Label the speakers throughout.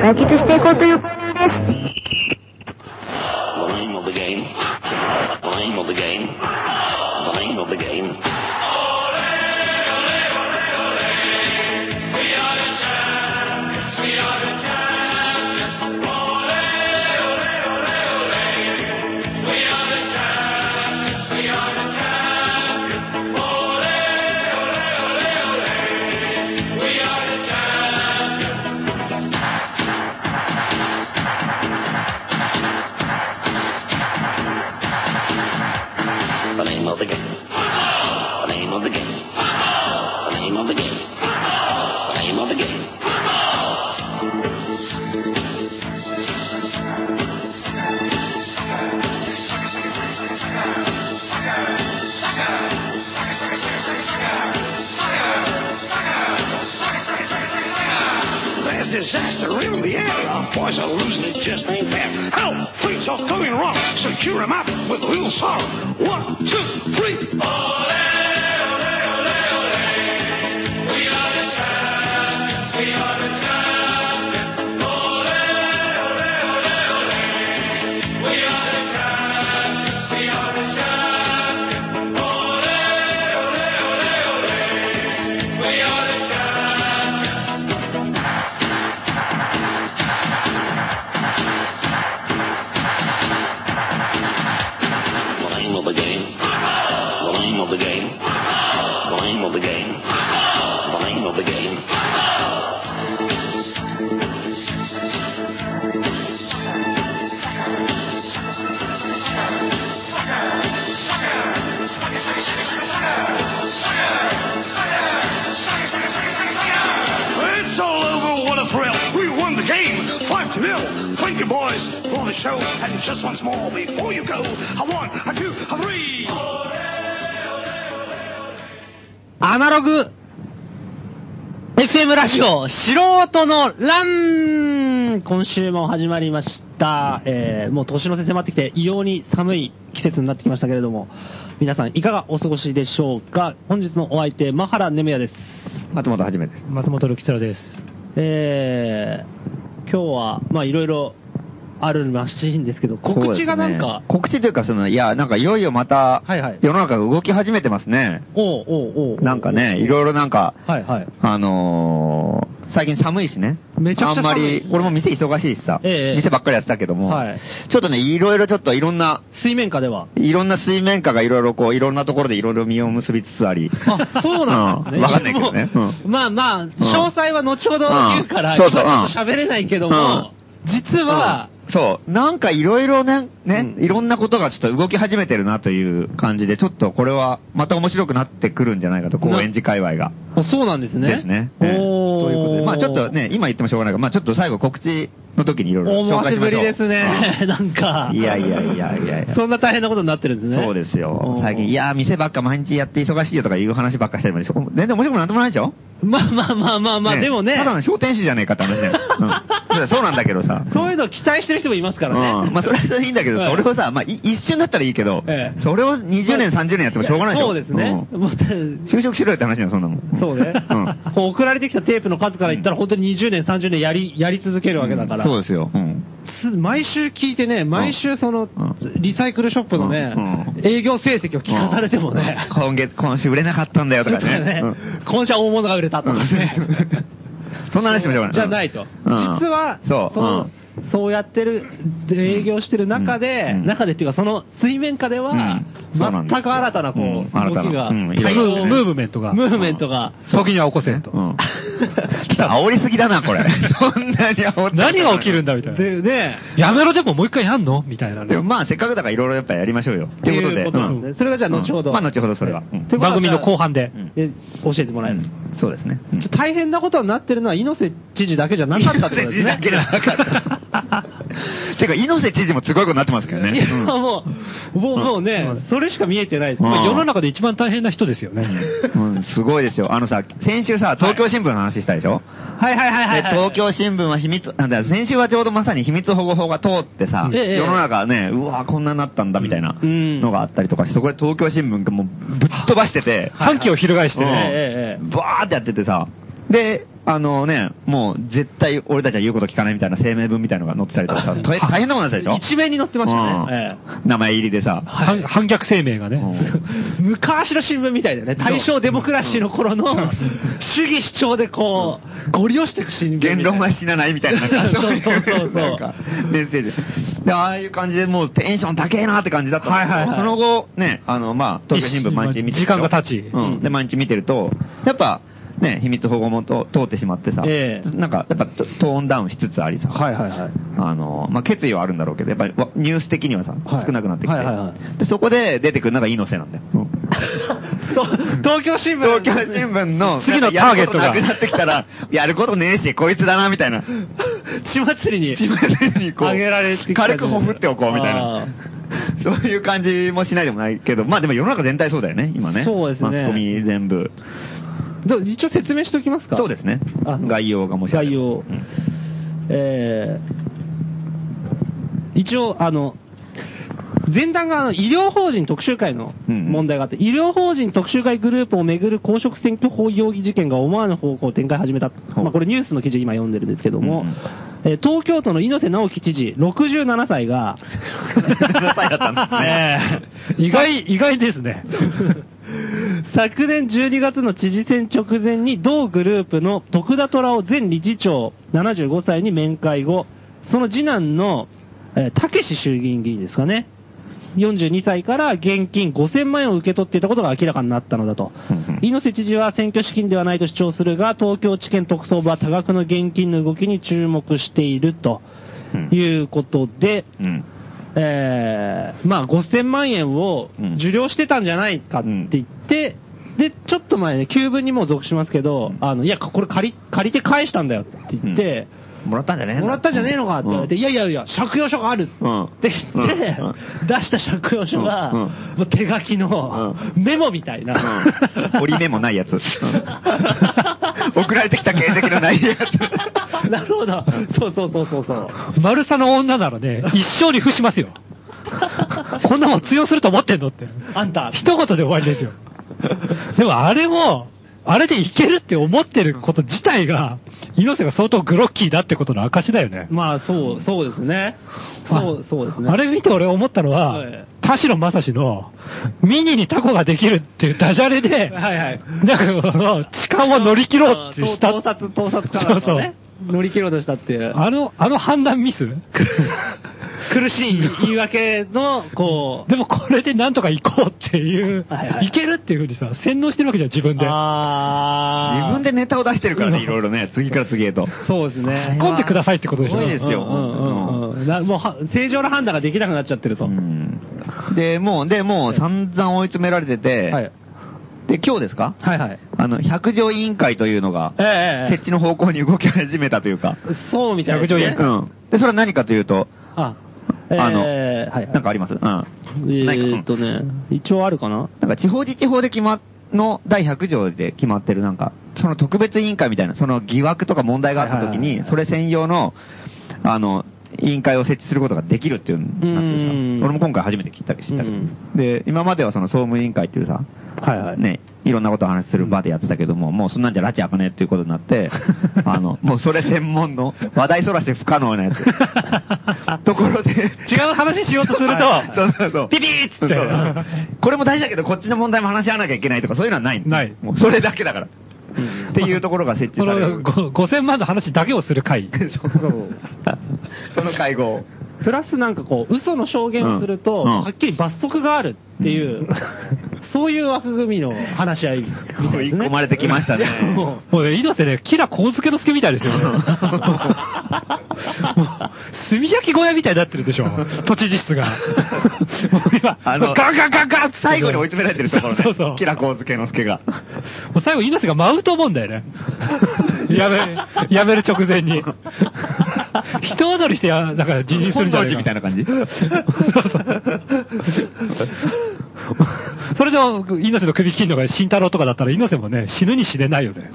Speaker 1: 解決していこうというコーナーです。
Speaker 2: The name of the game. The name of the game. The name of the game.
Speaker 3: アナログ FM ラジオ素人のラン今週も始まりました。えー、もう年の瀬迫ってきて異様に寒い季節になってきましたけれども、皆さんいかがお過ごしでしょうか本日のお相手、マハラネムヤです。
Speaker 4: 松本はじめです。
Speaker 5: 松本力太郎です。
Speaker 3: えー、今日は、まあいろいろあるらしいんですけど、告知がなんか、
Speaker 4: そうですね告知というか、その、いや、なんかいよいよまた、
Speaker 3: はいはい
Speaker 4: 世の中が動き始めてますね。
Speaker 3: おうおうおうおう
Speaker 4: なんかね、いろいろなんか、
Speaker 3: はいはい。
Speaker 4: あのー、最近寒いしね。
Speaker 3: めちゃくちゃ寒い
Speaker 4: あんまり、俺も店忙しいしさ、
Speaker 3: ええ
Speaker 4: 店ばっかりやってたけども、
Speaker 3: はい
Speaker 4: ちょっとね、いろいろちょっといろんな、
Speaker 3: 水面下では。
Speaker 4: いろんな水面下がいろいろこう、いろんなところでいろいろ実を結びつつあり。
Speaker 3: あ、そうなんですね。
Speaker 4: うわかんないけどね。う
Speaker 3: も
Speaker 4: ん
Speaker 3: うまあまあ、詳細は後ほど言うか
Speaker 4: う
Speaker 3: ら、
Speaker 4: ん
Speaker 3: 今
Speaker 4: そう
Speaker 3: ち
Speaker 4: そううん
Speaker 3: ょっと喋れないけども、実は、
Speaker 4: そう。なんかいろいろね、ね、
Speaker 3: うん
Speaker 4: いろんなことがちょっと動き始めてるなという感じで、ちょっとこれはまた面白くなってくるんじゃないかと、高円寺界隈が。
Speaker 3: あそうなんですね。
Speaker 4: ですね。ええ
Speaker 3: おー。
Speaker 4: ということで、まあちょっとね、今言ってもしょうがないから、まあちょっと最後告知の時にいろいろ
Speaker 3: 思
Speaker 4: 紹
Speaker 3: わ
Speaker 4: 介
Speaker 3: せ
Speaker 4: しましょ
Speaker 3: ぶ
Speaker 4: う。
Speaker 3: りですね。なんか。
Speaker 4: いやいやいやいやいや
Speaker 3: そんな大変なことになってるんです
Speaker 4: うん。
Speaker 3: ね。
Speaker 4: そうですよ
Speaker 3: う。ん
Speaker 4: 最近、いやー、店ばっか毎日やって忙しいよとかいう話ばっかしてるのに、全然面白くなんともないでしょ
Speaker 3: まあまあまあまあまあ、でもね
Speaker 4: た、だの商店主じゃねえかって話だよ。うんそうなんだけどさ。
Speaker 3: そういうの期待してる人もいますから
Speaker 4: う
Speaker 3: ね。
Speaker 4: んまあ、それはいいんだけど、
Speaker 3: はい
Speaker 4: それをさ、まあ、い一瞬だったらいいけど、
Speaker 3: ええ
Speaker 4: それを20年、30年やってもしょうがないでしょ。
Speaker 3: そうですね。
Speaker 4: うん
Speaker 3: もう
Speaker 4: 就職しろよって話だよ、そんなもん。
Speaker 3: そうね
Speaker 4: うん。
Speaker 3: こう送られてきたテープの数から言ったら、本当に20年、30年やり、やり続けるわけだから。
Speaker 4: そうですよ。うん。
Speaker 3: つ毎週聞いてね、毎週その
Speaker 4: うん、
Speaker 3: リサイクルショップのね
Speaker 4: うんう、
Speaker 3: 営業成績を聞かされてもね
Speaker 4: う、ん今月、今週売れなかったんだよとか
Speaker 3: そうだ
Speaker 4: ね
Speaker 3: ね。
Speaker 4: うん
Speaker 3: 今週は大物が売れたとかね。
Speaker 4: そんな話してもしょうがない。
Speaker 3: じゃないと。
Speaker 4: うん
Speaker 3: 実は、
Speaker 4: そう
Speaker 3: その
Speaker 4: うん
Speaker 3: そうやってる、営業してる中で、
Speaker 4: うん
Speaker 3: 中でっていうか、その水面下では、
Speaker 4: うんそうなんですよ
Speaker 3: 全く新たなこう、
Speaker 4: うん新たな
Speaker 3: 動きが、
Speaker 4: うんい
Speaker 5: ム
Speaker 4: ろいろ
Speaker 5: ームーブメントが。
Speaker 3: ムーブメントが、
Speaker 5: 時には起こせんと。
Speaker 4: うん。煽りすぎだな、こ れ。そんなに煽って。
Speaker 5: 何が起きるんだみたいな。
Speaker 3: でね、
Speaker 5: やめろでももう一回やんのみたいな
Speaker 4: でも
Speaker 5: ね。
Speaker 4: まあ、せっかくだからいろいろやっぱやりましょうよ。ということで。
Speaker 3: ということなんですねそれがじゃあ後ほど
Speaker 4: うんまあ、後ほどそれは。うん
Speaker 3: ということは
Speaker 5: 番組の後半で。
Speaker 3: え教えてもらえる。
Speaker 4: うんそうですね。うん
Speaker 3: ちょ大変なことになってるのは、猪瀬知事だけじゃなかったってことですね。
Speaker 4: 猪瀬知事だけじゃなかった。 てか、猪瀬知事もすごいことになってますけど
Speaker 3: い
Speaker 4: ね
Speaker 3: や、。もう、もう、もうね、それしか見えてないです。
Speaker 4: うん
Speaker 3: まあ世
Speaker 5: 世
Speaker 3: の
Speaker 5: の
Speaker 3: 中、
Speaker 5: 中で一番大変な人ですよね。
Speaker 4: うんうんすごいですよ。あのさ、先週さ、東京新聞の話したでしょ、
Speaker 3: はいはいはいはい
Speaker 4: で
Speaker 3: はい。
Speaker 4: 東京新聞は秘密、なんだ、先週はちょうどまさに秘密保護法が通ってさ、
Speaker 3: ええ
Speaker 4: 世の中はね、うわこんなになったんだみたいな
Speaker 3: うん
Speaker 4: のがあったりとかして、そこで東京新聞がもうぶっ飛ばしてて、
Speaker 5: 反旗を翻して
Speaker 4: うん
Speaker 5: ね。
Speaker 3: ええええ
Speaker 4: バーってやっててさ、で、あのね、もう絶対俺たちは言うこと聞かないみたいな声明文みたいのが載ってたりとかさ、大大変なことになってたでしょ
Speaker 3: 一面に載ってましたね。ええ
Speaker 4: うん名前入りでさ。
Speaker 5: 反反逆声明がね。
Speaker 3: 昔の新聞みたいだよね。大正デモクラシーの頃の主義主張でこう、ご利用していく新聞みたいな。
Speaker 4: 言論は死なないみたいな、なんか
Speaker 3: そうそうそうそう
Speaker 4: いなんかメッセージ。で、ああいう感じでもうテンション高えなって感じだったんだけど
Speaker 3: はいはいはい
Speaker 4: その後、ね、あの、まあ、東京新聞毎日見てると
Speaker 5: 時間が経ち
Speaker 4: うん。で、毎日見てると、やっぱ、ね、秘密保護もと通ってしまってさ、
Speaker 3: ええ
Speaker 4: なんか、やっぱトトーンダウンしつつありさ、
Speaker 3: はいはいはい。
Speaker 4: あの、まあ、決意はあるんだろうけど、やっぱりわニュース的にはさ、
Speaker 3: はい
Speaker 4: 少なくなってきて、
Speaker 3: はいはいはい
Speaker 4: で、そこで出てくるのがイノセなんだよ。
Speaker 3: と東京新聞。
Speaker 4: 東京新聞 の、
Speaker 5: 次のターゲット
Speaker 4: やることな
Speaker 5: が
Speaker 4: くなってきたら、やることねえし、こいつだ な、みたいな。
Speaker 3: 血祭りに。
Speaker 4: 自分にこう、
Speaker 3: 上げられてきた
Speaker 4: 軽くほぐっておこう、みたい
Speaker 3: あ
Speaker 4: な。 そういう感じもしないでもないけど、まあでも世の中全体そうだよね、今ね。
Speaker 3: そうですね
Speaker 4: マスコミ全部。
Speaker 3: ど一応説明しておきますか
Speaker 4: そうですね
Speaker 3: あ。
Speaker 4: 概要がもしあれば
Speaker 3: 概要
Speaker 4: うん
Speaker 3: えー一応、あの、前段があの医療法人特集会の
Speaker 4: うん
Speaker 3: 問題があって、医療法人特集会グループをめぐる公職選挙法容疑事件が思わぬ方向を展開始めた。
Speaker 4: ほう
Speaker 3: まあ、これニュースの記事今読んでるんですけども、
Speaker 4: うん
Speaker 3: えー東京都の猪瀬直樹知事、67歳が、
Speaker 4: 67歳だったんですね
Speaker 5: ええ意外、意外ですね。
Speaker 3: 昨年12月の知事選直前に同グループの徳田虎雄前理事長75歳に面会後、その次男の、えー、武志衆議院議員ですかね。42歳から現金5000万円を受け取っていたことが明らかになったのだと
Speaker 4: うん。うん
Speaker 3: 猪瀬知事は選挙資金ではないと主張するが、東京地検特捜部は多額の現金の動きに注目しているということで、
Speaker 4: うん。
Speaker 3: えーまあ5000万円を受領してたんじゃないかって言って、で、ちょっと前ね、旧分にもう属しますけど、あの、いや、これ借り、借りて返したんだよって言って、
Speaker 4: もらったんじゃねえ
Speaker 3: もらったんじゃねえのかって言われて、いやいやいや、借用書があるって
Speaker 4: うん
Speaker 3: 言って、
Speaker 4: うん
Speaker 3: 出した借用書が、
Speaker 4: うん
Speaker 3: もう手書きのメモみたいな。
Speaker 4: うん折り目もないや つ。うん送られてきた形跡のないやつ。
Speaker 3: なるほど。そうそうそうそうそう。
Speaker 5: 丸さの女な らね、一生に付しますよ。 こんなもん通用すると思ってんのって。
Speaker 3: あんた、
Speaker 5: 一言で終わりですよ。でもあれも、あれでいけるって思ってること自体が、猪瀬が相当グロッキーだってことの証だよね。
Speaker 3: まあ、そう、そうですね。そう、そうですね。
Speaker 5: あれ見て俺思ったのは
Speaker 3: はい、
Speaker 5: 田代正史の、ミニにタコができるっていうダジャレで、
Speaker 3: はいはい
Speaker 5: なんかこの、痴漢を乗り切ろうってした。
Speaker 3: 盗撮、盗撮から
Speaker 5: そう
Speaker 3: ね。乗り切ろうとしたっていう。
Speaker 5: あの、あの判断ミス
Speaker 3: 苦しい言い訳の、こう。
Speaker 5: でもこれでなんとか行こうっていう、
Speaker 3: はい
Speaker 5: い
Speaker 3: はい
Speaker 5: けるっていうふうにさ、洗脳してるわけじゃん、自分で。
Speaker 3: あ
Speaker 4: 自分でネタを出してるから
Speaker 3: うん
Speaker 4: ね、いろいろね、次から次へと。
Speaker 3: そうですね。
Speaker 5: 突っ込んでくださいってことでしょ
Speaker 4: すごいですよ、
Speaker 3: うんうんうん
Speaker 4: 本
Speaker 3: うんなもうは、正常な判断ができなくなっちゃってる
Speaker 4: 当
Speaker 3: と。
Speaker 4: にうんで、もう、で、もう散々追い詰められてて、
Speaker 3: はい。
Speaker 4: で、今日ですか
Speaker 3: はいはい。
Speaker 4: あの、百条委員会というのが、
Speaker 3: ええええ
Speaker 4: 設置の方向に動き始めたというか。
Speaker 3: そうみたいな、ね。
Speaker 4: 百条委員会。うん。で、それは何かというと、
Speaker 3: あ、
Speaker 4: あの
Speaker 3: えーはいはい。
Speaker 4: なんかありますうん。ないか
Speaker 3: えーっとね、一応あるかな
Speaker 4: なんか地方自治法で決ま、の第100条で決まってるなんか、その特別委員会みたいな、その疑惑とか問題があった時
Speaker 3: はいはい
Speaker 4: に
Speaker 3: は、い
Speaker 4: それ専用の、あの、委員会を設置することができるっていう、なんていう
Speaker 3: うんん
Speaker 4: さ、俺も今回初めて聞いたり知ったけど、で、今まではその総務委員会っていうさ、
Speaker 3: はいはい。
Speaker 4: ね、いろんなことを話する場でやってたけども、もうそんなんじゃ拉致開かねえっていうことにな って、あの、もうそれ専門の話題そらして不可能なやつ。 ところで、
Speaker 5: 違う話しようとすると、
Speaker 4: そうそうそう。
Speaker 5: ピピーっつって
Speaker 4: そうこれも大事だけど、こっちの問題も話し合わなきゃいけないとか、そういうのはない。
Speaker 5: ない
Speaker 4: もうそれだけだから。っていうところが設置
Speaker 5: こ
Speaker 4: される
Speaker 5: の。ご5000万の話だけをする会。
Speaker 3: そう。
Speaker 4: その会合。
Speaker 3: プラスなんかこう、嘘の証言をすると、
Speaker 4: うんうん
Speaker 3: はっきり 罰則があるっていう、そういう枠組みの話し合いみたい
Speaker 4: 追い
Speaker 3: ですね。
Speaker 4: 込まれてきましたね
Speaker 3: いやも
Speaker 5: もうね、猪瀬ね、キラ光介の助みた いですよ。もう炭焼き小屋みたいになってるでしょ。都知事室 が。もう今、
Speaker 4: あの
Speaker 5: ガンガンガンガンって
Speaker 4: 最後に追い詰められてるところね。
Speaker 5: そうそう。
Speaker 4: キラコウズケの助が。
Speaker 5: もう最後、猪瀬が舞うと思うんだよね。やめ、やめる直前 に。人踊りしてや、なんか辞任する
Speaker 4: 本
Speaker 5: んじゃ
Speaker 4: 能
Speaker 5: ない
Speaker 4: 寺
Speaker 5: か
Speaker 4: みたいな感じ。
Speaker 5: それでも、猪瀬の首切るのが慎太郎とかだったら、猪瀬もね、死ぬに死ねない よね。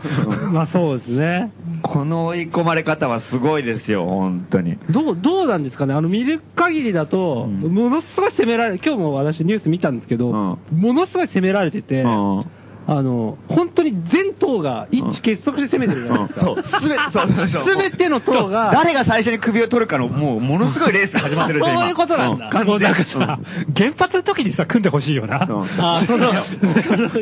Speaker 3: うまあそうですね。
Speaker 4: この追い込まれ方はすごいですよ、本当に。
Speaker 3: どう、どうなんですかねあの、見る限りだと、
Speaker 4: うん
Speaker 3: ものすごい責められ、今日も私ニュース見たんですけど、
Speaker 4: うん
Speaker 3: ものすごい責められてて、
Speaker 4: うん
Speaker 3: あの、本当に全党が一致結束で攻めてるじゃないですか。
Speaker 4: そう。すべ、そうそうそう。
Speaker 3: 全ての党が
Speaker 4: 誰が最初に首を取るかの、もう、ものすごいレースが始まってるじゃん今
Speaker 3: そういうことなん
Speaker 4: う
Speaker 3: だ
Speaker 5: もうなんか
Speaker 4: 完全に
Speaker 5: さ、原発の時にさ、組んでほしいよな。
Speaker 4: うん
Speaker 5: あーその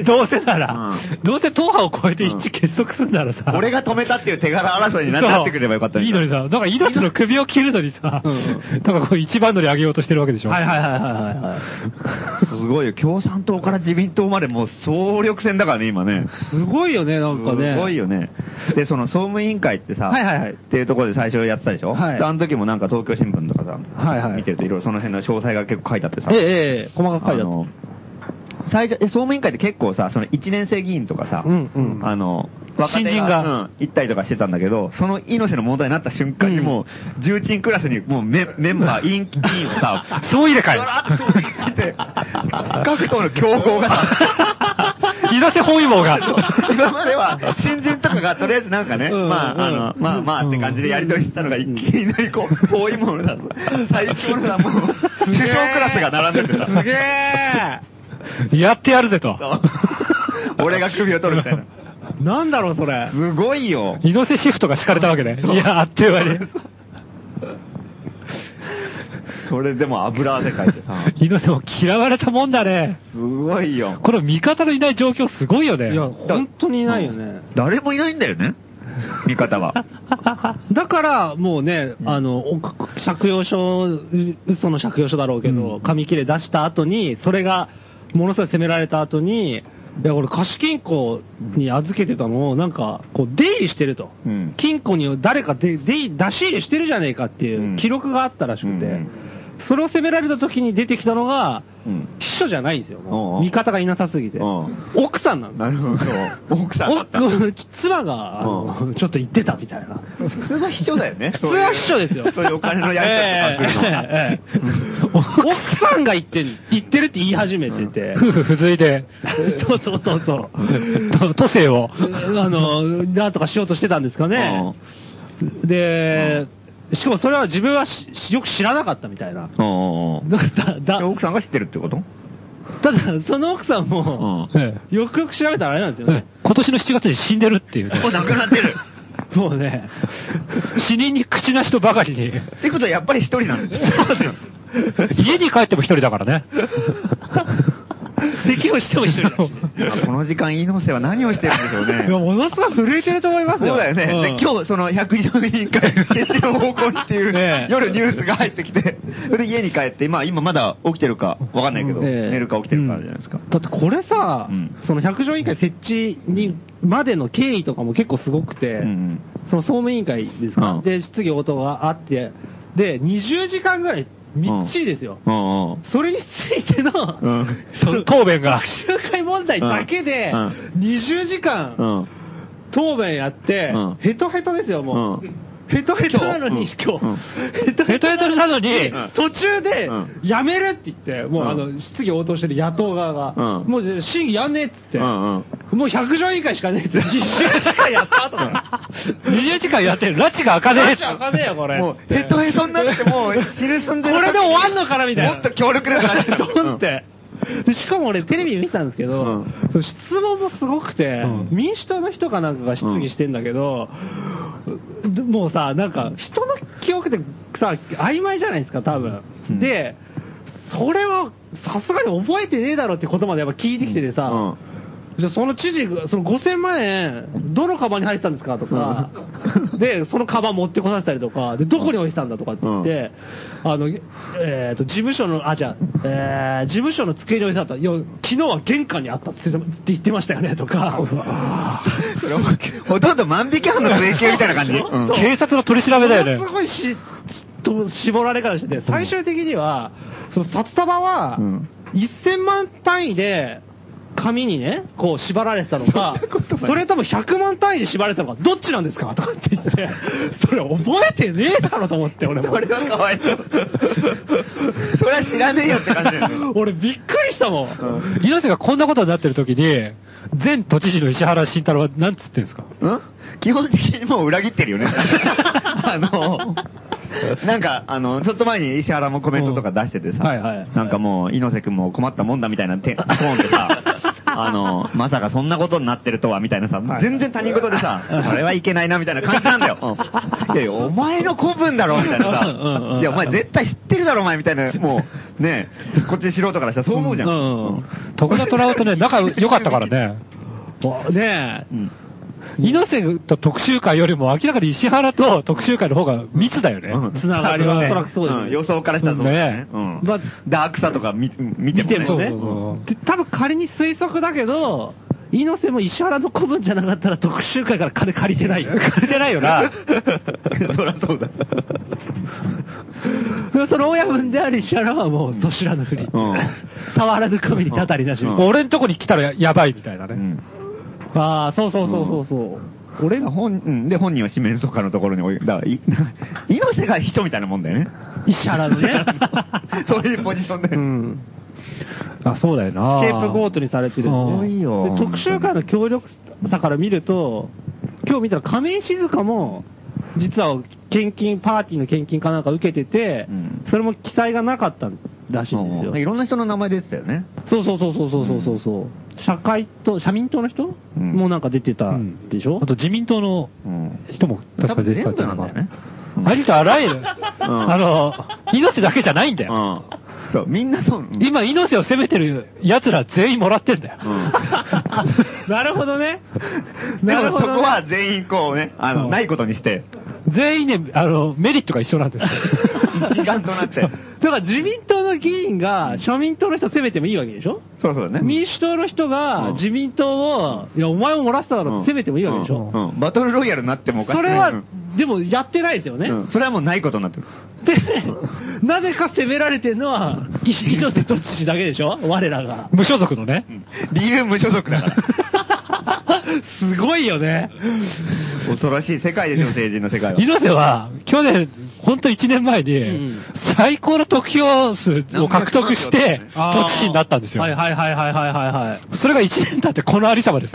Speaker 5: どうせなら、
Speaker 4: う
Speaker 5: どうせ党派を超えて一致結束するならさ、
Speaker 4: 俺が止めたっていう手柄争いにな
Speaker 5: そう
Speaker 4: なってくればよかった
Speaker 5: いいのにさ、なんか命の首を切るのにさ、
Speaker 3: うん
Speaker 5: なんかこう一番乗り上げようとしてるわけでしょ。
Speaker 3: はいはいはいはいはいはい。
Speaker 4: すごいよ。共産党から自民党までもう総力戦だからね、今ね。
Speaker 3: すごいよね、なんかね。
Speaker 4: すごい
Speaker 3: よ。
Speaker 4: よね。で、その総務委員会ってさ、
Speaker 3: はいはいはい
Speaker 4: っていうところで最初やってたでしょ
Speaker 3: はい
Speaker 4: であの時もなんか東京新聞とかさ、
Speaker 3: はいはい
Speaker 4: 見てるといろいろその辺の詳細が結構書いてあってさ、
Speaker 3: ええええ、細かく書いて
Speaker 4: あ
Speaker 3: あっ
Speaker 4: の、最初、え総務委員会って結構さ、その1年生議員とかさ、
Speaker 3: うんうん
Speaker 4: あの、
Speaker 5: 新人が
Speaker 4: うん行ったりとかしてたんだけど、その猪瀬の問題になった瞬間にもう、重鎮クラスにもうメメンバー、委員委員を さ、
Speaker 5: そう入れ替
Speaker 4: ガ
Speaker 5: え
Speaker 4: ラッと送りつけて、各党の競合が さ、
Speaker 5: る。稲瀬包囲網が。
Speaker 4: 今までは、新人とかがとりあえずなんかね、
Speaker 3: うん
Speaker 4: まあ、あの、まあまあって感じでやりとりしてたのが一気に乗りこう、遠いも のだと。最強のだ、もう、首相クラスが並んでてさ。
Speaker 3: すげえ
Speaker 5: やってやるぜと。
Speaker 4: そう俺が首を取るみたいな。
Speaker 3: なんだろう、それ。
Speaker 4: すごいよ。
Speaker 5: 猪瀬シフトが敷かれたわけね。いや、あっという間に。
Speaker 4: それでも油汗かいてさ。
Speaker 5: 猪瀬も嫌われたもんだね。
Speaker 4: すごいよ。
Speaker 5: この味方のいない状況すごいよね。
Speaker 3: いや、本当にいないよね。
Speaker 4: 誰もいないんだよね。味方 は。
Speaker 3: だから、もうね、あの、お借用書、う嘘の借用書だろうけど、紙切れ出した後に、それが、ものすごい責められた後に、いや、俺、貸金庫に預けてたのを、なんか、こう、出入りしてると。
Speaker 4: うん
Speaker 3: 金庫に誰かで出入り、出し入れしてるじゃねえかって
Speaker 4: う
Speaker 3: い
Speaker 4: ん
Speaker 3: う記録があったらしくて、
Speaker 4: うん
Speaker 3: それを責められた時に出てきたのが、
Speaker 4: うん。
Speaker 3: 秘書じゃないんですよ、もう
Speaker 4: おうおう
Speaker 3: 味方がいなさすぎて。
Speaker 4: おう
Speaker 3: 奥さんなんですよ
Speaker 4: なるほど。奥さんだった。
Speaker 3: お妻が、あの
Speaker 4: う
Speaker 3: ちょっと言ってたみたいな。
Speaker 4: 普通は秘書だよね。
Speaker 3: 普通は秘書ですよ。
Speaker 4: そういうお金のやり方とか
Speaker 3: ええええええ奥さんが言ってん、言ってるって言い始めて て。
Speaker 5: 夫婦不随で、
Speaker 3: そうそうそうそう。
Speaker 5: と都政を。
Speaker 3: あの、なんとかしようとしてたんですかね。で、しかもそれは自分はしよく知らなかったみたいな。
Speaker 4: うんうんうん
Speaker 3: だだだ
Speaker 4: え奥さんが知ってるってこと
Speaker 3: ただ、その奥さんも、
Speaker 5: ええ
Speaker 3: よくよく調べたらあれなんですよ
Speaker 5: ええ
Speaker 3: ね。
Speaker 5: 今年の7月に死んでるっていうね、
Speaker 4: もう亡くなってる。
Speaker 3: もうね、
Speaker 5: 死人に口なしとばかりに、
Speaker 4: ってことはやっぱり一人なんです
Speaker 5: 家に帰っても一人だからね。
Speaker 3: 咳をしても一人だし。
Speaker 4: あこの時間、猪瀬は何をしてるんでしょうね。
Speaker 3: いや、ものすごい震えてると思います
Speaker 4: そう
Speaker 3: よ。
Speaker 4: だよね。で
Speaker 3: ん、
Speaker 4: 今日、その、百条委員会決死の方向にってい
Speaker 3: ね
Speaker 4: う、
Speaker 3: え
Speaker 4: 夜ニュースが入ってきて、それで家に帰って、まあ今まだ起きてるかわかんないけど、
Speaker 3: うんええ
Speaker 4: 寝るか起きてるかあるじゃないですか。
Speaker 3: だってこれさ、
Speaker 4: うん
Speaker 3: その百条委員会設置にまでの経緯とかも結構すごくて、
Speaker 4: うん
Speaker 3: その総務委員会ですか、
Speaker 4: うん
Speaker 3: で、質疑応答があって、で、20時間ぐらいみっちりですよ。
Speaker 4: うん。うんうん。
Speaker 3: それについての、
Speaker 4: うん
Speaker 5: その答弁が。
Speaker 3: 集会問題だけで、
Speaker 4: うん
Speaker 3: 20時間、
Speaker 4: うん。
Speaker 3: 答弁やって、
Speaker 4: うん
Speaker 3: ヘトヘトですよ、もう。
Speaker 4: うん
Speaker 3: ヘトヘトなのに、
Speaker 4: 今
Speaker 3: 今
Speaker 4: 日
Speaker 3: 日。ヘト
Speaker 5: ヘトヘトなのに
Speaker 4: ん
Speaker 3: 途中で
Speaker 4: うん、
Speaker 3: やめるって言って、もうあ
Speaker 4: う
Speaker 3: の、質疑応答してる野党側が、
Speaker 4: うん
Speaker 3: もう審議やんねえって
Speaker 4: う
Speaker 3: 言って、
Speaker 4: んうん。
Speaker 3: もう百条委員会しかねえって、実習しかやった 後だ。
Speaker 5: 20時間やってる、拉致が開かねえ。
Speaker 3: あかねえよ、これ。
Speaker 4: もう、ヘトヘトになって、 もう、死ぬ寸前
Speaker 3: これで終わんのかなみたいな
Speaker 4: もっと強力な話だ
Speaker 3: ドンって。でしかも俺テレビ見てたんですけど、
Speaker 4: うん
Speaker 3: 質問もすごくて、
Speaker 5: ん
Speaker 3: 民主党の人かなんかが質疑してんだけど、でもうさ、なんか人の記憶ってさ、曖昧じゃないですか、多分。
Speaker 4: うん
Speaker 3: で、それはさすがに覚えてねえだろってことまでやっぱ聞いてきててさ、
Speaker 4: うん
Speaker 3: じゃあその知事が、その5000万円、どのカバンに入ってたんですかとか、で、そのカバン持ってこさせたりとか、で、どこに置いてたんだとかって言って、あの、えっ、と、事務所の、あ、じゃあ、えー事務所の机に置いてあった。いや、昨日は玄関にあったって言ってましたよね、とか。
Speaker 4: それもほとんど万引き犯の追及みたいな感じ。うん
Speaker 5: 警察の取り調べだよ
Speaker 3: ものす
Speaker 5: ね。
Speaker 3: ごいし、ちょっと絞られからしてて、最終的には、その札束は
Speaker 4: うん、
Speaker 3: 1000万単位で、紙にね、こう縛られてたのか、それとも100万単位で縛られてたのか、どっちなんですかとかって言 って、それ覚えてねえだろと思って、俺も
Speaker 4: そ。れはかわいそう。それは知らねえよって感じだよね。
Speaker 3: 俺びっくりしたもん。
Speaker 5: 猪瀬がこんなことになってる時に、前都知事の石原慎太郎は何つってんですか
Speaker 4: ん基本的にもう裏切ってるよね。 あの、なんか、あの、ちょっと前に石原もコメントとか出しててさ、
Speaker 3: うんはいはい
Speaker 4: なんかもう、猪瀬くんも困ったもんだみたいなテントーンでさ、あの、まさかそんなことになってるとは、みたいなさ、全然他人事でさ、これはいけないな、みたいな感じ なんだよ。いやいや、お前の子分だろ、みたいな
Speaker 3: うんうんう
Speaker 4: さ
Speaker 3: ん。
Speaker 4: いや、お前絶対知ってるだろ、お前、みたいな、もう、ねえこっち素人からしたらそう思うじゃん。
Speaker 3: うん。
Speaker 5: 徳田虎夫とね、仲良かったからね。
Speaker 3: ねえ。
Speaker 4: うん
Speaker 5: 猪瀬と特集会よりも明らかに石原と特集会の方が密だよね。
Speaker 4: うん
Speaker 3: つながりはおそらくそうですね
Speaker 4: ん予想からしたらそうだね。
Speaker 5: う
Speaker 4: うん
Speaker 3: まあ
Speaker 4: ダークさとか見見てもね。
Speaker 3: 見てもね
Speaker 5: そうそう
Speaker 3: で多分仮に推測だけど、猪瀬も石原の子分じゃなかったら特集会から金借りてない。 借りてないよな。
Speaker 4: そりゃそうだ。
Speaker 3: その親分であり石原はもう、そしらぬふり。
Speaker 4: うん
Speaker 3: 触らぬ神にたたりなし。
Speaker 4: うん
Speaker 5: 俺んとこに来たらややばいみたいな
Speaker 4: う
Speaker 5: ね。
Speaker 4: ん。
Speaker 3: ああ、そうそうそうそうそう。俺
Speaker 4: で、本、うんで、本人は四面楚歌のところに置い、だから、い 猪瀬が秘書みたいなもんだよね。
Speaker 3: 石原の ね。
Speaker 4: そういうポジションで。
Speaker 3: うん。
Speaker 5: あ、そうだよな。
Speaker 3: スケープゴートにされてるん
Speaker 5: そう
Speaker 3: で。
Speaker 4: いよ
Speaker 3: で特集会の協力さから見ると、今日見たら亀井静香も、実は献金、パーティーの献金かなんか受けてて、
Speaker 4: うん
Speaker 3: それも記載がなかったらしいんですよ
Speaker 4: うん。いろんな人の名前出てたよね。
Speaker 3: そうそうそうそうそうそうそうそう、社会と、社民党の人、
Speaker 4: うん
Speaker 3: もうなんか出てた
Speaker 5: うん
Speaker 3: でしょ、
Speaker 5: あと自民党の
Speaker 4: うん。
Speaker 5: 人も確か出てた
Speaker 4: 多分全
Speaker 5: じ
Speaker 4: 部
Speaker 5: ゃ
Speaker 4: なんだよね。
Speaker 5: ありとあらゆる、 あの、猪瀬だけじゃないんだ
Speaker 4: う
Speaker 5: よ。
Speaker 4: ん。そう、みんなそう。うん
Speaker 5: 今、猪瀬を責めてる奴ら全員もらってんだよ。
Speaker 4: うん。
Speaker 3: なるほどね。
Speaker 4: で
Speaker 3: なる
Speaker 4: も
Speaker 3: ほ
Speaker 4: そ
Speaker 3: どね
Speaker 4: こは全員こうね、あ
Speaker 5: う
Speaker 4: の、
Speaker 5: ん
Speaker 4: ないことにして、
Speaker 5: 全員ね、あの、メリットが一 緒なんですよ。
Speaker 4: 一丸となって。
Speaker 3: だから自民党の議員が社民党の人責めてもいいわけでしょ
Speaker 4: そうそうだね。
Speaker 3: 民主党の人が
Speaker 4: うん
Speaker 3: 自民党を、いや、お前も漏らしただろって責めてもいいわけでしょ、
Speaker 4: うんうんバトルロイヤルになってもおかし
Speaker 3: そ
Speaker 4: くない
Speaker 3: れは
Speaker 4: うん、
Speaker 3: でもやってないですよね。
Speaker 4: うんそれはもうないことになってる。
Speaker 3: で、なぜか責められてるのは、石井ってどっちだけでしょ我らが。
Speaker 5: 無所属のね。
Speaker 4: 理由無所属だから。
Speaker 3: すごいよね。
Speaker 4: 恐ろしい世界ですよ、成人の世界は。
Speaker 5: 猪瀬は、去年、ほんと1年前に
Speaker 3: ん、
Speaker 5: 最高の得票数を獲得して、
Speaker 3: あー
Speaker 5: 都知事になったんですよ。
Speaker 3: はいはいはいはいはいはいはい。
Speaker 5: それが1年経ってこのありさまです。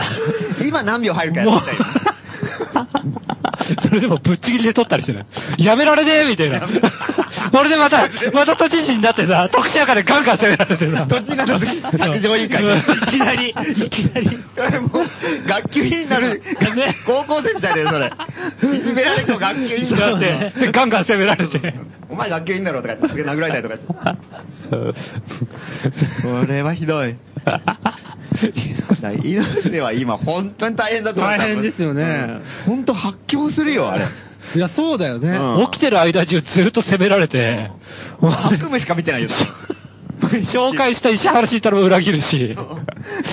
Speaker 4: 今何秒入るかや
Speaker 5: もう
Speaker 4: りたいよ。
Speaker 5: それでもぶっちぎりで取ったりしてね。やめられねえみたいな。俺でまた、また都知事になってさ、特殊やからガンガン攻められてさ。
Speaker 4: どっちになった時、卓上委 員会
Speaker 5: うん
Speaker 4: いきなり、いきなり。それもう、学級委員になる、高校生みたいだよ、それ。いじめられっ子学級委員になって、
Speaker 5: でガンガン攻められて。
Speaker 4: お前学級委員だろとか言って、殴られたりとか。 これはひどい。猪瀬は今、本当に大変だと思う。
Speaker 3: 大変ですよね
Speaker 4: うん。本当発狂するよ、あれ。
Speaker 3: いや、そうだよね。
Speaker 4: うん
Speaker 5: 起きてる間中ずっと攻められて、
Speaker 4: 悪夢しか見てないよ。
Speaker 5: 紹介した石原慎太郎を裏切るし、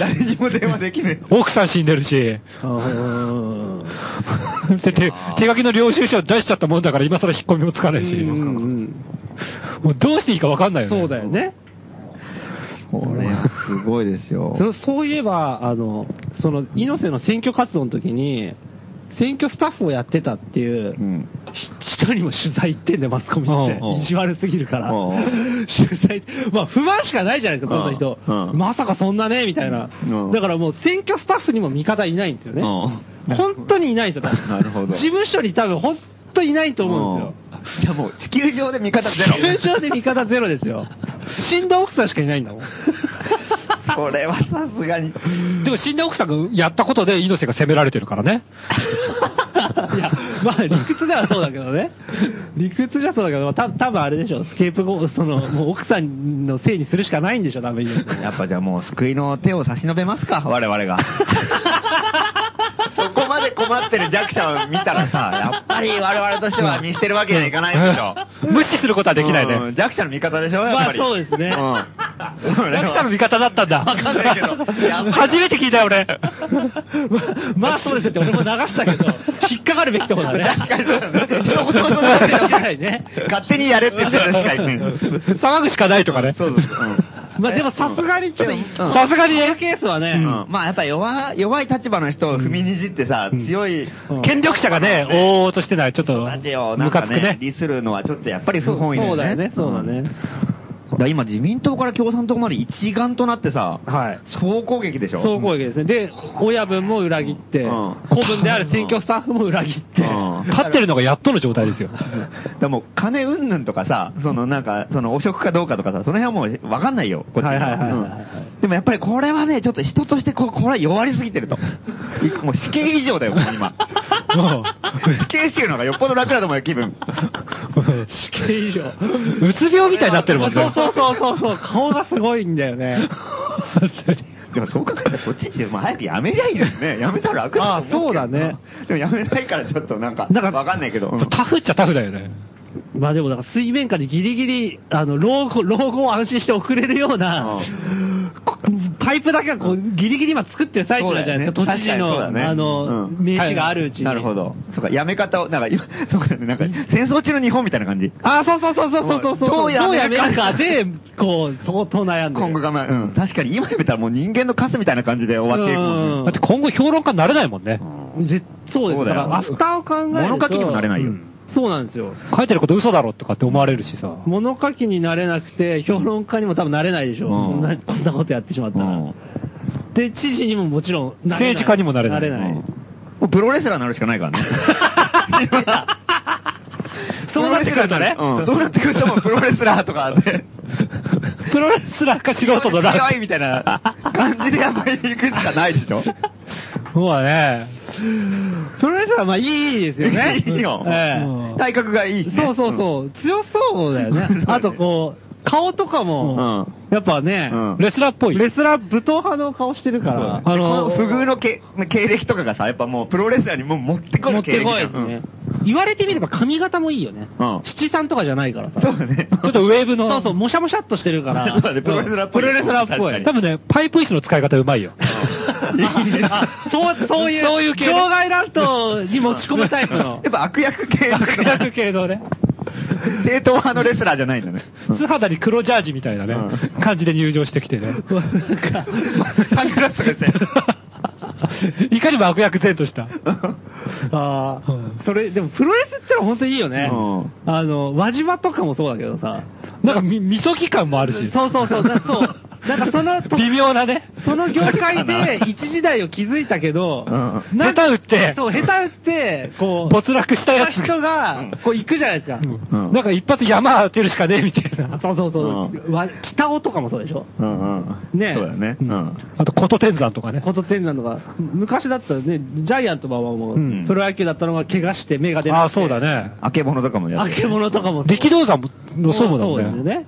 Speaker 4: 誰にも電話できない。
Speaker 5: 奥さん死んでるし、
Speaker 3: うん
Speaker 5: で手手書きの領収書出しちゃったもんだから今更引っ込みもつかないし、
Speaker 3: うん
Speaker 5: もうどうしていいかわかんないよね。
Speaker 3: そうだよね。
Speaker 4: これはすごいですよ
Speaker 3: そそういえば、あの、その、猪瀬の選挙活動の時に、選挙スタッフをやってたっていう、
Speaker 4: うん。
Speaker 3: 人にも取材行ってんだよ、マスコミって
Speaker 4: うんうん。
Speaker 3: 意地悪すぎるから
Speaker 4: うんうん。
Speaker 3: 取材、まあ不満しかないじゃないですか、こんな人
Speaker 4: うんう。ん
Speaker 3: まさかそんなね、みたいな
Speaker 4: うん。
Speaker 3: だからもう選挙スタッフにも味方いないんですよね。
Speaker 4: うん
Speaker 3: 本当にいないんですよ、多分
Speaker 4: なるほど
Speaker 3: 事務所に多分本当いないと思うんで
Speaker 4: い
Speaker 3: すよ。
Speaker 4: やもう、地球上で味方ゼ ロ。
Speaker 3: 文章で味方ゼロですよ。死んだ奥さんしかいないんだもん。
Speaker 4: これはさすがに。
Speaker 5: でも死んだ奥さんがやったことで猪瀬が責められてるからね。
Speaker 3: いや、まあ理屈ではそうだけどね。理屈じゃそうだけど、た多分あれでしょ、スケープゴー、その、もう奥さんのせいにするしかないんでしょ、ダメに。
Speaker 4: やっぱじゃあもう、救いの手を差し伸べますか、我々が。 そこまで困ってる弱者を見たらさ、やっぱり我々としては見捨てるわけにはいかないでしょ。
Speaker 5: 無視することはできないね。
Speaker 4: うん弱者の味方でしょ、やっぱり。
Speaker 3: まあそうですね
Speaker 4: うん。
Speaker 5: ラクさんの味方だったんだ。
Speaker 4: わかん ないけどやっぱり
Speaker 5: 初めて聞いたよ、俺。
Speaker 3: まあそうですよって俺も流した けど、引っかかるべきとこだね。
Speaker 4: 確かにそうだね。一言もそうだね
Speaker 3: ないね。
Speaker 4: 勝手にやれって言ってるしかいない。
Speaker 5: 騒ぐしかないとかね。
Speaker 4: そうです。うん
Speaker 3: まあでもさすがにちょっと、
Speaker 4: うん
Speaker 3: さすがにやるケースはね、
Speaker 4: うんまあやっぱ弱、弱い立場の人を踏みにじってさ、強い、
Speaker 5: 権力者がね、おーとしてない、ちょっと、
Speaker 4: ラジオなん
Speaker 5: ムカ
Speaker 4: か
Speaker 5: つくね
Speaker 4: ね、。ディスるのはちょっとやっぱり不本意だ
Speaker 3: そ
Speaker 4: よ
Speaker 3: うだよ
Speaker 4: ね
Speaker 3: ね。、そうだね。
Speaker 4: だから今自民党から共産党まで一丸となってさ、
Speaker 3: はい。
Speaker 4: 総攻撃でしょ
Speaker 3: 総攻撃ですね。で、親分も裏切って、
Speaker 4: うん
Speaker 3: 子分である選挙スタッフも裏切って、
Speaker 4: うん
Speaker 5: 勝ってるのがやっとの状態 ですよ。
Speaker 4: でも、金うんぬんとかさ、そのなんか、その汚職かどうかとかさ、その辺はもうわかんないよ、こっち
Speaker 3: はいはいはいはいはい
Speaker 4: うんでもやっぱりこれはね、ちょっと人としてこ、これは弱りすぎてると。もう死刑以上だよ、もう 今。
Speaker 5: も
Speaker 4: 死刑囚の方がよっぽど楽だと思うよ、気分。
Speaker 5: う、
Speaker 3: 死刑以上。
Speaker 5: うつ病みたいになってるもんね。
Speaker 3: そうそうそうそうそう、顔がすごいんだよ ね。
Speaker 4: でもそう考えたらそっちにして、もう早くやめりゃいいですね。やめたら楽だと思けど
Speaker 3: あそうだね。
Speaker 4: でもやめないからちょっとなんか、
Speaker 3: なんか
Speaker 4: わかんないけど。うん
Speaker 5: タフっちゃタフだよね。
Speaker 3: まあでも、だから水面下でギリギリ、あの、老後、老後を安心して送れるような、こパイプだけがこう、ギリギリ今作ってる最中なんじゃないですか、
Speaker 4: そうだ
Speaker 3: 都
Speaker 4: よね
Speaker 3: 知事の、
Speaker 4: 確かにそうだね
Speaker 3: あの、
Speaker 4: うん
Speaker 3: 名刺があるうちに。
Speaker 4: なるほど。そうか、やめ方を、なんか、そうかね、なんか、戦争中の日本みたいな感じ。
Speaker 3: あ、そうそうそうそうそうそうそう。
Speaker 4: どうやめるか
Speaker 3: るかで、こう、相当悩んでる。
Speaker 4: 今後がまあ、うん。確かに今やめたらもう人間のカスみたいな感じで終わっていくもん
Speaker 3: うん
Speaker 4: ね。
Speaker 5: だって今後評論家になれないもんね。
Speaker 3: ぜそうです。
Speaker 4: そう
Speaker 3: だ
Speaker 4: だ
Speaker 3: か
Speaker 4: よ
Speaker 3: ら、アフターを考えると。
Speaker 4: 物書きにもなれないよ
Speaker 3: うんそうなんですよ。
Speaker 5: 書いてること嘘だろとかって思われるしさ。
Speaker 3: 物書きになれなくて、評論家にも多分なれないでしょ。
Speaker 4: うん
Speaker 3: こんなこんなことやってしまった
Speaker 4: う
Speaker 3: ら。
Speaker 4: ん
Speaker 3: で、知事にももちろんなれない
Speaker 5: 政治家にもなれない
Speaker 3: なれ
Speaker 5: う
Speaker 3: ない。
Speaker 4: もうプロレスラーになるしかないからね。
Speaker 3: そうなってくるとね。
Speaker 4: うん。そうなってくるともうプロレスラーとかで。
Speaker 5: プロレスラーか素 人のラ
Speaker 4: 強いみたいな感じでやっぱり行くしかないでしょ。。
Speaker 5: そうだね。
Speaker 3: プロレスラーはまあいいですよね
Speaker 4: いいよ。
Speaker 3: ええ
Speaker 4: うん体格がいいしね。
Speaker 3: そうそうそう。強そうだよ
Speaker 4: そうだ
Speaker 3: ね
Speaker 4: ね。
Speaker 3: あとこう、顔とかも、やっぱね、
Speaker 4: うん
Speaker 5: レスラーっぽい。
Speaker 3: レスラー武闘派の顔してるから、
Speaker 4: あの、
Speaker 3: あの、
Speaker 4: この不遇のけ経歴とかがさ、やっぱもうプロレスラーにもう持ってこい
Speaker 3: 持ってこいですね。言われてみれば髪型もいいよね
Speaker 4: うん。
Speaker 3: 七三とかじゃないから
Speaker 4: うん
Speaker 3: さ。
Speaker 4: そうだね。
Speaker 5: ちょっとウェーブの。
Speaker 3: そうそう、もしゃもしゃっとしてるから。
Speaker 4: そうだねプロレスラーっぽい
Speaker 3: プロレスラーっぽ
Speaker 4: 確かに
Speaker 3: い。
Speaker 5: 多分ね、パイプ椅子の使い方うまいよ。
Speaker 4: いいね
Speaker 3: あそう、そういう、そういう障害乱闘に持ち込むタイプの
Speaker 4: やっ。ぱ悪役系の
Speaker 5: 悪役系のね。
Speaker 4: 正統派のレスラーじゃないんだね。
Speaker 5: 素肌に黒ジャージみたいなね
Speaker 4: う、
Speaker 5: 感じで入場してき てね。
Speaker 4: サングラスとかして。
Speaker 5: いかにも悪役前とした。
Speaker 3: ああ、それ、でもプロレスってのは本当にいいよ ね。
Speaker 4: う
Speaker 3: あの、輪島とかもそうだけどさ。
Speaker 5: なんかみ、みそぎ感もあるし。
Speaker 3: そうそうそう、なそう。なんかその、
Speaker 5: 微妙なね。
Speaker 3: その業界で一時代を築いたけど、
Speaker 4: う
Speaker 3: なん
Speaker 5: 下手打って
Speaker 3: そう、下手打って、こう、
Speaker 5: 没落したやつ。
Speaker 3: 人が、こう行くじゃないですか。
Speaker 5: うん
Speaker 4: うん
Speaker 5: なんか一発山当てるしかねえみたいな。
Speaker 3: そうそうそう。
Speaker 4: う
Speaker 3: わ北尾とかもそうでしょ
Speaker 4: うんうん。
Speaker 3: ねえ
Speaker 4: そうだね。うん。
Speaker 5: あと、琴天山とかね。
Speaker 3: こと天山とか、昔だったらね、ジャイアント馬場も
Speaker 4: うん、
Speaker 3: プロ野球だったのが怪我して目が出な
Speaker 5: ああ、
Speaker 3: くて、
Speaker 5: そうだ。ね。
Speaker 4: あけぼのとかもや
Speaker 3: あ
Speaker 4: って
Speaker 3: けぼのとかもそう。
Speaker 5: 力道山ものそうだも
Speaker 3: そうです
Speaker 5: んね。
Speaker 3: ね。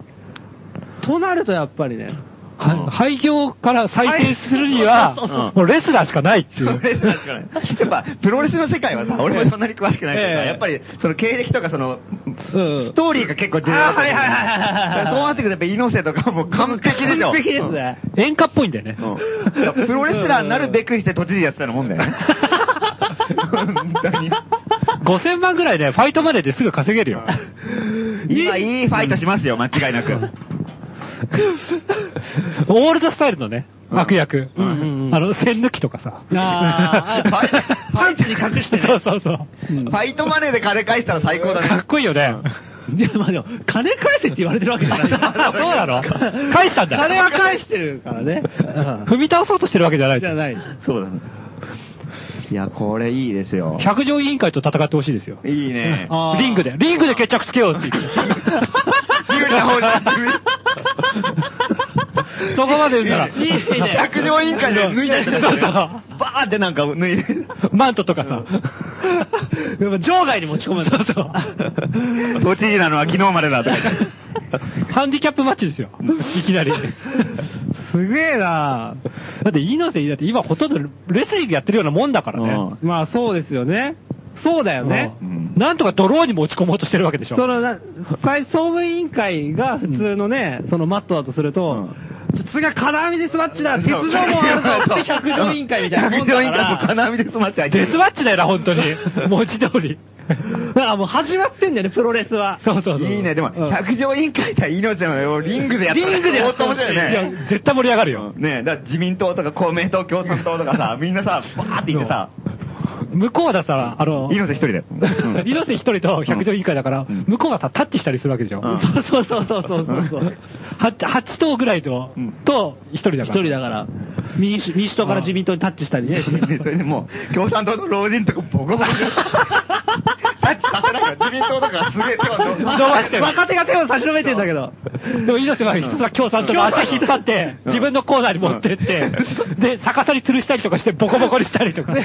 Speaker 3: となるとやっぱりね、
Speaker 5: は廃業から再生するには
Speaker 4: は、い
Speaker 5: もうレスラーしかな いって
Speaker 4: プ
Speaker 5: い
Speaker 4: ロ
Speaker 5: う。
Speaker 4: レスラーしかないやっぱ、プロレスの世界はさ、俺もそんなに詳しくないけどさ、
Speaker 5: ええ
Speaker 4: やっぱり、その経歴とか、その、
Speaker 3: うん
Speaker 4: ストーリーが結構重要だと思う
Speaker 3: あはいはいはいはいはい
Speaker 4: そうなってくると、やっぱ、猪瀬とかもう完璧でしょ。
Speaker 3: 完璧ですね。
Speaker 5: 演歌っぽいんだよね。
Speaker 4: うん。うんプロレスラーになるべくして都知事やってたのもんだよね。本当に。
Speaker 5: 5000万ぐらいね、ファイトマネーですぐ稼げるよ。
Speaker 4: 今、いいファイトしますよ、間違いなく。
Speaker 5: オールドスタイルのね、悪役。あ
Speaker 4: うん
Speaker 3: うんうん
Speaker 5: の、線抜きとかさ。
Speaker 3: あー
Speaker 4: パイパイチに隠してね
Speaker 5: そうそうそう。
Speaker 4: ファイトマネーで金返したら最高だね。
Speaker 5: かっこいいよね。
Speaker 3: いや、まあでも、金返せって言われてるわけじゃない。
Speaker 5: そうなの返したんだ。
Speaker 3: 金は返してるからね。
Speaker 5: 踏み倒そうとしてるわけじゃない。
Speaker 3: じゃない。
Speaker 4: そうだね。いや、これいいですよ。
Speaker 5: 百条委員会と戦ってほしいですよ。
Speaker 4: いいね。
Speaker 3: あー
Speaker 5: リングで。リングで決着つけようって 言って。
Speaker 4: 有利な方に。
Speaker 5: そこまで言うなら。
Speaker 3: いいねいいね
Speaker 4: 百条委員会で脱いだりとか
Speaker 5: そうそう
Speaker 4: バーってなんか脱いで。
Speaker 5: マン トとかさ。
Speaker 3: やっぱ場外に持ち込むんだ。そう
Speaker 4: 都知事なのは昨日までだとか言って。
Speaker 5: ハンディキャップマッチですよ。いきなり。
Speaker 3: すげえな
Speaker 5: だって、猪瀬、だって今ほとんどレスリングやってるようなもんだからね。
Speaker 3: まあそうですよね。そうだよね。
Speaker 4: うん
Speaker 5: なんとかドローに持ち込もうとしてるわけでしょ。
Speaker 3: そのな、最総務委員会が普通のね、そのマットだとすると、ちょ次は金網デスマッチだ、鉄条もあるぞって百条委員会みたいなもん
Speaker 4: 百条
Speaker 3: だか
Speaker 4: 委員会と
Speaker 3: ら。
Speaker 4: 金網でスマッチ入って
Speaker 5: デス
Speaker 4: る。
Speaker 5: マッチだよな、本 当に。文字通り。
Speaker 3: だからもう始まってんだよね、プロレスは。
Speaker 5: そうそうそう。
Speaker 4: いいね、でも、
Speaker 3: うん
Speaker 4: 百条委員会対命のリングでやったら
Speaker 3: リングでやった
Speaker 4: 相
Speaker 3: ら
Speaker 4: 当面白い
Speaker 5: いや
Speaker 4: よね。、
Speaker 5: 絶対盛り上がるよ。
Speaker 4: ねだから自民党とか公明党、共産党とかさ、みんなさ、バーって言ってさ、
Speaker 5: 向こうださ、あの、
Speaker 4: 猪瀬一人だよ。うん
Speaker 5: 猪瀬一人と百条委員会だから、
Speaker 4: うん
Speaker 5: 向こうがさ、タッチしたりするわけでしょ。
Speaker 4: うん
Speaker 5: そうそうそうそうそうそう。八八党ぐらいと、
Speaker 4: うん
Speaker 5: と、一人だ
Speaker 3: 一
Speaker 5: から。
Speaker 3: 人だから、民主民主党から自民党にタッチしたりね。
Speaker 4: それでもう、共産党の老人とかボコボコ にして。タッチさせないから、自民党だからすげえ手を伸ば
Speaker 5: 伸ばしてる
Speaker 3: 若手が手を差し伸べてんだけど。
Speaker 5: でも猪瀬はひたすら共産党の足引っ張って、
Speaker 4: うん
Speaker 5: 自分のコーナーに持ってって、で、逆さに吊るしたりとかして、ボコボコにしたりとか。
Speaker 3: キ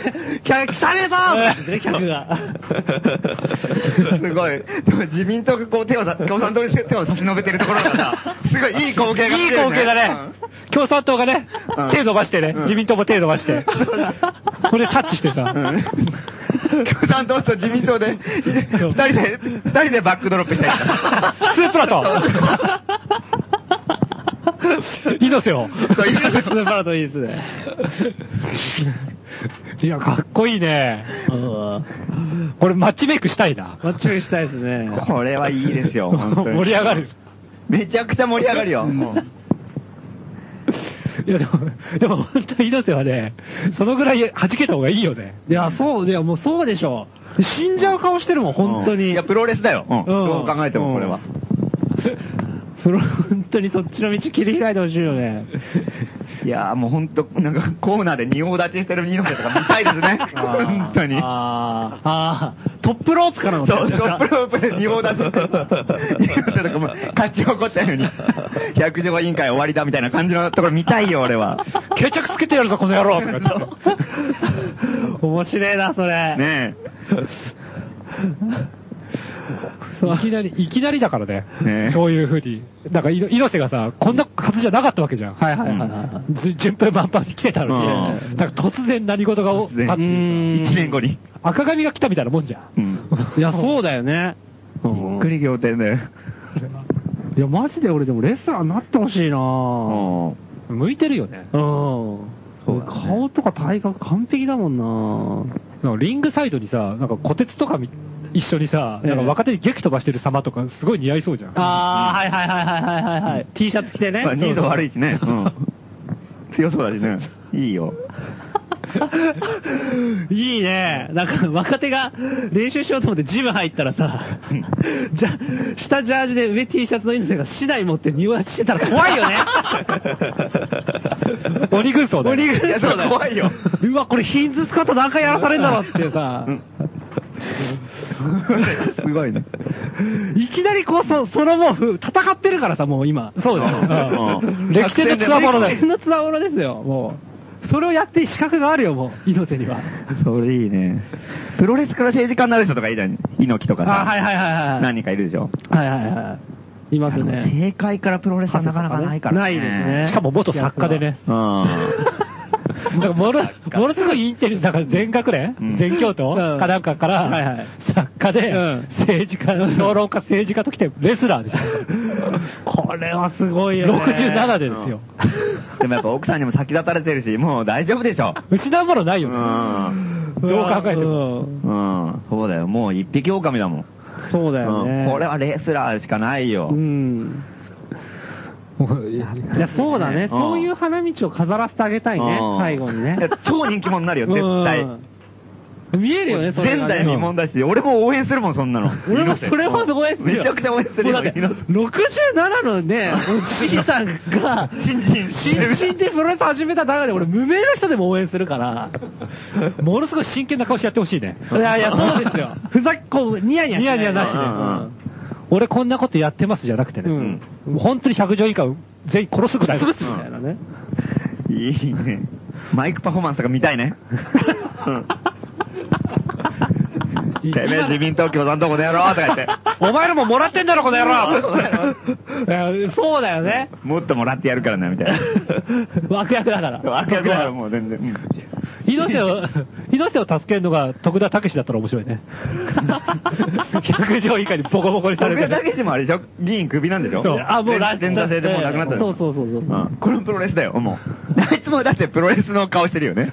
Speaker 3: ャ汚ねえぞ
Speaker 5: う
Speaker 3: ー
Speaker 5: ん
Speaker 3: 客が。
Speaker 4: すごい。でも自民党がこう手をさ、共産党に手を差し伸べてるところがさ、すごいいい光景が見
Speaker 5: いい
Speaker 4: えるね
Speaker 5: 光景だね。共産党がね
Speaker 4: うん、
Speaker 5: 手伸ばしてね
Speaker 4: うん、
Speaker 5: 自民党も手伸ばして。これタッチしてさ
Speaker 4: う。ん共産党と自民党で、二人で、二人でバックドロップしたいんだ。
Speaker 5: スープラと。 猪瀬を。
Speaker 4: そういいよね
Speaker 3: スーパーといいですね。
Speaker 5: いや、かっこいいね。これマッチメイクしたいな。
Speaker 3: まあ注意したいですね。
Speaker 4: これはいいですよ、本当に
Speaker 5: 盛り上がる。
Speaker 4: めちゃくちゃ盛り上がるよ。もう
Speaker 5: いや、でも、でも本当に猪瀬はね、そのぐらい弾けた方がいいよね。
Speaker 3: いや、そう、いや、もうそうでしょう。死んじゃう顔してるもん、本当
Speaker 4: うん
Speaker 3: に。
Speaker 4: いや、プロレスだよ。うんどう考えてもこれは。
Speaker 3: その、本当にそっちの道切り開いてほしいよね。
Speaker 4: いやーもう本当なんかコーナーで仁王立ちしてる二王立とか見たいですね。本当に。
Speaker 3: あーあー、トップロープからの
Speaker 4: そう、トップロープで仁王立ち してる。二王立とかも勝ち誇ったよう に、百条委員会終わりだみたいな感じのところ見たいよ、俺は。
Speaker 5: 決着つけてやるぞ、 この野郎とか言って
Speaker 3: 面白いな、それ。
Speaker 4: ね
Speaker 5: そういきなり、いきなりだからね。
Speaker 4: ねえ
Speaker 5: そういうふうに。なんか、い猪瀬がさ、こんなはずじゃなかったわけじゃん。
Speaker 3: はいはいはいはい。
Speaker 5: ず順風満帆に来てたの
Speaker 4: う
Speaker 5: に、なんか突然何事が
Speaker 4: 突然
Speaker 5: あっ
Speaker 4: うえ。
Speaker 5: て
Speaker 4: 一年後に。
Speaker 5: さ赤髪が来たみたいなもんじゃん。
Speaker 4: うん。
Speaker 3: いや、そうだよね。
Speaker 4: びっくり仰天だよ。
Speaker 3: いや、マジで俺でもレスラーになってほしいなぁ。
Speaker 4: うん
Speaker 5: 向いてるよね。
Speaker 3: うん。
Speaker 4: そうだね
Speaker 3: 顔とか体格完璧だもんな
Speaker 5: なんかリングサイドにさ、なんか虎鉄とかみ一緒にさ、
Speaker 3: ええ
Speaker 5: なんか若手に激飛ばしてる様とかすごい似合いそうじゃん。
Speaker 3: ああ、はいはいはいはいはいはい。T シャツ着てね。
Speaker 4: まあ、ニーズ悪
Speaker 3: い。
Speaker 4: いしね。うん。強そうだし ね。いいよ。
Speaker 3: いいね。なんか若手が練習しようと思ってジム入ったらさ、じゃ、下ジャージで上 T シャツの犬が市内持って入圧してたら怖いよね。
Speaker 5: 鬼軍曹だよ。
Speaker 3: 鬼軍
Speaker 4: いや、そうだ、怖い よ。
Speaker 3: うわ、これヒンズスカート何回やらされんだろうっていうさ、
Speaker 4: すごいね。
Speaker 3: いきなりこう、そそのもう、戦ってるからさ、もう今。
Speaker 5: そうだよ
Speaker 4: う。ん
Speaker 5: うん歴戦の強者だ
Speaker 3: 歴戦
Speaker 5: よ。
Speaker 3: のつわものですよ、もう。それをやって資格があるよ、もう、猪瀬には。
Speaker 4: それいいね。プロレスから政治家になる人とかいいじゃん。猪木とかさ。
Speaker 3: あ、はいはいはいはい。
Speaker 4: 何人かいるでしょ。
Speaker 3: はいはいはい。いますね。
Speaker 4: 正解からプロレスはなかなかないから、
Speaker 3: ないですね
Speaker 5: しかも元作家でね。なんかもの、ものすごいインテリ、なんか全学連、
Speaker 4: うん
Speaker 5: 全教頭、
Speaker 3: うん
Speaker 5: かなんかから、
Speaker 3: はいはい
Speaker 5: 作家で、
Speaker 3: うん
Speaker 5: 政治家、評論家、政治家と来て、レスラーでしょ。
Speaker 3: これはすごいよね。
Speaker 5: 67でですよ。
Speaker 4: うん。でもやっぱ奥さんにも先立たれてるし、もう大丈夫でしょ。
Speaker 5: 失うものないうよね。
Speaker 4: ん。
Speaker 5: どう考えても。
Speaker 3: うん
Speaker 4: うん。そうだよ。もう一匹狼だもん。
Speaker 3: そうだよ
Speaker 4: うん
Speaker 3: ね。
Speaker 4: これはレスラーしかないよ
Speaker 3: う。ん。いや、そうだ
Speaker 4: う
Speaker 3: ね
Speaker 4: ん。
Speaker 3: そういう花道を飾らせてあげたいね
Speaker 4: う、ん
Speaker 3: 最後にね
Speaker 4: いや。超人気者になるよ、絶対。
Speaker 3: うん。見えるよね、そ
Speaker 4: 前
Speaker 3: れがね
Speaker 4: 代未聞だし、俺も応援するもん、そんなの。
Speaker 3: 俺もそれは応援するよ。
Speaker 4: めちゃくちゃ応援する
Speaker 3: も
Speaker 4: よ
Speaker 3: うだって、。67のね、おじいさんが、
Speaker 4: 新人、
Speaker 3: 新人でプロレス始めた中で俺無名の人でも応援する から。
Speaker 5: ものすごい真剣な顔してやってほしいね。
Speaker 3: いやいや、そうですよ。 ふざけ、こう、ニヤニヤしない
Speaker 5: ニヤニヤなし
Speaker 4: ね
Speaker 5: 俺こんなことやってますじゃなくてね。
Speaker 3: うん
Speaker 5: もう本当に100条以下を全員殺すぐらい。
Speaker 3: 潰すみたいなね。
Speaker 4: いいね。マイクパフォーマンスとか見たいね。うん
Speaker 5: い
Speaker 4: てめえ自民党共産党この野郎とか言 って。
Speaker 5: お前らももらってんだろ、この野郎
Speaker 3: いやそうだよね。
Speaker 4: もっともらってやるからな、みたい
Speaker 3: 悪役だから。
Speaker 4: な。悪役だからもう全然。うん
Speaker 5: 猪瀬を、猪瀬を助けるのが徳田武だったら面白い ね。100条以下にボコボコにされ
Speaker 4: 徳
Speaker 5: て
Speaker 4: 田
Speaker 5: ね。
Speaker 4: 武もあれでしょ議員クビなんでしょ
Speaker 5: そう
Speaker 3: あもうラ
Speaker 4: 連連座制でもうなくなったでし
Speaker 3: そ
Speaker 4: ょ
Speaker 3: うそうそうそ
Speaker 4: う
Speaker 3: う。
Speaker 4: んこれもプロレスだよ、もう。あいつもだってプロレスの顔してるよね。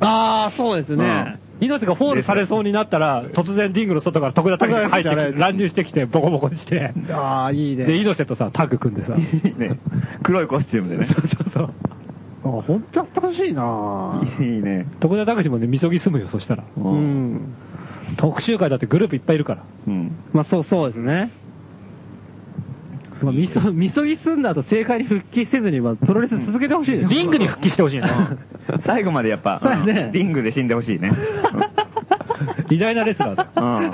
Speaker 3: ああ、そうです
Speaker 4: うん
Speaker 3: ね。
Speaker 5: 猪瀬がフォールされそうになったら、突然リングの外から徳田武が入ってきて、乱入してきて、ボコボコにして、
Speaker 3: ああ、いいね。
Speaker 5: で、猪瀬とさ、タッグ組んでさ、
Speaker 4: ね黒いコスチュームでね。
Speaker 5: そうそうそう。
Speaker 3: ほんと懐かしいな い
Speaker 4: いね。
Speaker 5: 徳田拓司もね、みそぎ住むよ、そしたら。
Speaker 4: う。
Speaker 3: うんん。
Speaker 5: 特集会だってグループいっぱいいるから。
Speaker 4: うん。
Speaker 3: まあそうそうですね。まあ、みそ、みそぎ済んだ後、正解に復帰せずに、まあ、プロレス続けてほしいです。
Speaker 5: リングに復帰してほしいな。
Speaker 4: 最後までやっぱ、
Speaker 3: そうやね
Speaker 4: うんリングで死んでほしいね。
Speaker 5: 偉大なレスラーだ。
Speaker 4: うん。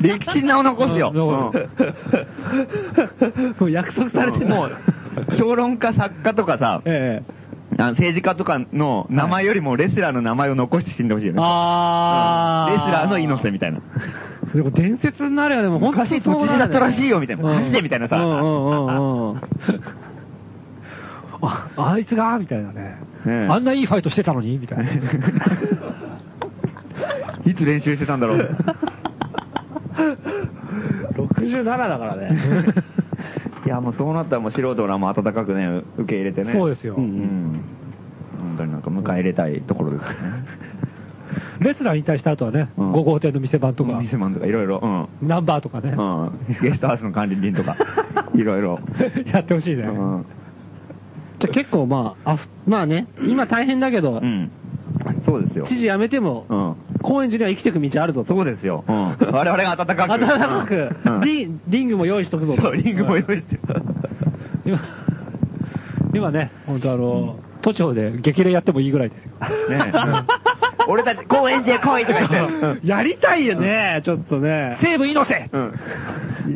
Speaker 4: 歴史名を残すよ。
Speaker 5: うん残
Speaker 4: うん
Speaker 5: る
Speaker 3: もう約束されてんだ
Speaker 4: もう、 評論家、作家とかさ、
Speaker 5: ええ。
Speaker 4: あの政治家とかの名前よりもレスラーの名前を残して死んでほしいよね。
Speaker 3: あ
Speaker 4: レスラーの
Speaker 3: 命
Speaker 4: 猪瀬みたいな。
Speaker 3: でも伝説になるよ、でも本当に
Speaker 4: 昔都知事だったらしいよみたいな走れみたいなさ
Speaker 3: うんうんうんうん。あ、あいつがみたいなね。
Speaker 4: ねえ
Speaker 5: あんないいファイトしてたのにみたいな。
Speaker 4: いつ練習してたんだろ う。
Speaker 3: 67だからね。
Speaker 4: いや、もうそうなったらもう素人らも温かくね、受け入れてね。
Speaker 5: そうですよ
Speaker 4: うんうん。本当になんか迎え入れたいところですよね。
Speaker 5: レスラー引退した後はね、
Speaker 4: うん
Speaker 5: 5号店の店番とか、
Speaker 4: 店マンとかいろいろ、うん。
Speaker 5: ナンバーとかね、
Speaker 4: うん。ゲストハウスの管理人と か、いろいろ。
Speaker 5: やってほしいうね。
Speaker 4: ん。
Speaker 3: じゃあ結構まあ、あふまあね、今大変だけ
Speaker 4: う、
Speaker 3: ど
Speaker 4: ん。そうですよ。
Speaker 3: 知事辞めても
Speaker 4: う、ん。
Speaker 3: 高円寺には生きてく道あるぞと。
Speaker 4: そうですよ。うん。我々が温かく。
Speaker 3: 暖かく
Speaker 4: うん、
Speaker 3: リンリングも用意しとくぞと
Speaker 4: そう、リングも用意して。
Speaker 5: 今、今ね、本当あの、都庁で激励やってもいいぐらいですよ。
Speaker 4: ねえ俺たち、高円寺へ来いとか言って。
Speaker 3: やりたいよね、ちょっとね。
Speaker 5: 西武猪瀬、
Speaker 4: うん。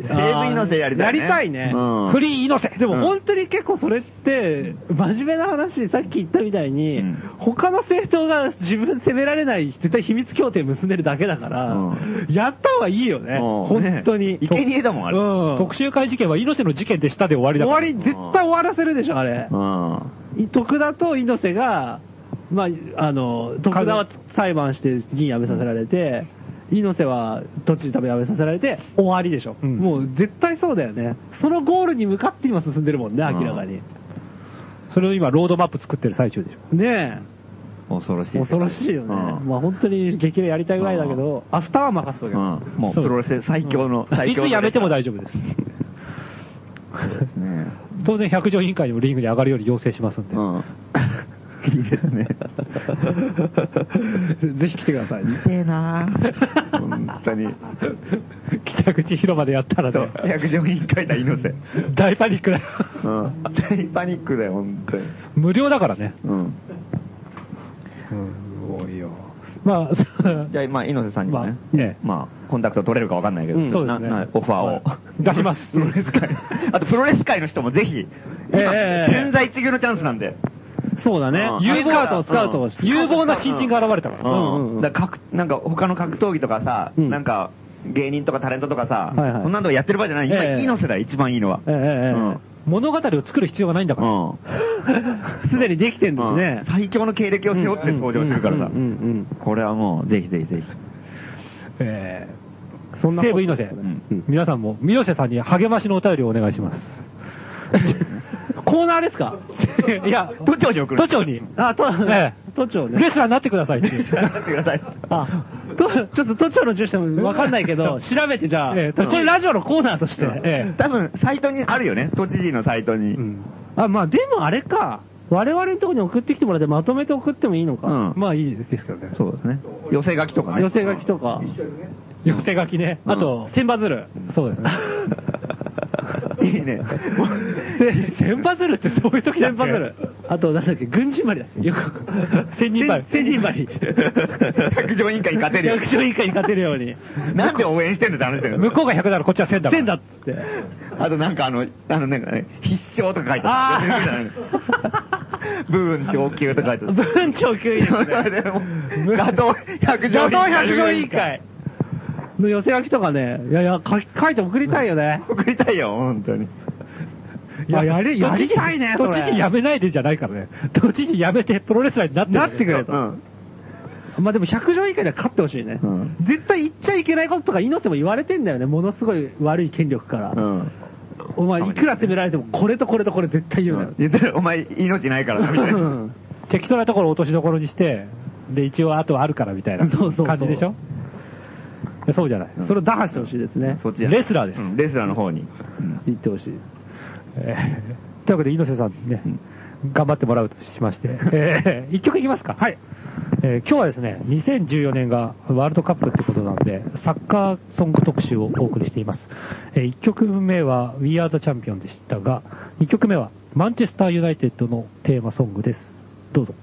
Speaker 4: 西武イノセやりたいね。
Speaker 3: やりたいね
Speaker 4: うん。
Speaker 5: フリー猪瀬
Speaker 3: でも
Speaker 4: うん
Speaker 3: 本当に結構それって、真面目な話、さっき言ったみたいに、
Speaker 4: うん
Speaker 3: 他の政党が自分責められない、絶対秘密協定結んでるだけだから、
Speaker 4: うん
Speaker 3: やった方がいいよね、
Speaker 4: うん
Speaker 3: 本当に。
Speaker 4: ね生贄だもんあれ
Speaker 3: うん
Speaker 5: 特集会事件は猪瀬の事件でしたで終わり
Speaker 3: 終
Speaker 5: だか
Speaker 3: わ
Speaker 5: ら。
Speaker 3: り、絶対終わらせるでしょ、あれ。
Speaker 4: うん。
Speaker 3: 徳田と猪瀬が、まあ、あの、徳田は裁判して議員辞めさせられて、猪瀬はどっちで食べ辞めさせられて、終わりでしょ、
Speaker 5: うん
Speaker 3: もう絶対そうだよね。そのゴールに向かって今進んでるもんね、明らかに。
Speaker 5: それを今、ロードマップ作ってる最中でしょ。
Speaker 3: ね
Speaker 4: 恐ろしい。
Speaker 3: え。恐ろしいよね。
Speaker 4: うん
Speaker 3: まあ本当に激励やりたいぐらいだけど、アフターは任すとけ
Speaker 4: う
Speaker 3: ど。
Speaker 4: ん。もう、プ
Speaker 5: そうです
Speaker 4: ロレス最強の、最
Speaker 5: いつ
Speaker 4: 強の。
Speaker 5: 辞めても大
Speaker 4: 丈
Speaker 5: 丈夫 です。
Speaker 4: 夫。ね
Speaker 5: 当然、百条委員会にもリングに上がるように要請しますん
Speaker 4: え
Speaker 5: で。
Speaker 4: うん。いいです ね。
Speaker 3: ぜひ来てください。
Speaker 4: 見てえな 本当に。
Speaker 5: 北口広場でやったら
Speaker 4: そう
Speaker 5: ね、、
Speaker 4: 百条委員会だ、猪瀬。
Speaker 5: 大パニック だよ。
Speaker 4: うん。大パニックだよ、本当に。
Speaker 5: 無料だからね。
Speaker 4: うん。
Speaker 5: すごいよ。まあ、
Speaker 4: じゃあ、まあ、猪瀬さんにもね、
Speaker 5: まあええ
Speaker 4: まあ、コンタクト取れるかわかんないけど、
Speaker 5: そうですね
Speaker 4: ななオファーを、
Speaker 5: はい出します
Speaker 4: プロレス界。あと、プロレス界の人もぜひ、今、
Speaker 3: ええ
Speaker 4: 千載一遇のチャンスなんで。
Speaker 3: そうだね。
Speaker 4: うん
Speaker 3: 有望とスカウトをして。
Speaker 5: 有望な新人が現れたから。
Speaker 3: んうん
Speaker 4: だから格なんか、他の格闘技とかさ、
Speaker 3: うん
Speaker 4: なんか、芸人とかタレントとかさ、
Speaker 3: はいはい
Speaker 4: そんなのやってる場合じゃない。今、
Speaker 3: ええ
Speaker 4: 猪瀬だ、一番いいのは。
Speaker 3: ええええ
Speaker 5: 物語を作る必要がないんだ
Speaker 4: う
Speaker 5: から。
Speaker 4: ん。
Speaker 3: すでにできてんです
Speaker 4: うん
Speaker 3: ね。
Speaker 4: 最強の経歴を背負って登場するからさ
Speaker 3: うんうんうんうんうん。
Speaker 4: これはもう、ぜひぜひぜひ。
Speaker 5: えー
Speaker 3: そんなこと
Speaker 5: 西武猪瀬、
Speaker 4: ん
Speaker 5: 皆さんも、猪瀬さんに励ましのお便りをお願いします。
Speaker 3: コーナーですか
Speaker 5: いや、
Speaker 4: 都庁に送る。
Speaker 5: 都庁に、
Speaker 3: あ、と、
Speaker 5: え
Speaker 3: 都庁ね。
Speaker 5: レスラーになってくださいっていう
Speaker 4: やってください。
Speaker 3: あ、と、ちょっと都庁の住所もわかんないけ ど、調べてじゃあ、
Speaker 5: ええ都庁
Speaker 3: それラジオのコーナーとして。
Speaker 5: え
Speaker 4: 多分、サイトにあるよね。都知事のサイトに。
Speaker 5: えうん
Speaker 3: あ、まあでもあれか。我々のところに送ってきてもらってまとめて送ってもいいのか。
Speaker 4: うん
Speaker 5: まあいいですですけどね。
Speaker 4: そうですね。寄せ書きとかね。
Speaker 3: 寄せ書きとか。
Speaker 5: 寄せ書きね。あと、
Speaker 3: 千羽鶴。
Speaker 5: そう ですね。
Speaker 4: いいね。
Speaker 5: 千羽鶴ってそういう時だっ
Speaker 3: 千
Speaker 5: け
Speaker 3: 羽鶴。あと、なんだっけ、軍人針だっけ。よく。
Speaker 5: 千人針
Speaker 3: 千千人針。
Speaker 4: 百条委員会に勝てるよ
Speaker 3: 役。所委員会に勝てるように。
Speaker 4: なんで応援してんだって話だ
Speaker 5: 向
Speaker 4: よ。
Speaker 5: こうが100ならこっちは1000だから。
Speaker 3: 千だっつって。
Speaker 4: あとなんかあの、あのなんかね、必勝とか書いてある。部分超級とか書いてある。
Speaker 3: 文鳥級委員会。
Speaker 4: でも打倒百条委員
Speaker 3: 野党
Speaker 4: 会。
Speaker 3: 百条委員会。の寄せ書きとかね、いやいや、書き書いて送りたいよね。
Speaker 4: 送りたいよ、本当に。
Speaker 5: いや、やれ、や
Speaker 3: 都知
Speaker 5: り
Speaker 3: 事たいねそ
Speaker 5: 都
Speaker 3: れ
Speaker 5: 知事やめないでじゃないからね。都知事やめてプロレスラーになって
Speaker 3: なってくれ
Speaker 4: う
Speaker 3: と。
Speaker 4: ん。
Speaker 3: まあでも百条委員会では勝ってほしいね。
Speaker 4: うん
Speaker 3: 絶対言っちゃいけないこととか、猪瀬も言われてんだよね。ものすごい悪い権力から。
Speaker 4: うん。
Speaker 3: お前、いくら責められても、これとこれとこれ絶対言うなよ。
Speaker 4: 言ってる、お前命ないからな、みたいな。
Speaker 5: 適当なところを落としどころにして、で、一応あとはあるからみたいな
Speaker 3: そうそうそう
Speaker 5: 感じでしょいやそうじゃない。
Speaker 4: ん
Speaker 3: それを打破してほしいですね。
Speaker 4: そっちじゃない
Speaker 5: レスラーです
Speaker 4: うんレスラーの方に。うん
Speaker 3: 言ってほしい。
Speaker 5: えーというわけで、猪瀬さんね、
Speaker 6: 頑張ってもらうとしまして、えー、一曲いきますか。はい。えー今日はですね、2014年がワールドカップってことなので、サッカーソング特集をお送りしています。えー、1曲目は We Are the Champion でしたが、2曲目はマンチェスターユナイテッドのテーマソングです。どうぞ。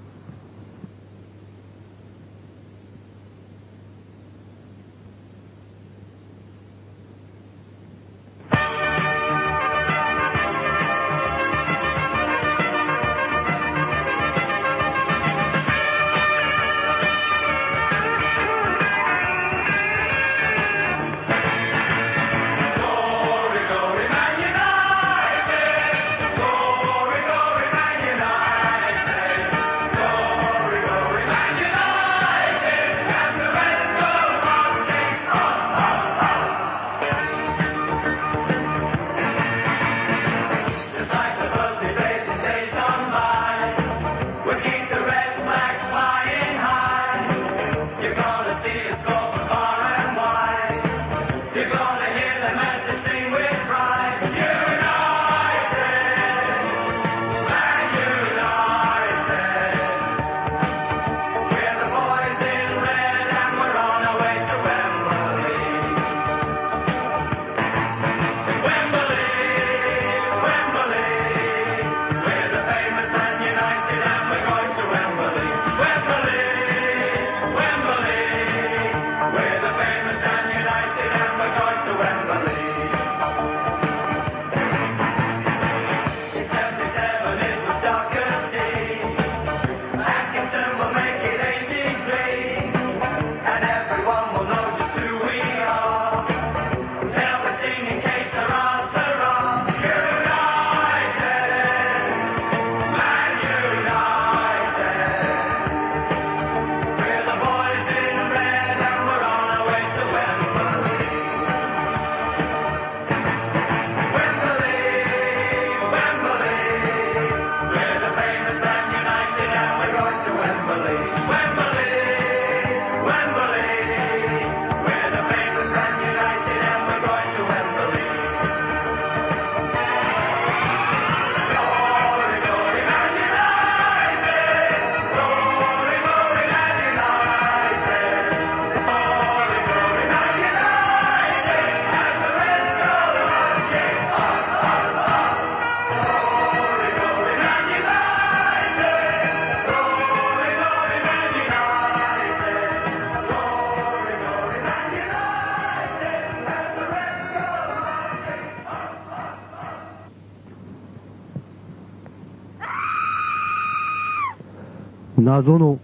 Speaker 6: 謎の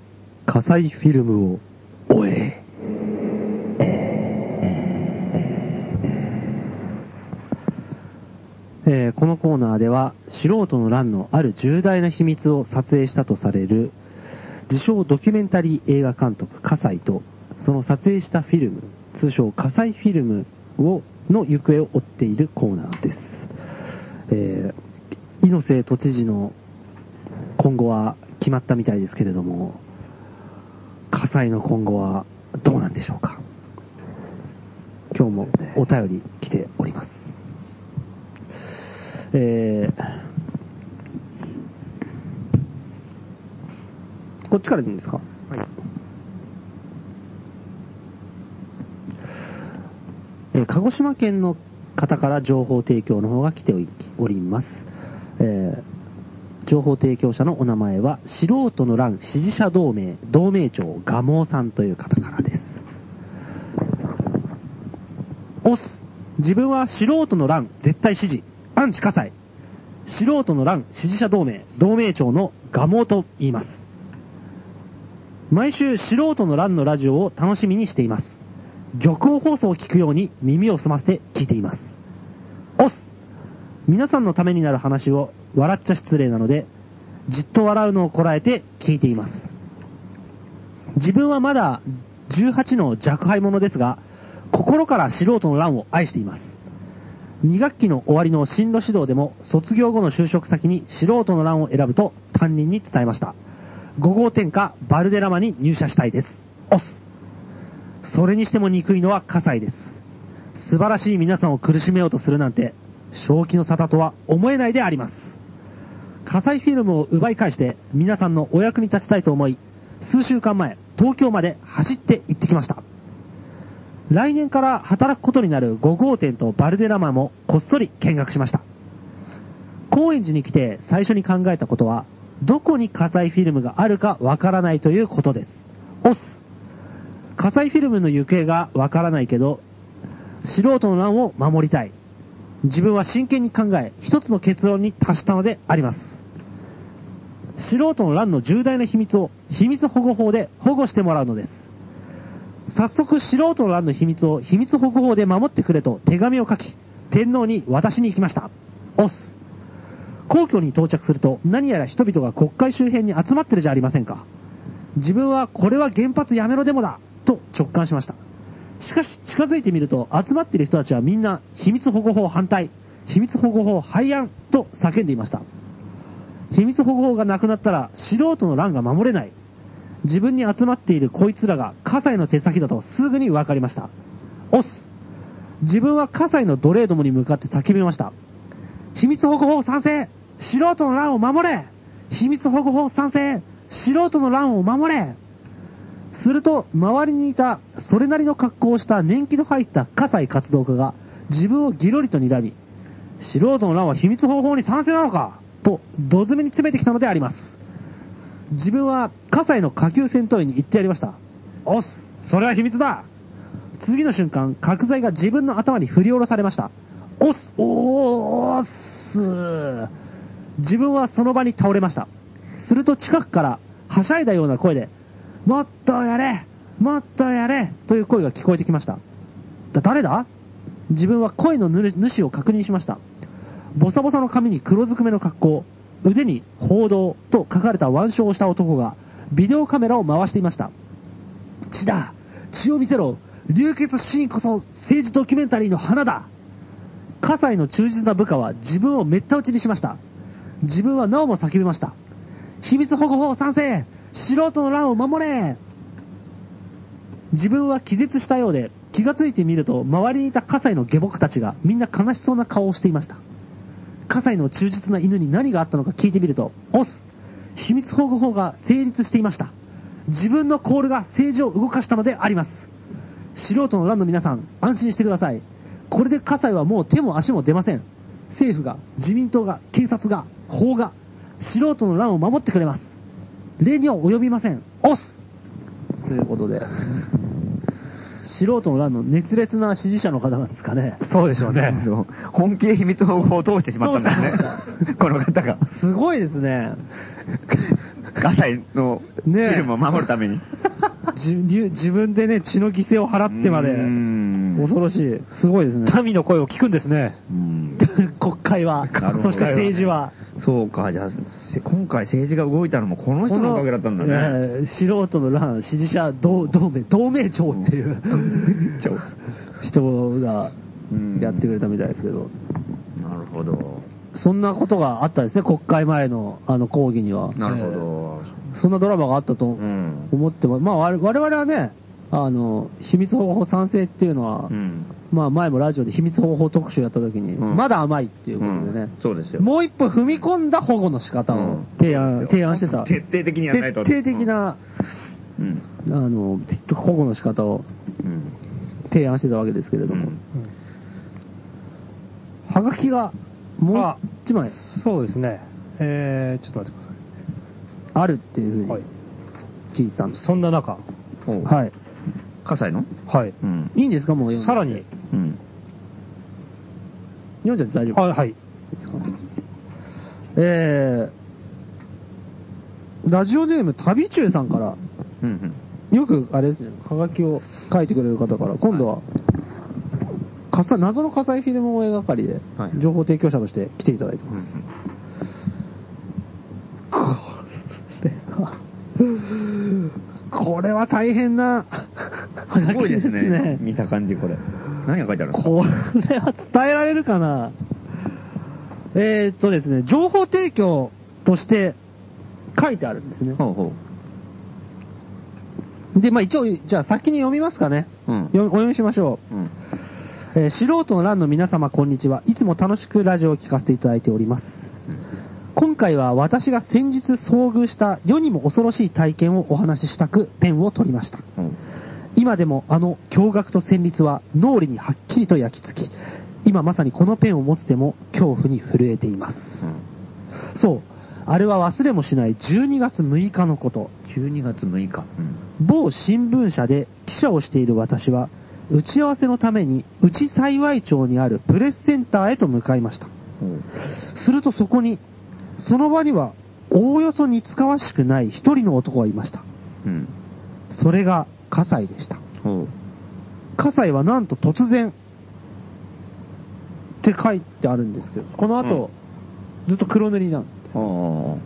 Speaker 6: 火災フィルムを追え。えーこのコーナーでは素人の乱のある重大な秘密を撮影したとされる自称ドキュメンタリー映画監督葛西とその撮影したフィルム通称葛西フィルムをの行方を追っているコーナーです、えー、猪瀬都知事の今後は決まったみたいですけれども、火災の今後はどうなんでしょうか。今日もお便り来ております。えー、こっちからでいいんですかはい。えー鹿児島県の方から情報提供の方が来ておりおります。えー情報提供者のお名前は、素人の欄支持者同盟、同盟長、ガモさんという方からです。オス、自分は素人の欄絶対支持、アンチ火災。素人の欄支持者同盟、同盟長のガモと言います。毎週素人の欄のラジオを楽しみにしています。玉音放送を聞くように耳を澄ませて聞いています。オス、皆さんのためになる話を笑っちゃ失礼なので、じっと笑うのをこらえて聞いています。自分はまだ18の若輩者ですが、心から素人の乱を愛しています。2学期の終わりの進路指導でも卒業後の就職先に素人の欄を選ぶと担任に伝えました。5号店かバルデラマに入社したいです。オス。それにしても憎いのは葛西です。素晴らしい皆さんを苦しめようとするなんて、正気の沙汰とは思えないであります。
Speaker 3: 火災フィルムを奪い返して、皆さんのお役に立ちたいと思い、数週間前、東京まで走って行ってきました。来年から働くことになる5号店とバルデラマもこっそり見学しました。高円寺に来て最初に考えたことは、どこに火災フィルムがあるかわからないということです。オス。火災フィルムの行方がわからないけど、素人の乱を守りたい。自分は真剣に考え、一つの結論に達したのであります。素人の乱の重大な秘密を秘密保護法で保護してもらうのです。早速素人の乱の秘密を秘密保護法で守ってくれと手紙を書き、天皇に渡しに行きました。オス。皇居に到着すると何やら人々が国会周辺に集まってるじゃありませんか。自分はこれは原発やめろデモだと直感しました。しかし近づいてみると集まっている人たちはみんな秘密保護法反対、秘密保護法廃案と叫んでいました。秘密保護法がなくなったら素人の乱が守れない。自分に集まっているこいつらが葛西の手先だとすぐに分かりました。オス自分は葛西の奴隷どもに向かって叫びました。秘密保護法賛成素人の乱を守れ秘密保護法賛成素人の乱を守れすると、周りにいた、それなりの格好をした年季の入った葛西活動家が、自分をギロリと睨み、素人の乱は秘密方法に賛成なのかと、土詰めに詰めてきたのであります。自分は、葛西の下級戦闘員に言ってやりました。おっす、それは秘密だ次の瞬間、角材が自分の頭に振り下ろされました。おっす、おーっす。自分はその場に倒れました。すると近くから、はしゃいだような声で、もっとやれもっとやれという声が聞こえてきました。だ、誰だ自分は声の主主を確認しました。ボサボサの髪に黒ずくめの格好、腕に報道と書かれた腕章をした男が、ビデオカメラを回していました。血だ血を見せろ流血シーンこそ政治ドキュメンタリーの花だ葛西の忠実な部下は自分をめった打ちにしました。自分はなおも叫びました。秘密保護法賛成素人の乱を守れ自分は気絶したようで、気がついてみると、周りにいた葛西の下僕たちがみんな悲しそうな顔をしていました。葛西の忠実な犬に何があったのか聞いてみると、オス秘密保護法が成立していました。自分のコールが政治を動かしたのであります。素人の乱の皆さん、安心してください。これで葛西はもう手も足も出ません。政府が、自民党が、警察が、法が、素人の乱を守ってくれます。礼には及びません。オスということ で、素人の乱の熱烈な支持者の方なんですかね。
Speaker 5: そうでしょうね。
Speaker 4: 本気で秘密保護法を通してしまったんです
Speaker 3: 通
Speaker 4: ね。この方 が。
Speaker 3: すごいですね。
Speaker 4: 葛西のフ
Speaker 3: ねえ
Speaker 4: ィルムを守るために。
Speaker 3: じ自自分でね、血の犠牲を払ってま
Speaker 4: う
Speaker 3: で
Speaker 4: ー、ん
Speaker 3: 恐ろしい。すごいですね。
Speaker 5: 民の声を聞くんですね。
Speaker 4: うん
Speaker 3: 国会は
Speaker 4: なる、ほど
Speaker 3: そして政治は。
Speaker 4: そうか、じゃあ、せ今回政治が動いたのもこの人のおかげだったんだね。
Speaker 3: ねえ素人の乱支持者同同盟、同盟長っていう、人が
Speaker 4: うん
Speaker 3: やってくれたみたいですけど、
Speaker 4: なるほど。
Speaker 3: そんなことがあったんですね、国会前のあの抗議には。
Speaker 4: なるほど。
Speaker 3: そんなドラマがあったと
Speaker 4: うん。
Speaker 3: 思ってます。まあ、我我々はね、あの、秘密保護法賛成っていうのは、
Speaker 4: うん。
Speaker 3: まあ前もラジオで秘密保護法特集やった時に、
Speaker 4: うん
Speaker 3: まだ甘いっていうこ
Speaker 4: う
Speaker 3: とでね
Speaker 4: ん、そうですよ。
Speaker 3: もう一歩踏み込んだ保護の仕方
Speaker 4: う
Speaker 3: を
Speaker 4: ん
Speaker 3: 提案,、提案してた。
Speaker 4: 徹底的にやらないと。
Speaker 3: 徹底的な、
Speaker 4: うん。
Speaker 3: あの、保護の仕方を
Speaker 4: うん。
Speaker 3: 提案してたわけですけれ
Speaker 4: う
Speaker 3: ども。
Speaker 4: ん。
Speaker 3: はがきが、も
Speaker 5: あ
Speaker 3: う一枚
Speaker 5: そうですね。えー、ちょっと待ってくださ
Speaker 3: あるっていう
Speaker 5: い。
Speaker 3: ふ
Speaker 5: は
Speaker 3: う
Speaker 5: い
Speaker 3: に。聞いてたんです。
Speaker 5: そんな中、
Speaker 4: おう
Speaker 3: はい。
Speaker 4: 葛西の
Speaker 5: はい。
Speaker 4: うん。
Speaker 3: いいんですかもう読んで
Speaker 5: さらに、
Speaker 4: うん。
Speaker 3: 読んじゃって大丈
Speaker 5: あ、
Speaker 3: 夫
Speaker 5: はい。
Speaker 3: ですかえー、ラジオネーム旅中さんから、
Speaker 4: うんうん。
Speaker 3: よくあれですね、はがきを書いてくれる方から、今度は、火災謎の火災フィルム萌え係で
Speaker 4: はい、
Speaker 3: 情報提供者として来ていただいてます。これは大変な、は
Speaker 4: す
Speaker 3: が
Speaker 4: ごい
Speaker 3: き
Speaker 4: ですね。見た感じ、これ。何が書いてあるの
Speaker 3: これは伝えられるかなえー、っとですね、情報提供として書いてあるんですね。
Speaker 4: ほうほ
Speaker 3: で、まあ一応、じゃあ先に読みますかね。
Speaker 4: う。うん。
Speaker 3: よお読みしましょう。
Speaker 4: うん。
Speaker 3: えー素人の欄の皆様こんにちは。いつも楽しくラジオを聞かせていただいております。今今回は私が先日遭遇した世にも恐ろしい体験をお話ししたくペンを取りました。
Speaker 4: うん
Speaker 3: 今でもあの驚愕と旋律は脳裏にはっきりと焼き付き、今まさにこのペンを持つ手も恐怖に震えています。そう、あれは忘れもしない12月6日のこと。
Speaker 4: 12月6日。
Speaker 3: 某新聞社で記者をしている私は、打ち合わせのために内幸町にあるプレスセンターへと向かいました。するとそこに、その場にはおおよそ似つかわしくない一人の男がいました。
Speaker 4: うん。
Speaker 3: それが葛西でした。
Speaker 4: うん。
Speaker 3: 葛西はなんと突然、って書いてあるんですけど、この後、ずっと黒塗りなん
Speaker 4: お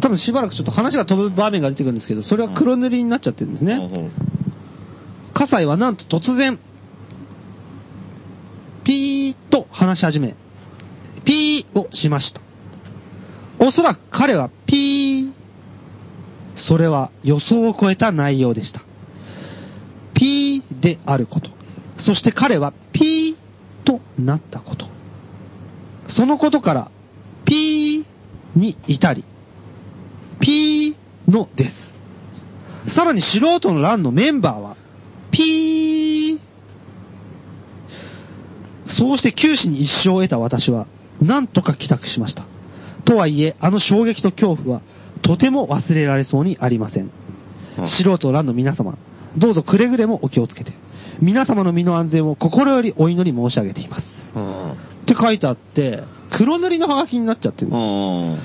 Speaker 7: 多分しばらくちょっと話が飛ぶ場面が出てくるんですけど、それは黒塗りになっちゃってるんですね。
Speaker 3: 葛西はなんと突然、ピーッと話し始め、ピーをしました。おそらく彼はピー。それは予想を超えた内容でした。ピーであること。そして彼はピーとなったこと。そのことから、ピーに至り、ピーのです。さらに素人の欄のメンバーは、ピー。そうして九死に一生を得た私は、なんとか帰宅しました。とはいえ、あの衝撃と恐怖は、とても忘れられそうにありません。素人欄の皆様、どうぞくれぐれもお気をつけて、皆様の身の安全を心よりお祈り申し上げています。って書いてあって、黒塗りのハガキになっちゃってる。
Speaker 4: お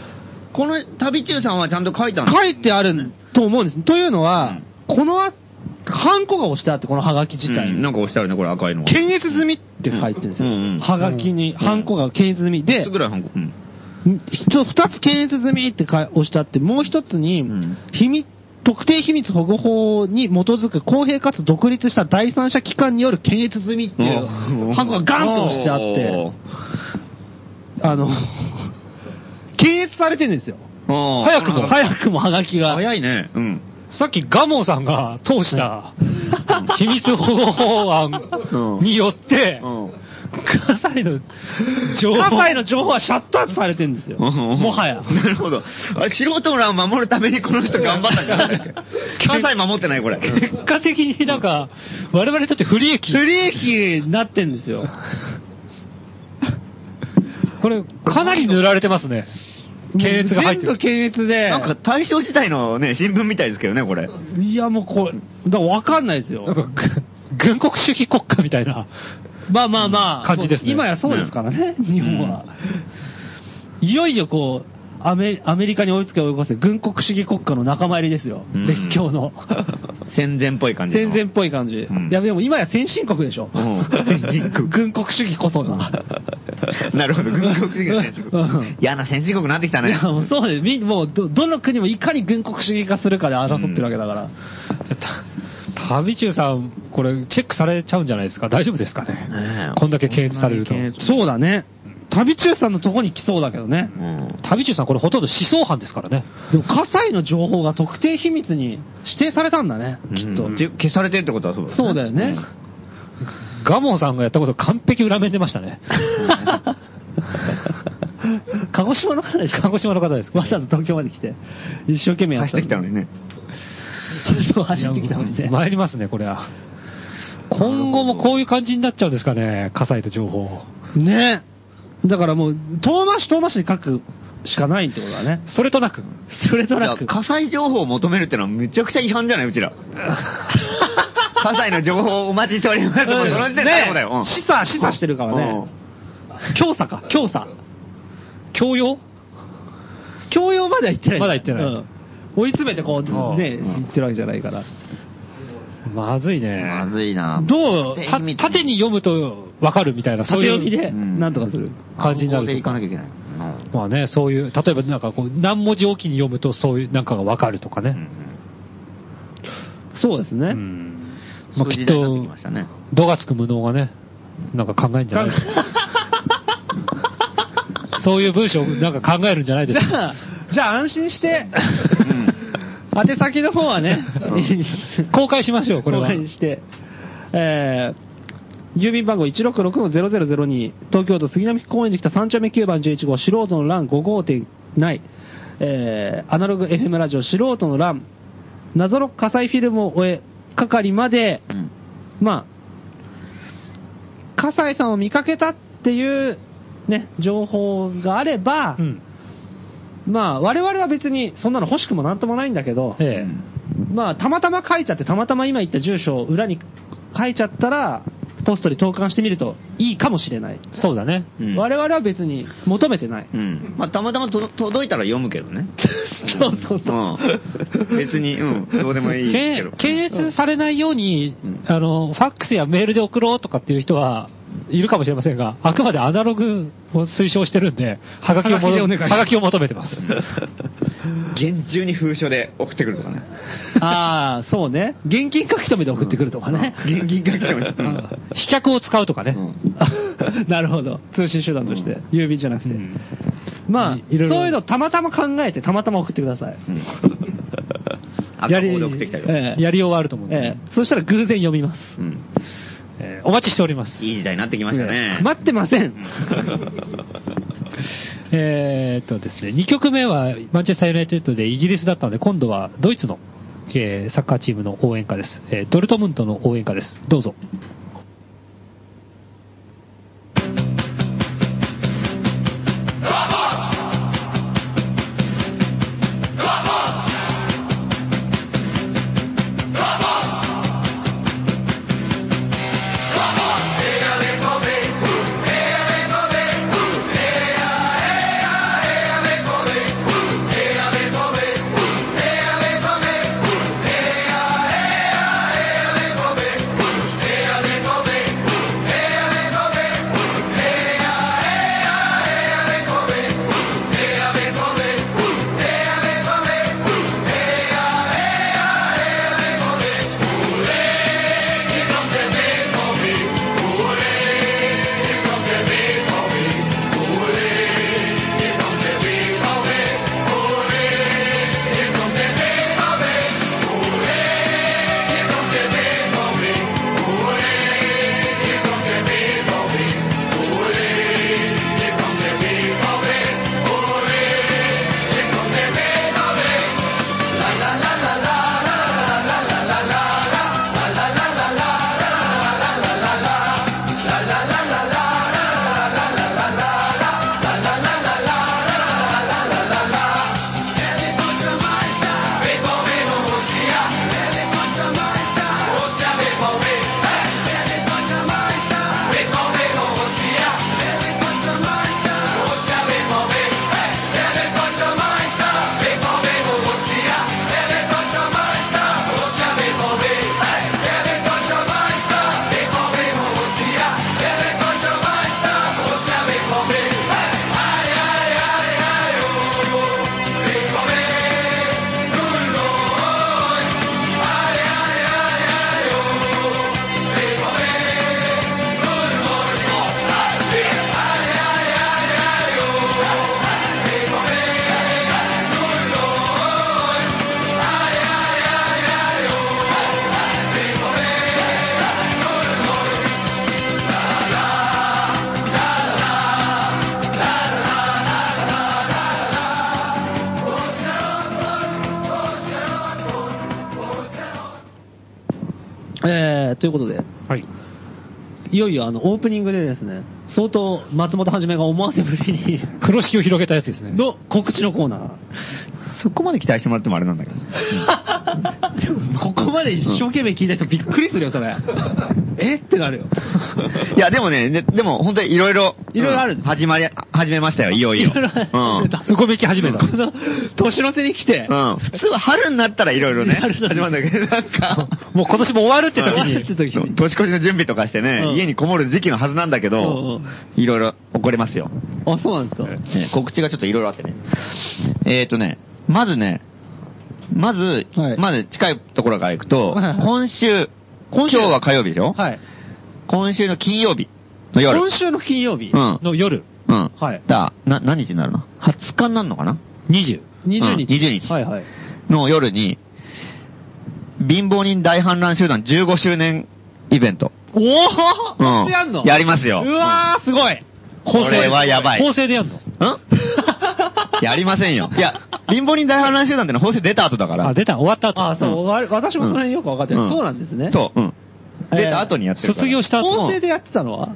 Speaker 4: この旅中さんはちゃんと書いたの
Speaker 3: 書いてあると思うんです。というのは、このあ、ハンコが押してあって、このハガキ自体に。
Speaker 4: うんなんか押してあるね、これ赤いのが。
Speaker 3: 検閲済みって書いてるんですよ。
Speaker 4: うんうん
Speaker 3: はがきに、
Speaker 4: ん
Speaker 3: ハンコが検閲済みで
Speaker 4: いつ、ぐらいハンコうん。
Speaker 3: 一つ、二つ検閲済みってか押してあって、もう一つに、
Speaker 4: ん
Speaker 3: 秘密、特定秘密保護法に基づく公平かつ独立した第三者機関による検閲済みってい
Speaker 4: お
Speaker 3: う
Speaker 4: ー
Speaker 3: ハンコがガンと押してあって、あの、検閲されてるんですよ。
Speaker 4: おーおー
Speaker 5: 早くも
Speaker 3: 早くもハガキが。
Speaker 4: 早いね。うん。
Speaker 5: さっきガモさんが通した秘密保護法案によって、葛西の情報。
Speaker 3: 葛西の情報はシャットアウトされてるんですよ。
Speaker 4: も
Speaker 3: もはや。
Speaker 4: なるほど。あれ、素人らを守るためにこの人頑張ったからね。 関西守ってない、これ。
Speaker 5: 結果的になんか、我々にとって不利益。
Speaker 3: 不利益になってんですよ。
Speaker 5: これ、かなり塗られてますね。検閲が入って
Speaker 3: 全部
Speaker 5: る。
Speaker 3: 検閲で。
Speaker 4: なんか大正時代のね、新聞みたいですけどね、これ。
Speaker 3: いや、もうこれ、だからわかんないです
Speaker 5: なん
Speaker 3: よ。
Speaker 5: か、軍国主義国家みたいな。
Speaker 3: まあまあまあ、
Speaker 5: 感じですね
Speaker 3: 今やそうですからね、日本は。いよいよこう、アメアメリカに追いつけ追い越せ、軍国主義国家の仲間入りですよ。
Speaker 4: うん
Speaker 3: 列強の。
Speaker 4: 戦前っぽい感じの。
Speaker 3: 戦前っぽい感じ。
Speaker 4: ん
Speaker 3: いや、でも今や先進国でしょ。
Speaker 4: うん先進国
Speaker 3: 軍国主義こそが。
Speaker 4: なるほど。軍国主義が先進
Speaker 3: うん
Speaker 4: 国。嫌な先進国になってきた
Speaker 3: い
Speaker 4: ね
Speaker 3: や、。もうそうです。みもうど、どの国もいかに軍国主義化するかで争ってるわけだから。
Speaker 5: た旅中さん、これ、チェックされちゃうんじゃないですか大丈夫ですかね
Speaker 4: ねえ
Speaker 5: こんだけ検閲されると
Speaker 4: こん。だけ検
Speaker 3: そうだね。旅中さんのとこに来そうだけどね。
Speaker 4: うん
Speaker 5: 旅中さん、これほとんど思想犯ですからね。
Speaker 3: でも、火災の情報が特定秘密に指定されたんだね、きっと。
Speaker 4: うん消されてるってことはそうだ
Speaker 3: そうだよね。
Speaker 5: ガモさんがやったこと完璧裏面出ました ね。
Speaker 3: 鹿児島の方でしょ
Speaker 5: 鹿児島の方ですけど
Speaker 3: わざわざ東京まで来て、一生懸命やっ
Speaker 4: 走
Speaker 3: た。
Speaker 4: ってきたのにね。
Speaker 3: そう走ってきたのにね。
Speaker 5: 参りますね、これは。今後もこういう感じになっちゃうんですかね、火災と情報。
Speaker 3: ねだからもう、遠回し遠回しに書くしかないってことだね。
Speaker 5: それとなく。
Speaker 3: それとなく。
Speaker 4: 火災情報を求めるってのはめちゃくちゃ違反じゃないうち ら。火災の情報をお待ちしております。もうその時点 で逮捕だよ。うん
Speaker 3: 示唆、示唆してるからね。強査か、強査。
Speaker 5: 教養
Speaker 3: 教養までは行ってない。
Speaker 5: まだ行ってない
Speaker 3: うん追い詰めてこう、ね、
Speaker 4: うん
Speaker 3: 行ってるわけじゃないから。
Speaker 5: まずいね。
Speaker 4: まずいな
Speaker 5: どう
Speaker 4: 縦
Speaker 5: た
Speaker 4: に見て
Speaker 5: 縦に読むとわかるみたいな、そう
Speaker 3: 縦読み
Speaker 5: いう
Speaker 3: で、
Speaker 4: うん
Speaker 3: なんとかする。
Speaker 5: 感じにな
Speaker 4: ここで
Speaker 5: る
Speaker 4: 行。かなきゃいけない。
Speaker 5: まあね、そういう、例えばなんかこう、何文字おきに読むとそういうなんかがわかるとか
Speaker 4: うん
Speaker 5: ね。
Speaker 3: そうですね。
Speaker 5: うん。まあ
Speaker 4: そうい
Speaker 5: き
Speaker 4: う
Speaker 5: っ
Speaker 4: 時代になって
Speaker 5: と
Speaker 4: きましたね、
Speaker 5: 度がつく無能がね、なんか考えるんじ ゃないそういう文章をなんか考えるんじゃないで
Speaker 3: じ
Speaker 5: すか。
Speaker 3: ゃあ、じゃあ安心して、
Speaker 6: 宛先の方はね、
Speaker 5: 公開しましょう、これ
Speaker 6: 公
Speaker 5: は。
Speaker 6: 開にして、えー、郵便番号166-0002、東京都杉並区公園で来た3丁目9番11号、素人の欄5号店内、えー、アナログ FM ラジオ素人の欄、謎の火災フィルムを終え、係まで、
Speaker 4: うん
Speaker 6: まあ、笠井さんを見かけたっていう、ね、情報があれば、
Speaker 5: うん。
Speaker 6: まあ、我々は別にそんなの欲しくもなんともないんだけど、
Speaker 5: え
Speaker 6: まあ、たまたま書いちゃって、たまたま今言った住所を裏に書いちゃったら、ポストに投函してみるといいかもしれない。
Speaker 5: え。そうだね。
Speaker 4: うん
Speaker 6: 我々は別に求めてない。
Speaker 4: うん。まあ、たまたまと届いたら読むけど ね。
Speaker 6: そうそうそう。
Speaker 4: うん。別に、うん、どうでもいいけ
Speaker 5: け
Speaker 4: ど。
Speaker 5: 検閲されないように
Speaker 4: うん、
Speaker 5: あの、ファックスやメールで送ろうとかっていう人は、いるかもしれませんが、あくまでアナログを推奨してるんで、はがきをも
Speaker 3: はがきでお願いします
Speaker 5: はがきを求めてます。
Speaker 4: 厳重に封書で送ってくるとかね。
Speaker 6: ああ、そうね。現金書き留めで送ってくるとかね。
Speaker 4: 現金が来てまし
Speaker 5: うん飛脚を使うとかね。
Speaker 6: なるほど。通信手段として。郵便じゃなくて。
Speaker 5: うん
Speaker 6: まあ、
Speaker 5: いろいろ
Speaker 6: そういうのたまたま考えて、たまたま送ってください。
Speaker 4: 赤報で送ってきたよ。
Speaker 6: ええ
Speaker 5: やりようはあると思うんで
Speaker 6: ええ、そしたら偶然読みます。
Speaker 4: うん
Speaker 5: えーお待ちしております。
Speaker 4: いい時代になってきましたね。
Speaker 6: 待ってません。
Speaker 5: えーっとですね、2曲目はマンチェスターユナイテッドでイギリスだったので、今度はドイツの、えーサッカーチームの応援歌です。えードルトムントの応援歌です。どうぞ。
Speaker 6: えー、ということで、
Speaker 5: はい。
Speaker 6: いよいよあのオープニングでですね、相当松本はじめが思わせぶりに
Speaker 5: 風呂敷を広げたやつですね。
Speaker 6: の告知のコーナ
Speaker 4: そこまで期待してもらってもあれなんだけど。
Speaker 6: ー。 ここまで一生懸命聞いた人びっくりするよ、それ。えってなるよ。
Speaker 4: いや、でもね、ねでも本当にいろいろ。
Speaker 6: いろいろある
Speaker 4: うん始まり、始めましたよ、いよいよ。
Speaker 6: いろいろある
Speaker 4: うん
Speaker 5: うごめき始めた
Speaker 6: こ。の、年の瀬に来て、
Speaker 4: うん。普通は春になったらいろいろね、
Speaker 6: 春
Speaker 4: 始
Speaker 6: だ
Speaker 4: ま
Speaker 6: ね
Speaker 4: るんだけど、なんか、
Speaker 5: もう今年も終わるって時
Speaker 6: 終わる
Speaker 5: に
Speaker 6: って、時に
Speaker 4: 年越しの準備とかして
Speaker 6: うん
Speaker 4: ね、家にこもる時期のはずなんだけど
Speaker 6: うん、
Speaker 4: いろいろ起こりますよ。
Speaker 6: あ、そうなんですか。
Speaker 4: ね告知がちょっといろいろあってね。えーとね、まずね、まず、
Speaker 6: はい
Speaker 4: まず近いところから行くと、
Speaker 6: はいはい
Speaker 4: 今週、
Speaker 6: 今週
Speaker 4: 今日は火曜日でしょ、
Speaker 6: はい。
Speaker 4: 今週の金曜日の夜。
Speaker 6: 今週の金曜日、
Speaker 4: うん。
Speaker 5: の夜、
Speaker 4: うん。
Speaker 6: はい
Speaker 4: だ、な、何日になるの ?20 日になるのかな
Speaker 5: 20。
Speaker 6: 20日。
Speaker 4: うん20日
Speaker 6: はいはい。
Speaker 4: のの夜に、貧乏人大反乱集団15周年イベント。
Speaker 3: おお
Speaker 4: うん
Speaker 3: こっちやんの
Speaker 4: やりますよ
Speaker 3: うわー、すごい
Speaker 4: これはやばい
Speaker 3: 構成でやんの
Speaker 4: んやりません よ。いや、貧乏人大反乱集団ってのは法制出た後だから。
Speaker 5: あ、出た終わった後。
Speaker 3: あ、そう、わ私もそれによくわかってない、
Speaker 4: うん
Speaker 3: そうなんですね。
Speaker 4: そう、うん。
Speaker 3: えー
Speaker 4: 出た後にやってるから。
Speaker 5: 卒業した後
Speaker 3: 構成でやってたのは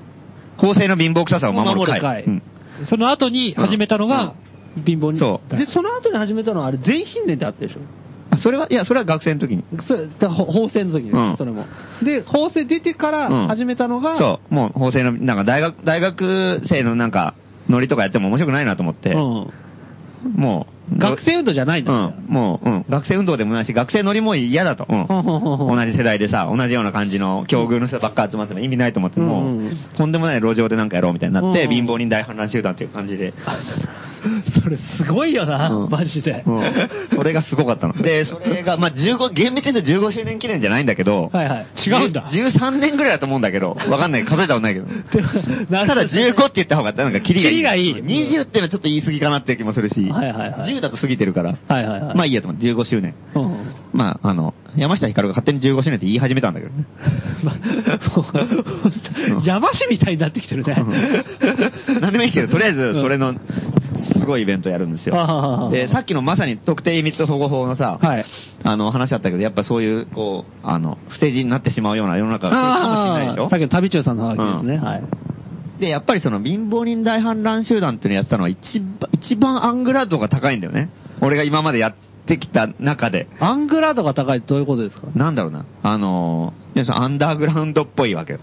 Speaker 4: 法制の貧乏臭さを守る会。
Speaker 3: 守る会
Speaker 4: うん
Speaker 5: その後に始めたのが、貧乏に。
Speaker 4: そう
Speaker 3: で、その後に始めたのはあれ、全品年ってあったでしょ
Speaker 4: あそれは、いや、それは学生の時に。
Speaker 3: それだほ法制の時にね、
Speaker 4: うん
Speaker 3: それも。で、法制出てから始めたのが、
Speaker 4: そう、もう法制の、なんか大学、大学生のなんか、ノリとかやっても面白くないなと思って、
Speaker 3: うん
Speaker 4: もう、
Speaker 3: 学生運動じゃないん
Speaker 4: う
Speaker 3: だ
Speaker 4: ん、もう、うん、学生運動でもないし、学生ノリも嫌だと。うん
Speaker 3: ほんほんほんほん
Speaker 4: 同じ世代でさ、同じような感じの境遇の人ばっか集まっても意味ないと思って、もう、
Speaker 3: うんうん
Speaker 4: とんでもない路上でなんかやろうみたいになって、
Speaker 3: うん
Speaker 4: 貧乏人大反乱集団っていう感 じで、
Speaker 3: それすごいよな、
Speaker 4: うん
Speaker 3: マジで。
Speaker 4: うんそれがすごかったの。で、それが、まあ、15、厳密に言うと15周年記念じゃないんだけど、
Speaker 3: はいはい。違うんだ。
Speaker 4: 13年ぐらいだと思うんだけど、わかんない。数えたことない けど。
Speaker 3: なる
Speaker 4: た
Speaker 3: ほ
Speaker 4: だ
Speaker 3: ど
Speaker 4: 15って言った方が、なんかキリがいい。
Speaker 3: キリがいい
Speaker 4: 20ってのはちょっと言い過ぎかなっていう気もするし、
Speaker 3: はいはいはい
Speaker 4: 10だと過ぎてるから、
Speaker 3: はいはいはい。
Speaker 4: まあいいやと思って、15周年。
Speaker 3: うん、
Speaker 4: まあ、あの、山下ひかるが勝手に15周年って言い始めたんだけど ね。
Speaker 3: まあ山師みたいになってきてるね。
Speaker 4: 何でもいいけど、とりあえず、それの、すごいイベントやるんです
Speaker 3: はあはあは
Speaker 4: よ
Speaker 3: あ。
Speaker 4: で、さっきのまさに特定秘密保護法のさ、
Speaker 3: はい
Speaker 4: あの、話あったけど、やっぱそういう、こう、あの、不正事になってしまうような世の中が来るかもしれないでしょ
Speaker 3: あーさっきの旅中さんの話ですね、
Speaker 4: うん
Speaker 3: はい。
Speaker 4: で、やっぱりその貧乏人大反乱集団っていうのやってたのは一番、一番アングラ度が高いんだよね。俺が今までやってきた中で。
Speaker 3: アングラードが高いってどういうことですか
Speaker 4: なんだろうな。あのー、要するにアンダーグラウンドっぽいわけよ。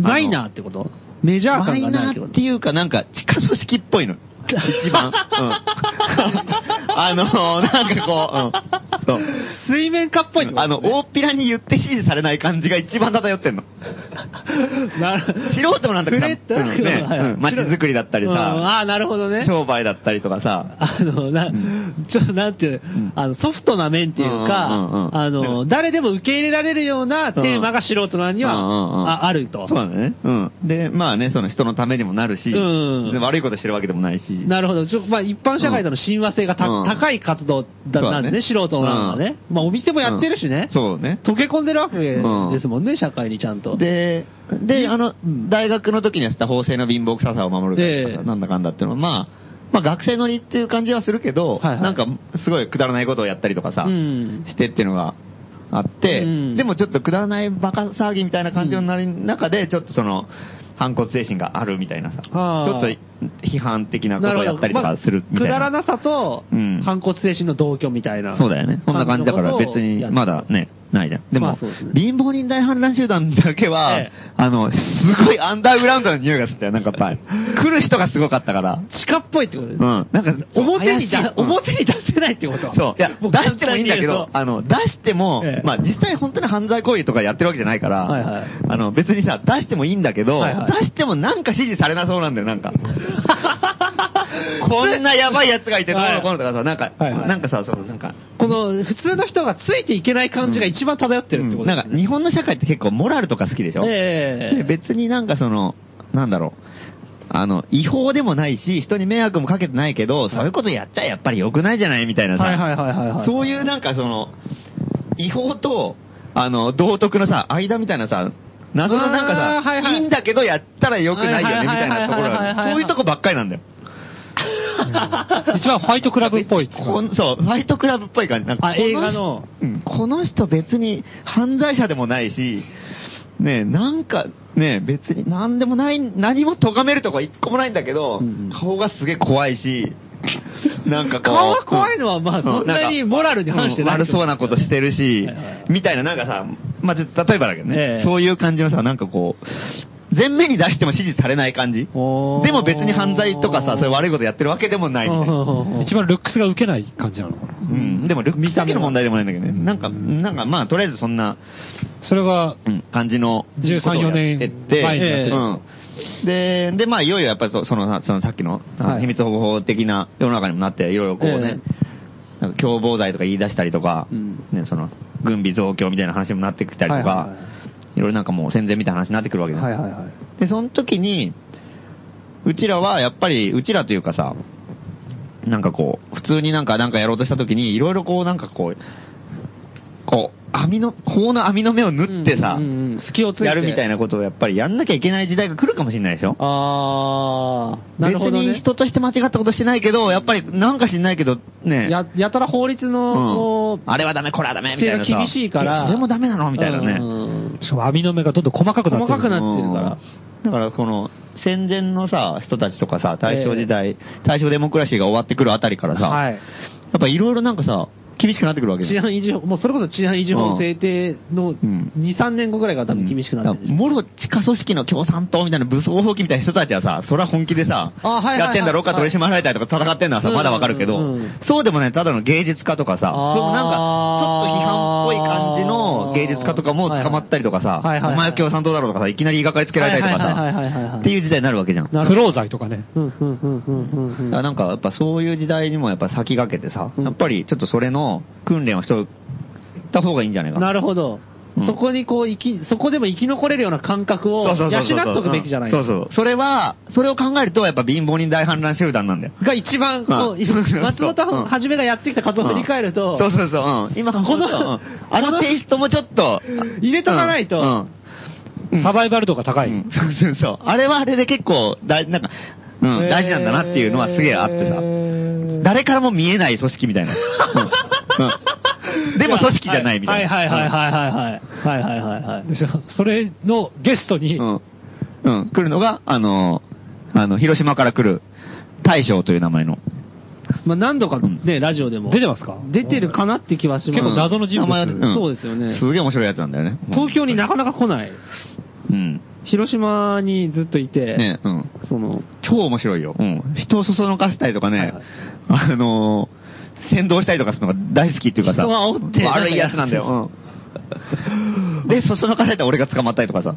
Speaker 3: マイナーってことメジャー
Speaker 4: マ
Speaker 3: 感
Speaker 4: イ
Speaker 3: がない
Speaker 4: ナ
Speaker 3: ってこ
Speaker 4: ーっ
Speaker 3: と
Speaker 4: ていうかなんか地下組織っぽいの。一番。うん。 あのー、なんかこう、うん。そう。
Speaker 3: 水面下っぽいってこと
Speaker 4: あの、大っぴらに言って指示されない感じが一番漂ってんの。
Speaker 3: なる
Speaker 4: 素人もなんだけど、
Speaker 3: 触れた
Speaker 4: うんね
Speaker 3: はいはい
Speaker 4: うん街づくりだったり
Speaker 3: うん
Speaker 4: さ、
Speaker 3: ああ、なるほどね。
Speaker 4: 商売だったりとかさ、
Speaker 3: あの、な、ちょっとなんていう、
Speaker 4: ん
Speaker 3: あの、ソフトな面ってい
Speaker 4: う
Speaker 3: う
Speaker 4: んうんうんう
Speaker 3: か、
Speaker 4: ん
Speaker 3: あの、誰でも受け入れられるようなテーマが素人なんには、
Speaker 4: うんうんうん
Speaker 3: ああると
Speaker 4: そう。なんだね。うん。で、まあね、その人のためにもなるし、
Speaker 3: うん
Speaker 4: で悪いことしてるわけでもないし。
Speaker 3: なるほど。ちょまあ、一般社会との親和性がた、
Speaker 4: うん
Speaker 3: 高い活動だ
Speaker 4: そう
Speaker 3: な
Speaker 4: だ
Speaker 3: ん
Speaker 4: ね
Speaker 3: でね、素人のなんかね。まあ、お店もやってるしね。
Speaker 4: そうね。
Speaker 3: 溶け込んでるわけ
Speaker 4: ん
Speaker 3: ですもんね、社会にちゃんと。
Speaker 4: で、で、あの、大学の時にやってた法制の貧乏臭さを守る会と
Speaker 3: え
Speaker 4: か
Speaker 3: え
Speaker 4: なんだかんだっていうのは、まあ、まあ学生乗りっていう感じはするけど、
Speaker 3: はいはい
Speaker 4: なんかすごいくだらないことをやったりとかさ、
Speaker 3: うん。
Speaker 4: してっていうのがあって、
Speaker 3: うん
Speaker 4: でもちょっとくだらないバカ騒ぎみたいな感じになる中で、ちょっとその、反骨精神があるみたいなさ、ち
Speaker 3: あー
Speaker 4: ょっと批判的なことをやったりとかするみた
Speaker 3: まあく
Speaker 4: い
Speaker 3: だ
Speaker 4: な
Speaker 3: ら。なさと、
Speaker 4: うん
Speaker 3: 反骨精神の同居みたいな。
Speaker 4: そうだよね。こんな感じだから別にまだね、ないじゃん。でも、
Speaker 3: まあそうですね
Speaker 4: 貧乏人大反乱集団だけは、
Speaker 3: ええ
Speaker 4: あの、すごいアンダーグラウンドの匂いがするんだよ。なんかやっぱ り。来る人がすごかったから。
Speaker 3: 地下っぽいってことで
Speaker 4: う
Speaker 3: す
Speaker 4: ん。なんか、
Speaker 3: 表に出、
Speaker 4: 怪しいうん
Speaker 3: 表に出せないってこと
Speaker 4: そう。いや、
Speaker 3: もう
Speaker 4: 出してもいいんだけど、
Speaker 3: 簡単に言うと
Speaker 4: あの、出しても、
Speaker 3: ええ
Speaker 4: まあ実際本当に犯罪行為とかやってるわけじゃないから、
Speaker 3: はいはい
Speaker 4: あの、別にさ、出してもいいんだけど、
Speaker 3: はいはい
Speaker 4: 出してもなんか指示されなそうなんだよ、 なんか。こんなやばい奴がいてどうのこうのとかさ、なんか、
Speaker 3: はいはい
Speaker 4: なんかさ、その、なんか、
Speaker 3: この普通の人がついていけない感じが一番漂ってるってこと
Speaker 4: な
Speaker 3: で
Speaker 4: ん
Speaker 3: す
Speaker 4: か、日本の社会って結構モラルとか好きでしょ、
Speaker 3: え
Speaker 4: で
Speaker 3: え
Speaker 4: 別になんかその、なんだろう。あの、違法でもないし、人に迷惑もかけてないけど、そういうことやっちゃやっぱり良くないじゃないみたいなさ。
Speaker 3: はいはいはいはいはい。
Speaker 4: そういうなんかその、違法と、あの、道徳のさ、間みたいなさ、謎のなん
Speaker 3: あー
Speaker 4: かさ、
Speaker 3: はい
Speaker 4: い
Speaker 3: はい
Speaker 4: んだけどやったら良くないよね、み
Speaker 3: は
Speaker 4: た
Speaker 3: い
Speaker 4: い
Speaker 3: はいはいはいは
Speaker 4: な
Speaker 3: い
Speaker 4: ところがあるそういうとこばっかりなんだよ。
Speaker 5: 一番ファイトクラブっぽい。
Speaker 4: こんそう、ファイトクラブっぽい感じ。なんか
Speaker 3: あ
Speaker 4: こ人
Speaker 3: 映画の
Speaker 4: うんこの人別に犯罪者でもないし、ねえ、なんか、ねえ、別に何でもない、何も咎めるとこは一個もないんだけど、
Speaker 3: うんうん
Speaker 4: 顔がすげえ怖いし、なんかこう
Speaker 3: 顔が怖いのはまあ
Speaker 4: う
Speaker 3: そんなにモラルに反してない
Speaker 4: うん悪そうなことしてるし
Speaker 3: はいはい、
Speaker 4: みたいななんかさ、まあ、ちょっと例えばだけどね、
Speaker 3: ええ
Speaker 4: そういう感じのさ、なんかこう、前面に出しても指示されない感じ。
Speaker 3: おー
Speaker 4: でも別に犯罪とかさ、そういう悪いことやってるわけでもないみたいな。
Speaker 5: 一番ルックスが受けない感じなのかな
Speaker 4: うん、でも、ルックだけの問題でもないんだけどね。なんか、なんか、まあ、とりあえずそんな、
Speaker 5: それが、
Speaker 4: うん感じの。
Speaker 5: 13 14年
Speaker 4: やって
Speaker 5: 前にやって
Speaker 3: る
Speaker 4: うん。で、で、まあ、いよいよやっぱりそその、そのさっきの、
Speaker 3: はい
Speaker 4: 秘密保護法的な世の中にもなって、いろいろこうね、なんか共謀罪とか言い出したりとか、
Speaker 3: うん
Speaker 4: ね、その、軍備増強みたいな話にもなってきたりとか、
Speaker 3: はいいはいは
Speaker 4: ろいろなんかもう戦前みたいな話になってくるわけじゃない
Speaker 3: はいはいはい。
Speaker 4: で、その時に、うちらはやっぱり、うちらというかさ、なんかこう、普通になんか、なんかやろうとした時に、いろいろこう、なんかこう、こう、網の、法の網の目を縫ってさ、
Speaker 3: うんうんうん隙をついて
Speaker 4: やるみたいなことをやっぱりやんなきゃいけない時代が来るかもしれないでしょ
Speaker 3: あー、なるほど、ね。
Speaker 4: 別に人として間違ったことしてないけど、やっぱりなんか知んないけど、ね。
Speaker 3: や、やたら法律の、こう、
Speaker 4: あれはダメ、これはダメ、みたいな
Speaker 3: 規制
Speaker 4: さ。
Speaker 3: が厳しいから
Speaker 4: えそれもダメなのみたいなね。
Speaker 3: ね。
Speaker 5: しかも網の目がどんどん細かくなってる。
Speaker 3: 細かくなってるから
Speaker 4: うん。だから、この、戦前のさ、人たちとかさ、大正時代、大正デモクラシーが終わってくるあたりからさ、
Speaker 6: は
Speaker 4: や
Speaker 6: い。
Speaker 4: っぱいろいろなんかさ、厳しくなってくるわけじ
Speaker 3: 治
Speaker 4: ゃん
Speaker 3: 安維持法、もうそれこそ治安維持法制定の
Speaker 4: ん
Speaker 3: 2、3三年後ぐらいから多分厳しくなってるでしょ
Speaker 4: もろ地下組織の共産党みたいな武装蜂起みたいな人たちはさ、そら本気でさ、
Speaker 3: あはいはいはい
Speaker 4: やってんだろうか取り締まられたりとか戦ってんのはさ、
Speaker 3: うん
Speaker 4: まだわかるけど、
Speaker 3: うんうん
Speaker 4: そうでもね、ただの芸術家とかさ、で
Speaker 3: あー
Speaker 4: もなんか、ちょっと批判っぽい感じの芸術家とかも捕まったりとかさ、
Speaker 3: はいはいはいはい
Speaker 4: お前は共産党だろうとかさ、いきなり言いがかりつけられたりとか
Speaker 3: はいはいはいはいはいは
Speaker 4: さ
Speaker 3: い、
Speaker 4: っていう時代になるわけじゃん。だか
Speaker 5: 不老剤とかね。
Speaker 6: うん、うん、うん、うん、うん。
Speaker 4: らなんかやっぱそういう時代にもやっぱ先駆けてさ、
Speaker 6: うん
Speaker 4: やっぱりちょっとそれの訓練をしといた方がいいんじゃないかな。
Speaker 3: なるほど
Speaker 4: うん。
Speaker 3: そこにこう生き、そこでも生き残れるような感覚を
Speaker 4: そ
Speaker 3: 養
Speaker 4: うそうそうそう
Speaker 3: っとくべきじゃない
Speaker 4: そうそう。それは、それを考えると、やっぱ貧乏人大反乱集団なんだよ。
Speaker 3: が一番、こ
Speaker 4: うんそうそう
Speaker 3: う、松本はじめがやってきた活動を振り返ると、
Speaker 4: そうそうそう。うん今、こ
Speaker 3: この
Speaker 4: の、あのテイストもちょっと、
Speaker 3: 入れとかないと
Speaker 4: うんうんうん
Speaker 5: サバイバル度が高い。
Speaker 4: うんそうそうそう。あれはあれで結構、大なんか、うん、大事なんだなっていうのはすげえあってさ。誰からも見えない組織みたいな。うんうんでも組織じゃないみたいな。
Speaker 3: はいはいはいはいはいはい。はいはいはいはい。
Speaker 5: でしょそれのゲストに、
Speaker 4: うん。うん。来るのが、あの、あの、広島から来る、大将という名前の。
Speaker 3: まあ何度かね、ラジオでも。
Speaker 5: 出てますか
Speaker 3: 出てるかなって気はします。
Speaker 5: 結構謎の人物
Speaker 4: 名前はん
Speaker 3: そうですよね
Speaker 4: すげえ面白いやつなんだよね。
Speaker 3: 東京になかなか来ない。
Speaker 4: うん。
Speaker 3: 広島にずっといて、
Speaker 4: ねうん。
Speaker 3: その、
Speaker 4: 超面白いよ。うん。人をそそのかしたりとかね、
Speaker 3: はいはい
Speaker 4: あのー、先導したりとかするのが大好きっていうかさ、
Speaker 3: 人は煽って
Speaker 4: 悪いやつなんだよ。うん。で、そそのかされた俺が捕まったりとかさ、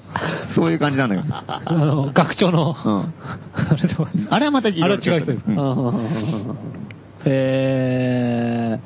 Speaker 4: そういう感じなんだよ。
Speaker 5: あの、学長の、
Speaker 4: うん。
Speaker 5: あれでも
Speaker 4: あれはまたいろいろ
Speaker 5: あれは違う人ですか
Speaker 4: ん
Speaker 3: え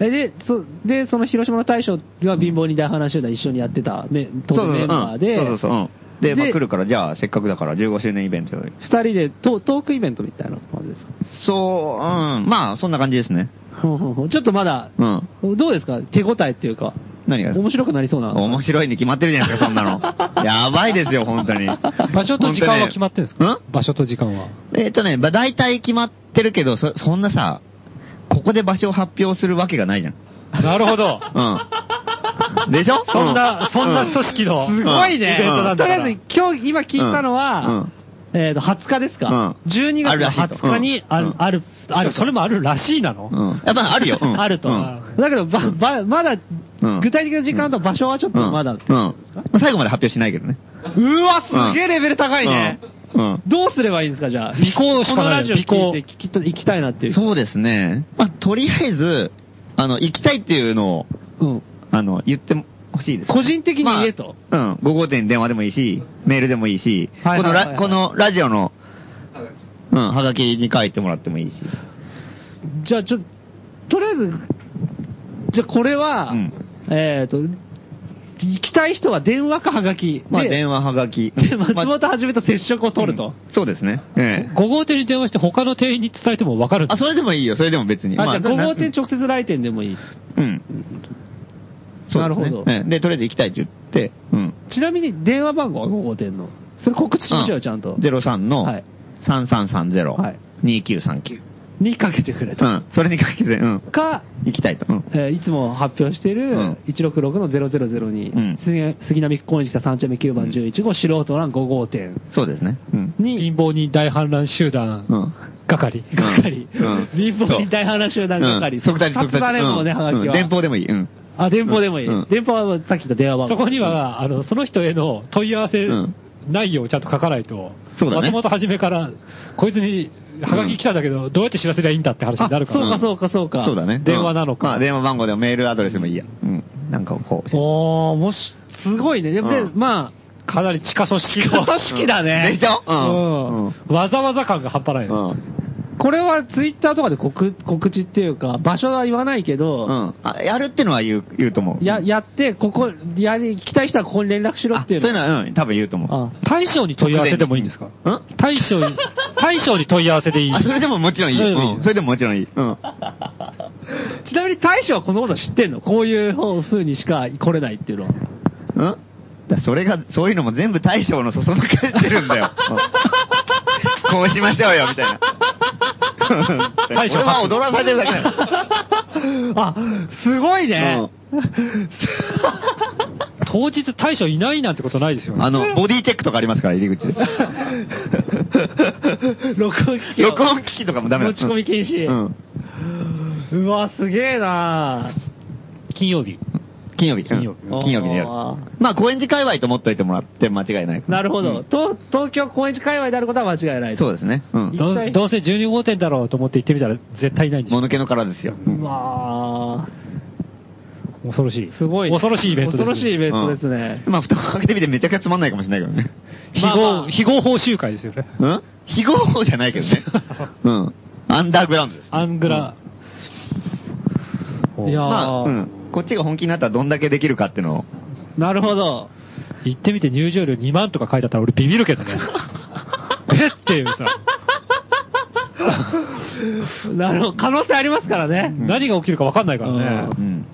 Speaker 3: ー、えで、そ、で、その広島の大将が貧乏に大話集団一緒にやってたメ当時メンバーで、
Speaker 4: そうそうそう。うんで、まあ
Speaker 3: で
Speaker 4: 来るから、じゃあ、せっかくだから、15周年イベントで
Speaker 3: 二人でトトークイベントみたいな感じですか
Speaker 4: そう、うん。まあ、そんな感じですね。
Speaker 3: ほうほうほうちょっとまだ、
Speaker 4: うん。
Speaker 3: どうですか手応えっていうか、
Speaker 4: 何がですか
Speaker 3: 面白くなりそうな。
Speaker 4: 面白いに決まってるじゃないですか、そんな の。やばいですよ、本当に。
Speaker 5: 場所と時間は決まってるんです
Speaker 4: 本
Speaker 5: か
Speaker 4: 当ね
Speaker 5: 場所と時間は。
Speaker 4: んえっ、とね、まあ、大体決まってるけど、そ、そんなさ、ここで場所を発表するわけがないじゃん。
Speaker 5: なるほど。
Speaker 4: うん。でしょ
Speaker 5: そんな、そんな組
Speaker 4: 織
Speaker 5: 織の、
Speaker 3: すごい
Speaker 5: イ
Speaker 3: ね
Speaker 5: ベントな。ん
Speaker 3: と
Speaker 5: だ
Speaker 3: り
Speaker 5: から
Speaker 3: あえず今日、今聞いたのは、えっと、20日ですか
Speaker 4: うん
Speaker 3: ?12 月の
Speaker 4: あるらしいと
Speaker 3: 20日にあ
Speaker 4: う
Speaker 3: る
Speaker 4: ん、
Speaker 3: ある、あると。
Speaker 5: それもあるらしいなの、
Speaker 4: うん。やっぱあるよ。うん
Speaker 3: あると。
Speaker 4: うん
Speaker 3: だけど、ば、ば、まだ
Speaker 4: うん、
Speaker 3: 具体的な時間と場所はちょっと
Speaker 4: うん
Speaker 3: まだ。
Speaker 4: うん。まあ最後まで発表しないけどね。
Speaker 3: うわ、すげえレベル高いね。
Speaker 4: うん。うん
Speaker 3: どうすればいいんですか、じゃあ。
Speaker 5: 尾行し
Speaker 3: こ
Speaker 5: かない
Speaker 3: のラジオ
Speaker 5: 尾行
Speaker 3: 聞いて聞きた行きたいなっていう。
Speaker 4: そうですね。まあ、とりあえず、あの、行きたいっていうのを、
Speaker 3: うん。
Speaker 4: あの、言ってほしいです。
Speaker 3: 個人的に言えと。
Speaker 4: まあうん。5号店電話でもいいし、メールでもいいし、
Speaker 3: はい
Speaker 4: こ
Speaker 3: は
Speaker 4: の
Speaker 3: いはいは
Speaker 4: ラ、
Speaker 3: い
Speaker 4: このラジオの、うん、はがきに書いてもらってもいいし。
Speaker 3: じゃあ、ちょ、とりあえず、じゃあこれは、
Speaker 4: うん
Speaker 3: えっと、行きたい人は電話かはがき。
Speaker 4: まあ、
Speaker 3: で
Speaker 4: 電話はがき。
Speaker 3: で松
Speaker 4: まあ
Speaker 3: 本はじめと接触を取る
Speaker 4: う
Speaker 3: と
Speaker 4: ん。そうですね。ええ。
Speaker 5: 5号店に電話して他の店員に伝えても分かるんで
Speaker 4: あ、
Speaker 5: す
Speaker 4: それでもいいよ。それでも別に。
Speaker 3: あ、じゃあ5号店
Speaker 4: ちょ
Speaker 3: 直接来店でもい
Speaker 4: う
Speaker 3: い。
Speaker 4: ん。そうですね
Speaker 3: なるほど
Speaker 4: ええで、とりあえず行きたいって言って、うん。
Speaker 3: ちなみに電話番号は5号店の。それ告知しましょうよ、ちゃんと。
Speaker 4: 03の
Speaker 3: はいはい
Speaker 4: 3330-2939。
Speaker 3: にかけてくれ
Speaker 4: う
Speaker 3: と。
Speaker 4: ん。それにかけて、うん。
Speaker 3: か、
Speaker 4: 行きたいと。うん。
Speaker 3: えーいつも発表してい
Speaker 4: うん
Speaker 3: る166の
Speaker 4: うん
Speaker 3: 0002、杉杉並区公園北3丁目9番11号、素人欄5号店
Speaker 4: そうですね。うん。
Speaker 3: に、
Speaker 5: 貧乏人大反乱集団
Speaker 4: うん。
Speaker 5: 係。
Speaker 3: 係、
Speaker 4: うん
Speaker 3: 貧乏人大話集団係、
Speaker 4: うん即立即立
Speaker 3: 札だね、もうね、
Speaker 4: うん
Speaker 3: はがき
Speaker 4: うん
Speaker 3: は。
Speaker 4: 電報でもいい。うん。
Speaker 3: あ、電報でもいい。
Speaker 4: うん
Speaker 3: 電報はさっき言った電話番号。
Speaker 5: そこには、あの、その人への問い合わせ
Speaker 4: うん
Speaker 5: 内容をちゃんと書かないと、
Speaker 4: そうだね
Speaker 5: 松本はじめから、こいつに、はがき来たんだけど、どうやって知らせりゃいいんだって話になるから。
Speaker 3: あそうか、そうか、そうか。
Speaker 4: そうだね。
Speaker 5: 電話なのか
Speaker 4: うんまあ、電話番号でもメールアドレスでもいいや。うん。なんかこう。
Speaker 3: おー、もし、すごいね。で、で
Speaker 4: うん
Speaker 3: ま
Speaker 5: かなり地下組織
Speaker 3: あ、組織だね。
Speaker 4: でしょ
Speaker 5: の、うんわざわざ感が半端ないね。
Speaker 4: うん。
Speaker 3: これはツイッターとかで告告知っていうか、場所は言わないけ
Speaker 4: う
Speaker 3: ど、
Speaker 4: ん。あやるってのは言う、言うと思う。
Speaker 3: や、やって、ここ、やり、来たい人はここに連絡しろ
Speaker 4: あ
Speaker 3: っ
Speaker 4: そ
Speaker 3: て
Speaker 4: う
Speaker 3: い
Speaker 4: いうう
Speaker 3: の。
Speaker 4: のは、うん、多分言うと思う。
Speaker 3: あ
Speaker 5: 大将に問い合わせでもいいんですか
Speaker 4: うん
Speaker 5: 大将 に、大将に問い合わせでいい。
Speaker 4: あ、それでももちろんいい。
Speaker 5: うん
Speaker 4: うん。それでももちろんいい。うん。
Speaker 3: ちなみに大将はこのこと知ってんのこういう風にしか来れないっていうのは。
Speaker 4: うんだそれが、そういうのも全部大将のそそのかしてるん だよ。うんこうしましょうよ、みたいな。
Speaker 5: 大将
Speaker 4: 俺は踊らされてるだけだ よ。
Speaker 3: あ、すごいね。
Speaker 5: 当日大将いないなんてことないですよね。
Speaker 4: あの、ボディチェックとかありますから、入り口で。
Speaker 3: 録音機器を
Speaker 4: 録音機器とかもダメだ
Speaker 3: 持ち込み禁止
Speaker 4: うん。
Speaker 3: うわ、すげえな
Speaker 5: 金曜日。
Speaker 4: 金曜日。金
Speaker 5: 曜日
Speaker 4: 金曜日でやる
Speaker 3: あ。
Speaker 4: まあ、高円寺界隈と思っといてもらって間違いない。
Speaker 3: なるほ
Speaker 4: う
Speaker 3: ど。
Speaker 4: ん
Speaker 3: 東東京高円寺界隈であることは間違いない。
Speaker 4: そうですね。うん。
Speaker 5: ど
Speaker 3: 一
Speaker 5: う
Speaker 3: 体
Speaker 5: どうせ12号店だろうと思って行ってみたら絶対いないんです
Speaker 4: も
Speaker 5: よ。
Speaker 4: ぬけの殻ですよ。うん
Speaker 3: うわ
Speaker 5: 恐ろしい。
Speaker 3: ーすごい。
Speaker 5: 恐ろしいイベントです。
Speaker 3: 恐ろしいイベントですね。
Speaker 4: まあ、蓋を開けてみてめちゃくちゃつまんないかもしれないけどね。
Speaker 5: 非
Speaker 3: まあま
Speaker 5: 合、
Speaker 3: あ
Speaker 5: 非合報集会ですよね。
Speaker 4: うん非合法じゃないけどね。 うん。アンダーグラウンドです。
Speaker 5: アングラ。
Speaker 3: いやー
Speaker 4: まあ、うん。こっちが本気になったらどんだけできるかっていうのを。
Speaker 3: なるほど。
Speaker 5: 行ってみて入場料2万とか書いてあったら俺ビビるけ どね。えっていうさ、
Speaker 3: なるほど。可能性ありますからね。
Speaker 5: 何が起きるか分かんないからね。
Speaker 4: うん。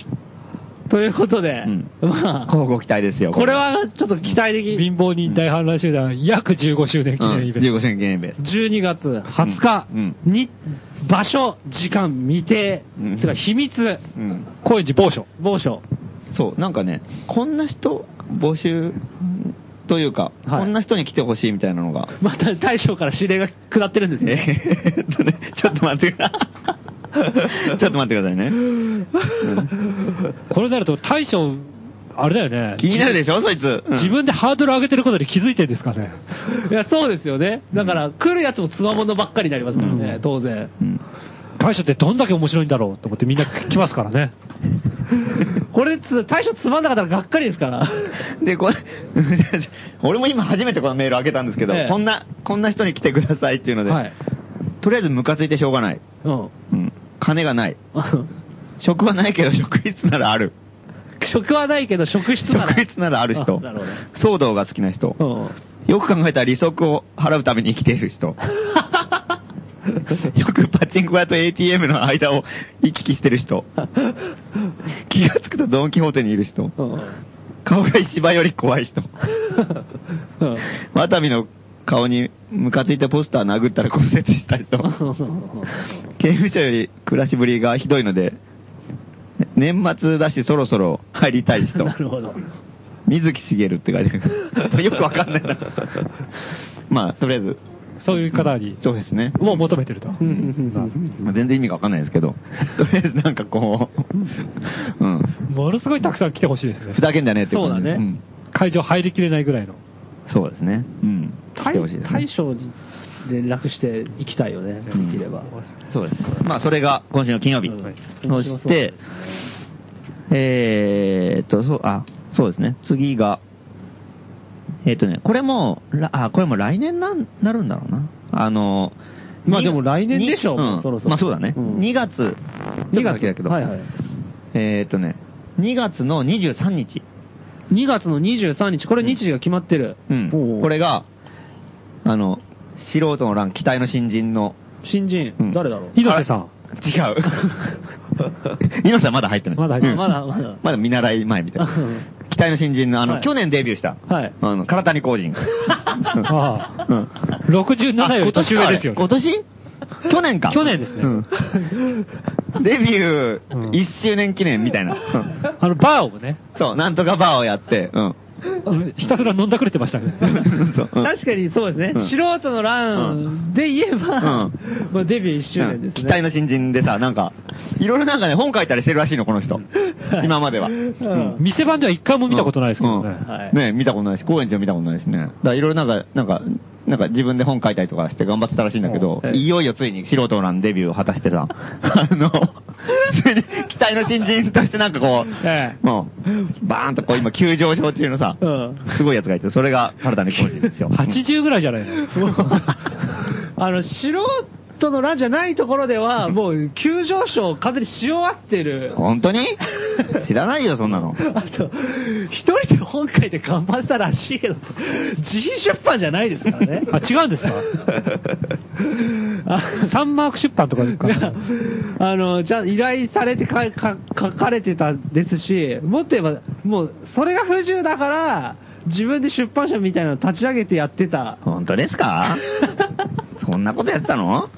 Speaker 3: ということで
Speaker 4: うん、
Speaker 3: まあ、
Speaker 4: 交互期待ですよ。
Speaker 3: これはちょっと期待的。
Speaker 5: 貧乏人大反乱集団約15周年記
Speaker 4: これは、う
Speaker 5: 念
Speaker 4: ん
Speaker 5: イベン
Speaker 4: 15戦記念イベント。
Speaker 3: 12月20日
Speaker 4: うん
Speaker 3: に、場所、時間、未定
Speaker 4: うん、
Speaker 3: てか秘密、
Speaker 4: うん。
Speaker 5: ト。高円寺某所。
Speaker 3: 某所。
Speaker 4: そう、なんかね、こんな人募集というか、
Speaker 3: はい
Speaker 4: こんな人に来てほしいみたいなのが。
Speaker 3: また大将から指令が下ってるんですね。
Speaker 4: えーっとね、ちょっと待ってください。 ちょっと待ってくださいね。
Speaker 5: これになると大将、あれだよね。
Speaker 4: 気になるでしょ、そいつ。うん
Speaker 5: 自分でハードル上げてることに気づいてんですかね。
Speaker 3: いや、そうですよね。だから、来るやつもつわものばっかりになりますからね、
Speaker 5: うん
Speaker 3: 当然。
Speaker 4: うん
Speaker 5: 大将ってどんだけ面白いんだろうと思ってみんな来ますからね。
Speaker 3: これつ、大将つまんなかったらがっかりですから。
Speaker 4: で、これ、 俺も今初めてこのメール開けたんですけど、
Speaker 3: ええ
Speaker 4: こんな、こんな人に来てくださいっていうので、
Speaker 3: はい。
Speaker 4: とりあえずムカついてしょうがない。
Speaker 3: うん。
Speaker 4: うん。金がない。職はないけど職質ならある。
Speaker 3: 職はないけど、職質
Speaker 4: 職
Speaker 3: なら。
Speaker 4: 質ならある人
Speaker 3: あなる。
Speaker 4: 騒動が好きな人。
Speaker 3: ほど。うん。
Speaker 4: よく考えたら利息を払うために生きている 人。よくパチンコ屋と ATM の間を行き来してる 人。気がつくとドンキホーテにいる人。
Speaker 3: うん。
Speaker 4: 顔が石場より怖い人。
Speaker 3: うん
Speaker 4: ワタミの顔にムカついたポスター殴ったら骨折した 人。刑務所より暮らしぶりがひどいので、年末だしそろそろ入りたい人。
Speaker 3: なるほど。
Speaker 4: 水木しげるって書いてある。 よくわかんない な。まあ、とりあえず、
Speaker 5: そういう方に、
Speaker 4: そうですね。
Speaker 5: もう求めてると。
Speaker 4: まあ全然意味がわかんないです けど、とりあえずなんかこう、うん。
Speaker 5: ものすごいたくさん来てほしいですね
Speaker 4: ふ。ざけんじゃねえって感じ
Speaker 3: そうだね
Speaker 4: ん
Speaker 5: 会場入りきれないぐらいの。
Speaker 4: そうですね。うん。来てほしいですね
Speaker 3: 大将に連絡していきたいよね、できれば。
Speaker 4: そうです。まあ、それが今週の金曜日。
Speaker 3: うん
Speaker 4: そして、えーっと、そう、あ、そうですね。次が、えーっとね、これも、らあ、これも来年なん、なるんだろうな。あの、
Speaker 3: まあ
Speaker 4: に
Speaker 3: でも来年でしょ
Speaker 4: に
Speaker 3: もうんそろそろ
Speaker 4: まあそうだね。
Speaker 3: うん
Speaker 4: 2月、2月だけど、
Speaker 3: はいはい。
Speaker 4: えーっとね、2月の23日。
Speaker 3: 2月の23日、これ日時が決まってる。
Speaker 4: うん
Speaker 3: おうおう
Speaker 4: これが、あの、素人の欄、期待の新人の、
Speaker 3: 新人、
Speaker 4: うん
Speaker 3: 誰だろう
Speaker 5: 猪瀬さん。
Speaker 4: 違 う。猪瀬さんまだ入ってない。
Speaker 5: まだ入ってない
Speaker 4: うん
Speaker 3: まだまだ
Speaker 4: まだ見習い前みたいな。期待の新人の、あの、
Speaker 3: はい
Speaker 4: 去年デビューした、
Speaker 3: はい
Speaker 4: あの、唐谷工 人。
Speaker 5: あ
Speaker 4: うん
Speaker 5: あ。67
Speaker 4: あ
Speaker 5: より年上ですよ、
Speaker 4: 今
Speaker 5: ね。
Speaker 4: 年去年か。
Speaker 5: 去年です ね
Speaker 4: うんデビュ
Speaker 5: う
Speaker 4: ー
Speaker 5: ん
Speaker 4: 1周年記念みたいな。うん
Speaker 5: あの、バーをね、
Speaker 4: そう、なんとかバーをやって、うん。
Speaker 5: ひたすら飲んだくれてましたね。
Speaker 4: そううん
Speaker 3: 確かにそうですね、
Speaker 4: うん
Speaker 3: 素人の欄で言えば、まあデビュー1周年ですね。
Speaker 4: 期待の新人でさ、なんか、いろいろなんかね、本書いたりしてるらしいの、この人。今までは。
Speaker 3: うん
Speaker 5: 店番では一回も見たことないですけどね。
Speaker 4: うんうん
Speaker 3: はい
Speaker 4: ね見たことないし、高円寺も見たことないしね。だからいろいろなんか、なんか、なんか自分で本書いたりとかして頑張ってたらしいんだけど、
Speaker 3: うん
Speaker 4: いよいよついに素人欄デビューを果たしてさ、 あの、ついに期待の新人としてなんかこう、
Speaker 3: え
Speaker 4: もう、バーンとこう今急上昇中のさ、
Speaker 3: うん
Speaker 4: すごいやつがいて、それが体に工事ですよ。
Speaker 5: 80ぐらいじゃないの
Speaker 3: あの、素トの欄じゃないところでは、もう急上昇を完全にし終わってる。
Speaker 4: 本当に知らないよ、そんなの。
Speaker 3: あと、一人で本書いて頑張ってたらしいけど、自費出版じゃないですからね。
Speaker 5: あ、違うんで すか
Speaker 3: あ
Speaker 5: サンマーク出版とかですか
Speaker 3: いやあの、じゃあ依頼されてかか書かれてたんですし、もっと言えば、もう、それが不自由だから、自分で出版社みたいなの立ち上げてやってた。
Speaker 4: 本当ですかそんなことやってたの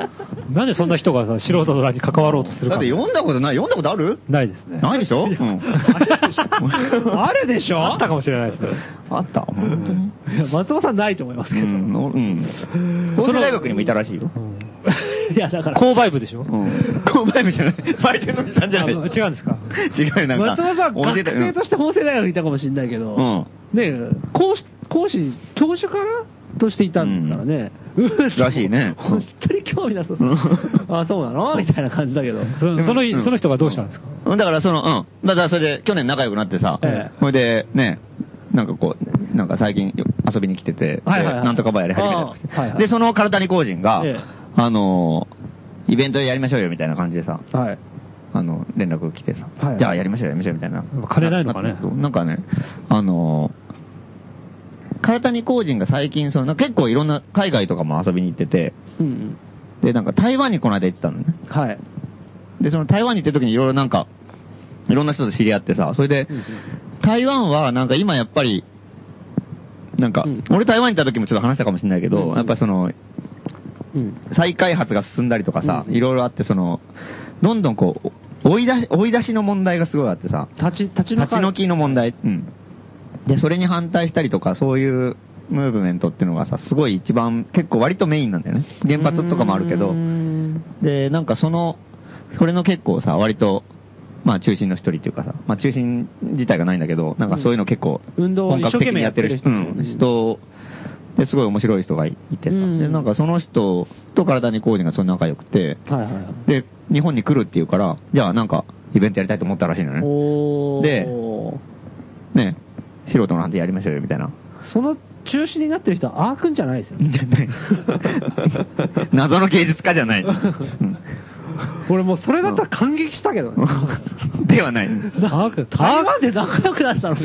Speaker 5: なんでそんな人がさ、素人の欄に関わろうとする
Speaker 4: だ
Speaker 5: か
Speaker 4: って読んだことない。読んだことある
Speaker 5: ないですね。
Speaker 4: ないでしょ、 うん、
Speaker 3: あるでしょ
Speaker 5: あったかもしれないですね。
Speaker 4: あった。本当に。
Speaker 3: いや松本さんないと思います
Speaker 4: う
Speaker 3: けど。
Speaker 4: ん、おうん。法政大学にもいたらしいよ。
Speaker 3: いや、だから、
Speaker 5: 購買部でしょ
Speaker 4: うん。購買部じゃない。売店のおじさんじゃ
Speaker 5: あ
Speaker 4: ない。
Speaker 5: 違うんですか
Speaker 4: 違うよ、なん
Speaker 3: 松
Speaker 4: か。
Speaker 3: 本さん、
Speaker 4: 教え
Speaker 3: 学
Speaker 4: て
Speaker 3: 生として法政大学にいたかもしれないけど、
Speaker 4: うん
Speaker 3: ねえ講師、講師、教授からとしていたんですからね。うん
Speaker 4: らしいね
Speaker 3: 本当に興味なさそう
Speaker 4: うん。
Speaker 3: あ、そうなのみたいな感じだけど。
Speaker 5: そのそ
Speaker 4: うん
Speaker 5: のその人がどうしたんですか
Speaker 4: うんだからその、うん。だからそれで、去年仲良くなってさ、
Speaker 3: ええ
Speaker 4: それで、ね、なんかこう、なんか最近よ遊びに来てて、で
Speaker 3: はいはいはい
Speaker 4: なんとかばやり始めたりして
Speaker 3: ああはいはい
Speaker 4: で、その体に工人が、
Speaker 3: ええ
Speaker 4: あの、イベントやりましょうよみたいな感じでさ、
Speaker 3: はい。
Speaker 4: あの、連絡来てさ、
Speaker 3: はい
Speaker 4: じゃあやりましょうやりましょうみたいな。
Speaker 5: 金ないのかね
Speaker 4: ってなんかね、あの、体に工人が最近、その、なんか結構いろんな海外とかも遊びに行ってて、
Speaker 3: うん
Speaker 4: で、なんか台湾にこの間行ってたのね。
Speaker 3: うん。はい。
Speaker 4: で、その台湾に行ってる時にいろいろなんか、いろんな人と知り合ってさ、それで、台湾はなんか今やっぱり、なんか、
Speaker 3: うん
Speaker 4: 俺台湾に行った時もちょっと話したかもしれないけど、
Speaker 3: うん
Speaker 4: やっぱその、
Speaker 3: うん。
Speaker 4: 再開発が進んだりとかさ、
Speaker 3: うん
Speaker 4: いろいろあって、その、どんどんこう、追い出し、追い出しの問題がすごいあってさ、
Speaker 3: 立ち、立ち退
Speaker 4: 立ち
Speaker 3: か
Speaker 4: 退きの問題、うん。で、それに反対したりとか、そういうムーブメントっていうのがさ、すごい一番、結構割とメインなんだよね。原発とかもあるけど、
Speaker 3: うーん
Speaker 4: で、なんかその、それの結構さ、割と、まあ中心の一人っていうかさ、まあ中心自体がないんだけど、なんかそういうの結構、
Speaker 3: 運動を
Speaker 4: 本
Speaker 3: 一生
Speaker 4: 格的
Speaker 3: 懸命
Speaker 4: にや
Speaker 3: や
Speaker 4: っ
Speaker 3: ってて
Speaker 4: る
Speaker 3: る
Speaker 4: 人、
Speaker 3: 人
Speaker 4: う
Speaker 3: ね
Speaker 4: ん人で、すごい面白い人がいいてさ、
Speaker 3: うん
Speaker 4: で、なんかその人と体に工事がそんな仲良くて、
Speaker 3: はいはいはい。
Speaker 4: で、日本に来るっていうから、じゃあなんかイベントやりたいと思ったらしいのね。
Speaker 3: おー
Speaker 4: でね、素人なんてやりましょうよみ たいな。
Speaker 3: その中心になってる人はあーくんじゃないですよね。
Speaker 4: じゃない。謎の芸術家じゃない。うん
Speaker 3: 俺もうそれだったら感激した けどね。
Speaker 4: ではない。
Speaker 5: アーク、
Speaker 3: 台湾で仲良くなったの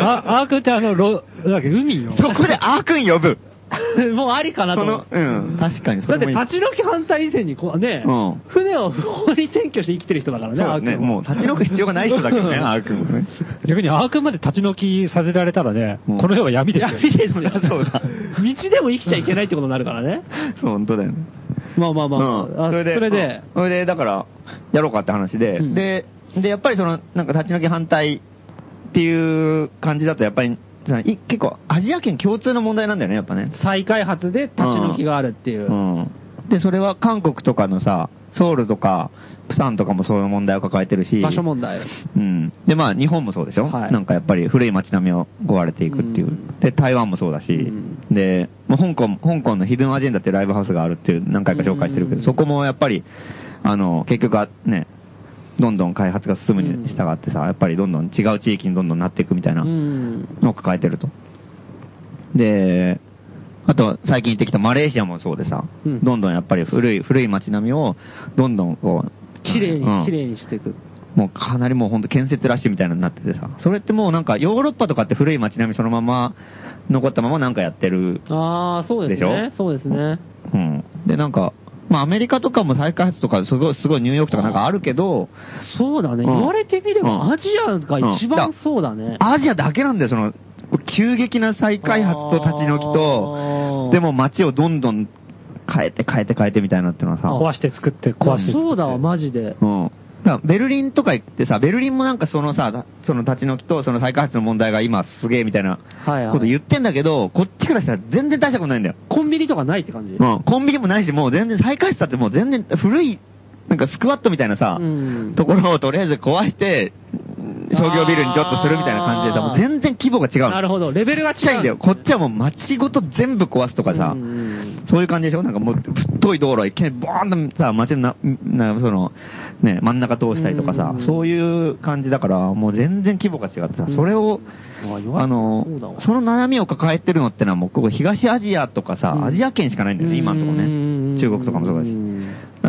Speaker 5: あアークってあの、ロ、だっけ、海よ。
Speaker 4: そこでアーくん呼ぶ。
Speaker 3: もうありかな
Speaker 4: そ
Speaker 3: と思
Speaker 4: の
Speaker 3: う、。
Speaker 4: うん、確かにそ
Speaker 3: だっ
Speaker 4: れも
Speaker 3: て
Speaker 4: いい。
Speaker 3: 立ち退き反対以前にこうね、
Speaker 4: うん
Speaker 3: 船を不法に占拠して生きてる人だか
Speaker 4: そ
Speaker 3: ら
Speaker 4: う
Speaker 3: ね、あ
Speaker 4: だ
Speaker 3: ーくん
Speaker 4: ね、
Speaker 3: は
Speaker 4: もう立ち退く必要がない人だけど ね、アーくんもね。
Speaker 5: 逆にアークまで立ち退きさせられたらね、
Speaker 4: うん
Speaker 5: この世は闇ですよ。
Speaker 3: 闇です よ
Speaker 4: そうだ。
Speaker 3: 道でも生きちゃいけないってことになるからね。
Speaker 4: 本当だよね。
Speaker 3: まあまあまあ、あ
Speaker 4: うん、それで、
Speaker 3: それで、
Speaker 4: うんそれで、だから、やろうかって話で、
Speaker 3: うん
Speaker 4: で、で、やっぱりその、なんか立ち退き反対っていう感じだと、やっぱり、そのい結構、アジア圏共通の問題なんだよね、やっぱね。
Speaker 3: 再開発で立ち退きがあるっていう
Speaker 4: う。ん。で、それは韓国とかのさ、ソウルとか、プサンとかもそういう問題を抱えてるし、
Speaker 3: 場所問題。
Speaker 4: うん。で、まあ、日本もそうでしょ、
Speaker 3: はい
Speaker 4: なんかやっぱり古い街並みを壊れていくっていう。
Speaker 3: うん
Speaker 4: で、台湾もそうだし、
Speaker 3: う
Speaker 4: で、まあ、香港、香港のヒドゥンアジェンダってライブハウスがあるっていう何回か紹介してるけど、
Speaker 3: うん
Speaker 4: そこもやっぱり、あの、結局はね、どんどん開発が進むに従ってさ、やっぱりどんどん違う地域にどんどんなっていくみたいな
Speaker 3: うん。
Speaker 4: のを抱えてると。で、あとは最近行ってきたマレーシアもそうでさ、
Speaker 3: うん
Speaker 4: どんどんやっぱり古い、古い街並みを、どんどんこう、
Speaker 3: 綺麗
Speaker 4: うん
Speaker 3: に、綺麗にしていく。
Speaker 4: もうかなりもうほんと建設ラッシュみたいなのになっててさ、それってもうなんかヨーロッパとかって古い街並みそのまま残ったままなんかやってる。
Speaker 3: ああ、そうですね
Speaker 4: でしょ。
Speaker 3: そうですね。
Speaker 4: うん。で、なんか、まあアメリカとかも再開発とかすごい、すごいニューヨークとかなんかあるけど、
Speaker 3: そうだね。
Speaker 4: うん
Speaker 3: 言われてみれ
Speaker 4: う
Speaker 3: ば、
Speaker 4: ん
Speaker 3: アジアが一番そうだね。
Speaker 4: アジアだけなんだよ、その、急激な再開発と立ち退き
Speaker 3: あ
Speaker 4: と、
Speaker 3: ー
Speaker 4: でも街をどんどん変えて変えて変えてみたいなっていうのはさ、
Speaker 5: 壊して作って、壊して作って。
Speaker 3: そうだわ、マジで。
Speaker 4: うん。だからベルリンとか行ってさ、ベルリンもなんかそのさ、その立ち退きとその再開発の問題が今すげえみたいな
Speaker 3: はいはい
Speaker 4: こと言ってんだけど、こっちからしたら全然大したことないんだよ。
Speaker 3: コンビニとかないって感じ。
Speaker 4: うん。コンビニもないし、もう全然再開発だってもう全然古い、なんかスクワットみたいなさ、
Speaker 3: うん
Speaker 4: ところをとりあえず壊して、商業ビルにちょっとするみたいな感じでさ、
Speaker 3: あー
Speaker 4: もう全然規模が違うの。
Speaker 3: なるほど。レベルが
Speaker 4: ちっちゃい
Speaker 3: 違
Speaker 4: ん
Speaker 3: う。
Speaker 4: だよ。こっちはもう街ごと全部壊すとかさ、
Speaker 3: うんうん
Speaker 4: そういう感じでしょなんかもう、太い道路いきなりボーンとさ、街のな、な、その、ね、真ん中通したりとかさ
Speaker 3: う、ん
Speaker 4: そういう感じだから、もう全然規模が違ってさ、それを、
Speaker 3: あ言わ
Speaker 4: あ
Speaker 3: れて
Speaker 4: の
Speaker 3: そうだわ、
Speaker 4: その悩みを抱えてるのってのはもう、ここ東アジアとか
Speaker 3: う
Speaker 4: さ、
Speaker 3: ん
Speaker 4: アジア圏しかないんだよね、今のとこ
Speaker 3: うん
Speaker 4: ね。中国とかもそうだし
Speaker 3: ん。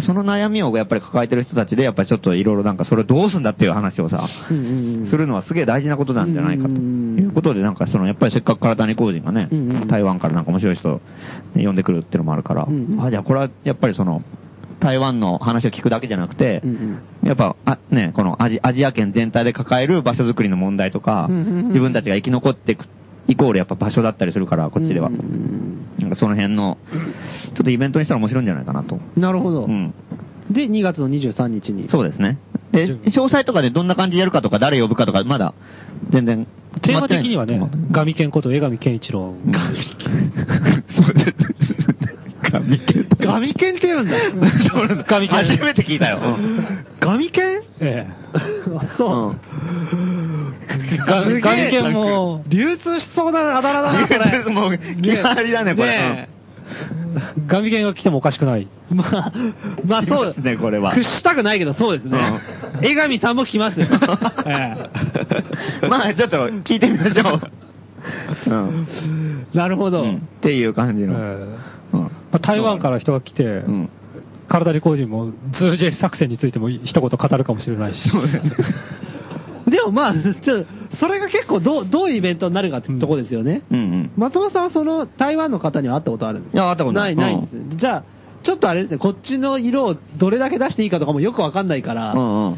Speaker 4: その悩みをやっぱり抱えてる人たちで、やっぱりちょっといろいろなんかそれをどうすんだっていう話をさ、
Speaker 6: うんうんうん
Speaker 4: するのはすげえ大事なことなんじゃないかと。
Speaker 6: うんうんうん
Speaker 4: いうことで、なんかその、やっぱりせっかく体に工人がね、
Speaker 6: うんうん
Speaker 4: 台湾からなんか面白い人ね呼んでくるっていうのもあるから、
Speaker 6: うんうん
Speaker 4: あ、じゃあこれはやっぱりその、台湾の話を聞くだけじゃなくて、
Speaker 6: うん
Speaker 4: やっぱ、あね、このアジアジア圏全体で抱える場所づくりの問題とか、
Speaker 6: うんうんうん
Speaker 4: 自分たちが生き残っていく、イコールやっぱ場所だったりするから、こっちでは。
Speaker 6: うんうん
Speaker 4: なんかその辺の、ちょっとイベントにしたら面白いんじゃないかなと。
Speaker 6: うんなるほど。
Speaker 4: うん。
Speaker 6: で、2月の23日に。
Speaker 4: そうですね。で、
Speaker 5: 準
Speaker 4: 詳細とかでどんな感じでやるかとか、誰呼ぶかとか、まだ、全然決
Speaker 5: テー
Speaker 4: ま
Speaker 5: マ
Speaker 4: って
Speaker 5: 的
Speaker 4: ないんで
Speaker 5: に
Speaker 4: す
Speaker 5: は
Speaker 4: けど、
Speaker 5: ね、ガミケンこと江上健一郎。
Speaker 4: そう です。ガミケン。ガミケンって言うんだ。 そうなんだ
Speaker 5: ガミケン
Speaker 4: 初めて聞いたよ。ガミケン
Speaker 5: え
Speaker 4: そう。
Speaker 5: え。ガミケンも、
Speaker 6: 流通しそうなあだ名だな、これ。
Speaker 4: もう、決まりだね、これ
Speaker 5: ね。ガミケンが来てもおかしくない。
Speaker 3: まあ、まあそう
Speaker 4: 来ますねこれは
Speaker 3: 屈したくないけど、そうですね。江上さんも来ま すよ。え
Speaker 4: うんまあ、ちょっと聞いてみましょう。うん。
Speaker 3: えなるほど。
Speaker 4: うんっていう感じ
Speaker 5: ええ
Speaker 4: の。うん
Speaker 5: まあ台湾から人が来て、
Speaker 4: うん。
Speaker 5: 体に工人も、ズージェ作戦についても一言語るかもしれないし。
Speaker 3: でもまあ、ちょっとそれが結構どう、どういうイベントになるかってとこですよね。
Speaker 4: うんうん。
Speaker 3: 松本さんはその台湾の方には会ったことあるんです
Speaker 4: いや会ったことない
Speaker 3: ない、ないんですね、じゃあ、ちょっとあれですね、こっちの色をどれだけ出していいかとかもよくわかんないから、
Speaker 4: うんうん。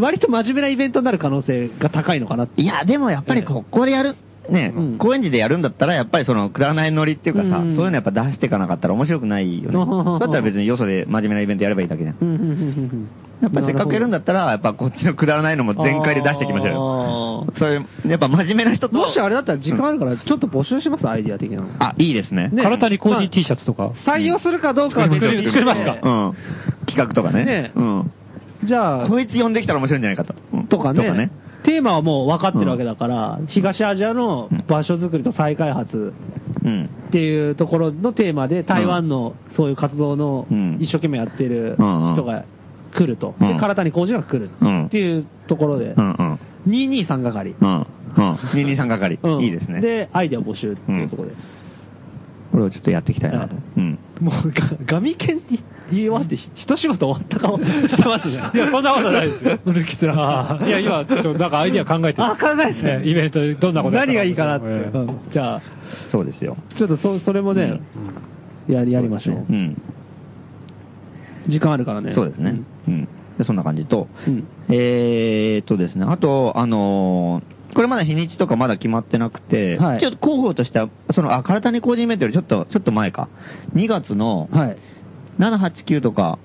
Speaker 3: 割と真面目なイベントになる可能性が高いのかなって。
Speaker 4: いや、でもやっぱりここでやる、ね、
Speaker 3: うん
Speaker 4: 高円寺でやるんだったら、やっぱりその、くだらないノリっていうかさ、
Speaker 3: うん
Speaker 4: そういうのやっぱ出していかなかったら面白くないよね。
Speaker 3: うんうんうん
Speaker 4: だったら別によそで真面目なイベントやればいいだけじゃん。
Speaker 3: うんうんうんうん
Speaker 4: やっぱせっかくやるんだったら、やっぱこっちのくだらないのも全開で出していきましょうよ。
Speaker 3: よ。
Speaker 4: そういう、やっぱ真面目な人と。
Speaker 3: もしあれだったら時間あるから、ちょっと募集します、アイディア的なの。
Speaker 4: あ、いいですね。
Speaker 3: ね
Speaker 5: 体に工人 T シャツとか。
Speaker 3: 採用するかどうかは別
Speaker 5: 作
Speaker 3: に
Speaker 5: り作ります
Speaker 4: う
Speaker 5: か
Speaker 4: ん。企画とかね。
Speaker 3: ね
Speaker 4: うん。
Speaker 3: じゃあ、
Speaker 4: こいつ呼んできたら面白いんじゃないかと。うん
Speaker 3: とかねテーマはもう分かってるわけだから、東アジアの場所づくりと再開発
Speaker 4: うん。
Speaker 3: っていうところのテーマで、台湾のそういう活動の
Speaker 4: うん
Speaker 3: 一生懸命やってる
Speaker 4: うんうん
Speaker 3: 人が来ると。
Speaker 4: うん
Speaker 3: で、唐谷浩二が来る
Speaker 4: うん
Speaker 3: っていうところで
Speaker 4: う、んうん。
Speaker 3: 223係。
Speaker 4: うん。うん。223係
Speaker 3: う。ん
Speaker 4: いいですね。
Speaker 3: で、アイデア募集っていうところで。
Speaker 4: これをちょっとやっていきたいなと。うん。
Speaker 3: もうガ、ガミケンって言い終わって、ひ一仕事終わった顔してますね。
Speaker 5: いや、そんなことないで すよ。いや、今、ちょっとなんかアイディア考えてる。
Speaker 3: あ、考えです
Speaker 5: え
Speaker 3: ね
Speaker 5: え。イベントでどんなことやった
Speaker 3: 何がいいかなって。
Speaker 5: え
Speaker 3: う
Speaker 5: え
Speaker 3: んじゃあ、
Speaker 4: そうですよ。
Speaker 3: ちょっとそそれもね、やりやりましょう。
Speaker 4: うん。
Speaker 3: 時間あるからね。
Speaker 4: そうですね。うん。でそんな感じと、
Speaker 3: うん
Speaker 4: えーっとですね、あと、あのーこれまだ日にちとかまだ決まってなくて、
Speaker 3: はい
Speaker 4: ちょっと候補としては、その、あ、体に工事イベントよりちょっと、ちょっと前か。2月の
Speaker 3: うん。はい。
Speaker 4: 789とか、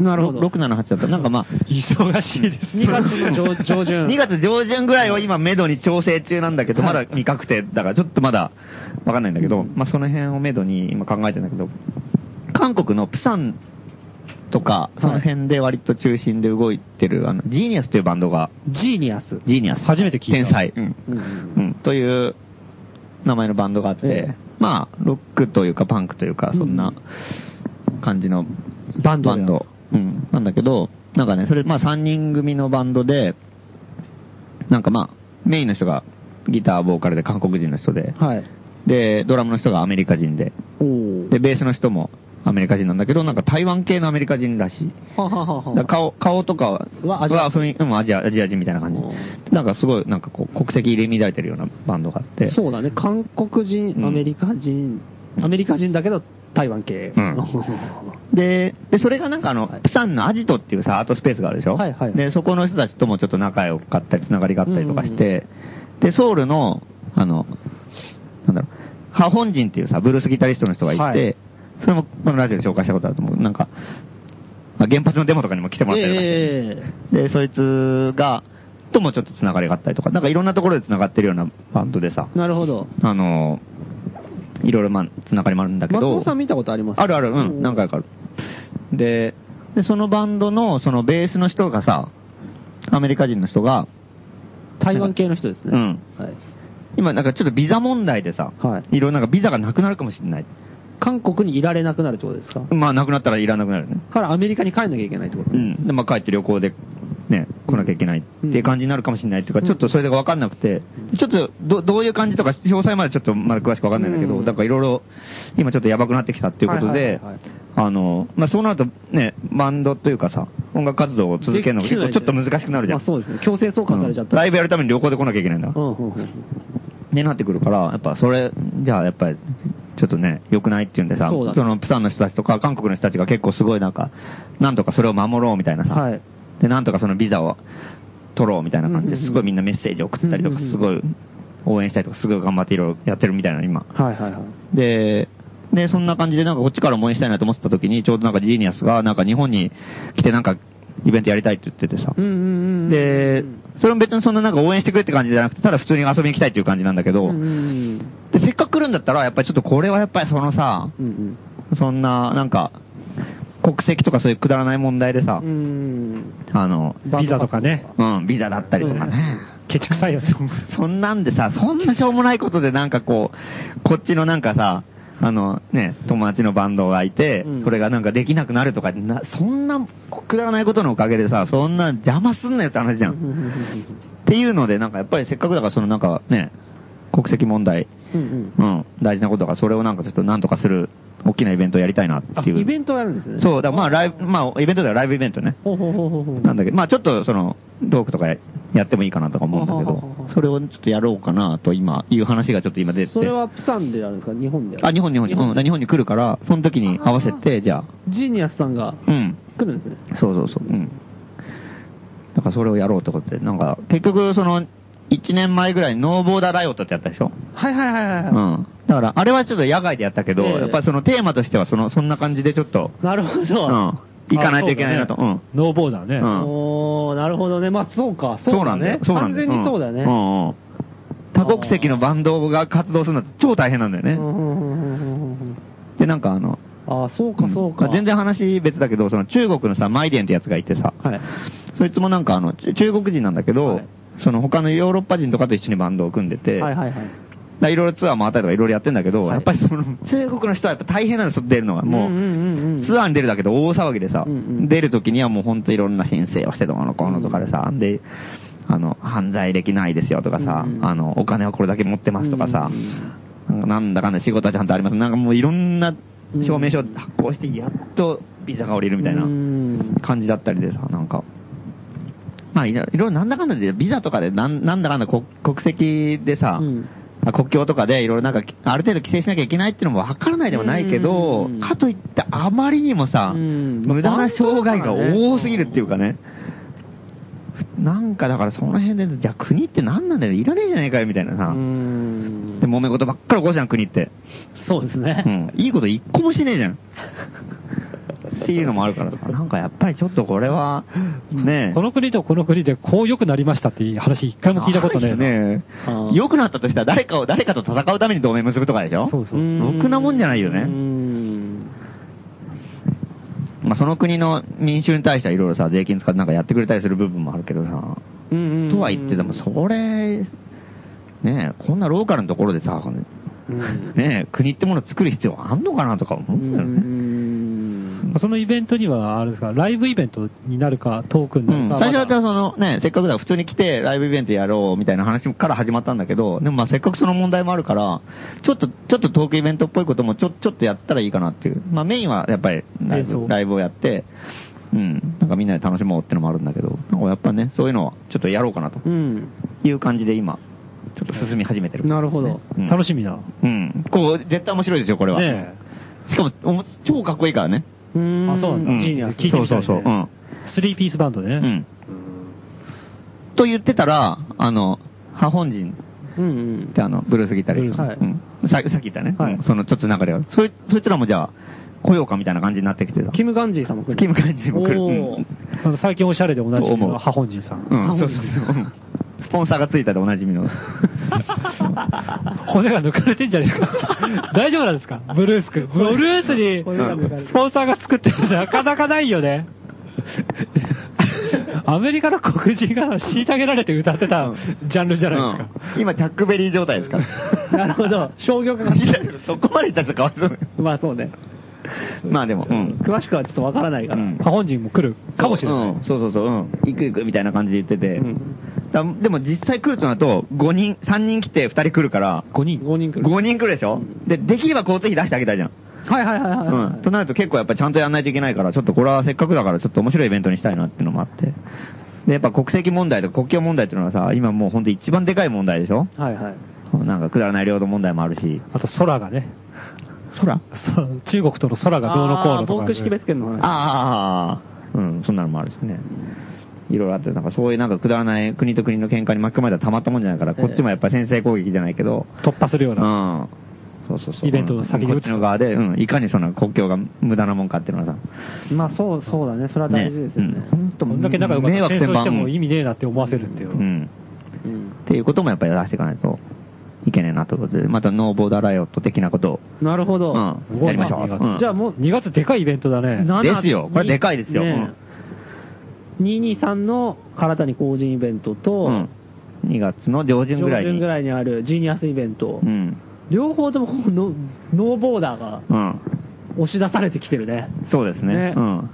Speaker 3: なるほど。
Speaker 4: 678だったら、なんかまあ、
Speaker 5: 忙しいです。
Speaker 3: 2月の 上 上旬。
Speaker 4: 2月上旬ぐらいを今、めどに調整中なんだけど、まだ未確定だから、ちょっとまだわかんないんだけど、まあ、その辺をめどに今考えてんだけど、韓国のプサンとか、その辺で割と中心で動いてる、あの、ジーニアスというバンドが、
Speaker 3: ジーニアス。
Speaker 4: ジーニアス。
Speaker 5: 初めて聞いた
Speaker 4: 天才。うん。
Speaker 3: うん
Speaker 4: うんという名前のバンドがあって、
Speaker 3: ええ
Speaker 4: まあ、ロックというかパンクというか、そんな感じの
Speaker 3: バンド
Speaker 4: バ
Speaker 3: で
Speaker 4: ンド。うん。なんだけど、なんかね、それ、まあ3人組のバンドで、なんかまあ、メインの人がギター、ボーカルで韓国人の人で、
Speaker 3: はい。
Speaker 4: で、ドラムの人がアメリカ人で、
Speaker 3: おお
Speaker 4: で、ベースの人もアメリカ人なんだけど、なんか台湾系のアメリカ人らしい。
Speaker 3: ははは
Speaker 4: だから
Speaker 3: は。
Speaker 4: 顔、顔とかは、
Speaker 3: はアジア
Speaker 4: は雰囲気、うん、アジア、アジア人みたいな感じ。なんかすごい、なんかこう、国籍入れ乱れてるようなバンドがあって。
Speaker 3: そうだね。韓国人、アメリカ人、
Speaker 4: うん
Speaker 3: アメリカ人だけど台湾系。
Speaker 4: うん で、で、それがなんかあの、
Speaker 3: はい
Speaker 4: プサンのアジトっていうさ、アートスペースがあるでしょ
Speaker 3: はいはい
Speaker 4: で、そこの人たちともちょっと仲良かったり、つながりがあったりとかして、で、ソウルの、あの、なんだろう、ハホンジンっていうさ、ブルースギタリストの人がいて、
Speaker 3: はい
Speaker 4: それもこのラジオで紹介したことあると思う。なんか、まあ原発のデモとかにも来てもらったりとかして、
Speaker 3: ええ
Speaker 4: で、そいつが、ともちょっとつながりがあったりとか、なんかいろんなところでつながってるようなバンドでさ、
Speaker 3: なるほど。
Speaker 4: あの、いろいろまあ、つながりもあるんだけど、
Speaker 3: 松本さん見たことあります
Speaker 4: あるある、う
Speaker 3: おー
Speaker 4: ん、何回かある。で、で、そのバンドの、そのベースの人がさ、アメリカ人の人が、
Speaker 3: 台湾系の人ですね。
Speaker 4: うん
Speaker 3: はい。
Speaker 4: 今なんかちょっとビザ問題でさ、、
Speaker 3: はい
Speaker 4: ろいろなんかビザがなくなるかもしれない。
Speaker 3: 韓国にいられなくなるってことですか
Speaker 4: まあなくなったらいらなくなるね。
Speaker 3: からアメリカに帰んなきゃいけないってこと
Speaker 4: うん。で、まあ帰って旅行で、ね、来なきゃいけないっていう感じになるかもしれないっていうか、ちょっとそれがわかんなくて、ちょっとど、どういう感じとか、詳細までちょっとまだ詳しくわかんないんだけど、
Speaker 3: うん
Speaker 4: だからいろいろ、今ちょっとやばくなってきたっていうことで、
Speaker 3: はいはいはいはい
Speaker 4: あの、まあ、そうなるとね、バンドというかさ、音楽活動を続けるのが結構ちょっと難しくなるじゃん。
Speaker 3: まあそうですね。強制送還されちゃった
Speaker 4: うん
Speaker 3: ら。
Speaker 4: ライブやるために旅行で来なきゃいけないんだ。
Speaker 3: う
Speaker 4: ね、
Speaker 3: んうんうん
Speaker 4: なってくるから、やっぱそれ、じゃあやっぱり、ちょっとね、良くないっていうんでさ、
Speaker 3: そうだね
Speaker 4: のプサンの人たちとか、韓国の人たちが結構すごいなんか、なんとかそれを守ろうみたいなさ、
Speaker 3: はい。
Speaker 4: で、なんとかそのビザを取ろうみたいな感じ
Speaker 3: うんうん
Speaker 4: で、
Speaker 3: う
Speaker 4: す
Speaker 3: ん
Speaker 4: ごいみんなメッセージを送ったりとか、
Speaker 3: うんうんうん
Speaker 4: すごい応援したりとか、すごい頑張っていろいろやってるみたいな、今。
Speaker 3: はいはいはい。
Speaker 4: で、で、そんな感じでなんかこっちからも応援したいなと思ってた時に、ちょうどなんかジーニアスがなんか日本に来てなんかイベントやりたいって言っててさ
Speaker 3: う。んうんうん。
Speaker 4: で、それも別にそんななんか応援してくれって感じじゃなくて、ただ普通に遊びに来たいっていう感じなんだけど、
Speaker 3: うんうん
Speaker 4: で、せっかく来るんだったら、やっぱりちょっとこれはやっぱりそのさ、
Speaker 3: うん。うん
Speaker 4: そんな、なんか、国籍とかそういうくだらない問題でさ
Speaker 3: うん。う、ん
Speaker 4: あの、
Speaker 6: ビザとかね。
Speaker 4: うん、ビザだったりとかね。
Speaker 6: ケチくさいよね。
Speaker 4: そんなんでさ、そんなしょうもないことでなんかこう、こっちのなんかさ、あのね、友達のバンドがいて、
Speaker 3: うん
Speaker 4: それがなんかできなくなるとかな、そんなくだらないことのおかげでさ、そんな邪魔すんなよって話じゃ。
Speaker 3: うんうんん
Speaker 4: っていうので、なんかやっぱりせっかくだからそのなんかね、国籍問題、
Speaker 3: うんうん
Speaker 4: うん、大事なことだからそれをなんかちょっとなんとかする大きなイベントをやりたいなっ
Speaker 3: あ
Speaker 4: ていう。
Speaker 3: イベントをやるんですね。
Speaker 4: そう、だからまあライブ、まあイベントではライブイベントね。
Speaker 3: ほうほうほうほうほう。
Speaker 4: なんだけど、まあちょっとその、トークとかややってもいいかなとか思うんだけ
Speaker 3: ははははは
Speaker 4: ど、それをちょっとやろうかなと今、いう話がちょっと今出て。
Speaker 3: それはプサンでやるんですか日本でやる
Speaker 4: あ、日本、日本に、うん、日本に来るから、その時に合わせて、じゃあ、
Speaker 3: ジーニアスさんが
Speaker 4: うん、
Speaker 3: 来るんですね。
Speaker 4: そうそうそう、うん。だからそれをやろうってことで、なんか、結局その、1年前ぐらいにノーボーダーライオットってやったでしょ
Speaker 3: はいはいはいはい。
Speaker 4: う
Speaker 3: は
Speaker 4: ん。だから、あれはちょっと野外でやったけど、
Speaker 3: ええ
Speaker 4: やっぱりそのテーマとしては、その、そんな感じでちょっと、
Speaker 3: い。なるほ
Speaker 4: う
Speaker 3: ど。
Speaker 4: ん、行かないといけないなと、
Speaker 6: あ
Speaker 4: う
Speaker 6: そだね
Speaker 4: ん。
Speaker 6: ノーボーダーね。
Speaker 4: うん
Speaker 3: おー、なるほどね。まあ、そうか。
Speaker 4: そうなんだよ。そうなん
Speaker 3: 完
Speaker 4: だよ
Speaker 3: 全にそうだ
Speaker 4: んん
Speaker 3: ね。
Speaker 4: うん多国籍のバンドが活動するのって超大変なんだよ
Speaker 3: う
Speaker 4: ね。
Speaker 3: んうんうんうんうん
Speaker 4: で、なんかあの、
Speaker 3: あー、そうかそうか。
Speaker 4: ん全然話別だけど、その中国のさ、マイデンってやつがいてさ、
Speaker 3: はい。
Speaker 4: そいつもなんかあの、ち中国人なんだけど、
Speaker 3: はい
Speaker 4: その他のヨーロッパ人とかと一緒にバンドを組んでて、
Speaker 3: はいはいはい。
Speaker 4: だいろいろツアー回ったりとかいろいろやってんだけど、
Speaker 3: はい
Speaker 4: やっぱりその、中国の人はやっぱ大変なんですよ、出るのが。もう、
Speaker 3: うんうんうんうん
Speaker 4: ツアーに出るだけで大騒ぎでさ、
Speaker 3: うんうん
Speaker 4: 出るときにはもうほんといろんな申請をしてとかのこうのとかでさ、で、あの、犯罪歴ないですよとかさ、
Speaker 3: うんうん
Speaker 4: あの、お金はこれだけ持ってますとかさ、
Speaker 3: う
Speaker 4: なん
Speaker 3: ん
Speaker 4: かなんだかんだ仕事はちゃんとあります。なんかもういろんな証明書を発行して、やっとビザが降りるみたいな
Speaker 3: うん
Speaker 4: 感じだったりでさ、なんか、まあいろいろいろなんだかんだで、ビザとかでなんなんだかんだ国国籍でさ、
Speaker 3: うん
Speaker 4: あ国境とかでいろいろなんか、ある程度規制しなきゃいけないっていうのもわからないでもないけど
Speaker 3: うん、
Speaker 4: かといってあまりにもさ、
Speaker 3: うん
Speaker 4: 無駄な障害が多すぎるっていうかね。なんかだからその辺で、じゃあ国って何なんだよ、いらねえじゃねえかよみたいな
Speaker 3: う
Speaker 4: さ。
Speaker 3: ん
Speaker 4: で、揉め事ばっかり起こすじゃん、国って。
Speaker 3: そうですね。
Speaker 4: うん。 いいこと一個もしねえじゃん。っていうのもあるからさ、なんかやっぱりちょっとこれは、ねえ。
Speaker 5: この国とこの国でこう良くなりましたっていう話一回も聞いたことねえな。
Speaker 4: ね
Speaker 3: あー
Speaker 4: 良くなったとしたら誰かを、誰かと戦うために同盟結ぶとかでしょ
Speaker 5: そうそう
Speaker 4: ろくなもんじゃないよね
Speaker 3: うん
Speaker 4: まあ、その国の民衆に対してはいろいろさ、税金使ってなんかやってくれたりする部分もあるけどさ、
Speaker 3: うんうん
Speaker 4: とは言ってでも、それ、ねえ、こんなローカルのところでさ、
Speaker 3: うん
Speaker 4: ねえ、国ってもの作る必要あんのかなとか思
Speaker 3: う
Speaker 4: うんだよね。
Speaker 3: ん
Speaker 5: そのイベントには、あれですか、ライブイベントになるか、トークに
Speaker 4: う
Speaker 5: なんるか。
Speaker 4: 最初は
Speaker 5: まだ
Speaker 4: そのね、せっかくだから普通に来てライブイベントやろうみたいな話から始まったんだけど、でもまあせっかくその問題もあるから、ちょっと、ちょっとトークイベントっぽいこともちょ、ちょっとやったらいいかなっていう。まあメインはやっぱりライ
Speaker 5: 演奏
Speaker 4: ブライブをやって、うん、なんかみんなで楽しもうってのもあるんだけど、なんかやっぱね、そういうのはちょっとやろうかなと。
Speaker 3: うん。
Speaker 4: いう感じで今、ちょっと進み始めてる、
Speaker 3: なるほど。
Speaker 4: うん
Speaker 5: 楽しみな。
Speaker 4: うん。こう、絶対面白いですよ、これは。
Speaker 5: ね
Speaker 4: しかも、おも超かっこいいからね。
Speaker 3: うん
Speaker 5: あそうなんだ
Speaker 4: うん
Speaker 5: ジーニアス聞いて
Speaker 4: そ
Speaker 5: み
Speaker 4: う
Speaker 5: たい
Speaker 4: そう
Speaker 5: ね
Speaker 4: そう。うん。
Speaker 5: スリーピースバンドで
Speaker 4: う
Speaker 5: ね。
Speaker 4: ん。と言ってたら、あの、ハ本人
Speaker 3: うん
Speaker 4: ってあの、ブルースギタリスト。
Speaker 3: ブルース
Speaker 4: うんささっき言ったね。
Speaker 3: はい
Speaker 4: うんその、ちょっと流れが。そい、そいつらもじゃあ、来ようかみたいな感じになってきて
Speaker 3: う
Speaker 4: た
Speaker 3: ん。。キム・ガンジーさんも来る。
Speaker 4: キム感じも来る。う
Speaker 3: おー
Speaker 4: ん
Speaker 5: なんか最近おしゃれで同じみ
Speaker 4: と思う
Speaker 5: のハホンジンさん。
Speaker 4: うん、そうそうそううん。スポンサーがついたでおなじ みの。
Speaker 5: 骨が抜かれてんじゃねえ か。大丈夫なんですかブルースくん。ブルースに
Speaker 4: 骨が抜かれ、
Speaker 5: スポンサーが作ってるなかなかないよ ね。アメリカの黒人が虐げられて歌ってたジャンルじゃないですか。
Speaker 4: うん今、チャックベリー状態ですから。
Speaker 3: なるほど。商業化 が。
Speaker 4: いやそこまで言ったらかわいそう。
Speaker 3: まあそうね。
Speaker 4: まあでも、うん。
Speaker 3: 詳しくはちょっとわからないから。
Speaker 4: うん
Speaker 5: ハホンジンも来るかもしれない。
Speaker 4: うん、そうそうそう、うん。行く行くみたいな感じで言ってて。だでも実際来るとなると、5人、3人来て2人来るから、
Speaker 5: 5人。
Speaker 3: 5人来る。
Speaker 4: 5人来るでしょ、で、できれば交通費出してあげたいじゃん。
Speaker 3: はいはいはいはい。
Speaker 4: うん。となると結構やっぱちゃんとやんないといけないから、ちょっとこれはせっかくだからちょっと面白いイベントにしたいなっていうのもあって。で、やっぱ国籍問題とか国境問題っていうのはさ、今もうほんと一番でかい問題でしょ
Speaker 3: はいはい。
Speaker 4: なんかくだらない領土問題もあるし。
Speaker 5: あと空がね。
Speaker 4: 空
Speaker 5: そう中国との空がどうのこうのとか、
Speaker 3: あー防空識別圏の話。
Speaker 4: ああ、うん、そんなのもあるしね。いろいろあって、なんかそういうなんかくだらない国と国の喧嘩に巻き込まれたらたまったもんじゃないから、こっちもやっぱり先制攻撃じゃないけど、
Speaker 5: 突破するよう
Speaker 4: う
Speaker 5: な。
Speaker 4: ん。そうそうそう。
Speaker 5: イベントの先に
Speaker 4: こっ
Speaker 5: 撃つ
Speaker 4: ちの側で、うん、いかにその国境が無駄なもんかっていうのはさ、
Speaker 3: まあそう、そうだね。それは大事ですよね。
Speaker 4: 本当
Speaker 5: どんだけ仲良かっ
Speaker 4: 迷
Speaker 5: たら
Speaker 4: 惑
Speaker 5: 戦
Speaker 4: 千
Speaker 5: 争し
Speaker 4: 万。
Speaker 5: ても意味ねえなって思わせるっていうう。
Speaker 4: ん。
Speaker 3: うん
Speaker 4: っていうこともやっぱり出していかないといけねえなということで、またノーボーダーライオット的なことを、
Speaker 3: なるほど。
Speaker 4: うんやりましょう
Speaker 5: 二月
Speaker 4: うん
Speaker 5: じゃあもう2月でかいイベントだね。
Speaker 3: 7
Speaker 4: ですよこれでかいですよ
Speaker 3: ね223の唐谷公人イベント
Speaker 4: う
Speaker 3: と、
Speaker 4: ん、2月の上
Speaker 3: 上
Speaker 4: 旬ぐらい
Speaker 3: 旬
Speaker 4: に。
Speaker 3: ぐらいにあるジーニアスイベント、
Speaker 4: うん。
Speaker 3: 両方ともこのノーボーダーが
Speaker 4: うん。
Speaker 3: 押し出されてきてるね。
Speaker 4: そうですね。
Speaker 3: ね
Speaker 4: うん。
Speaker 3: あ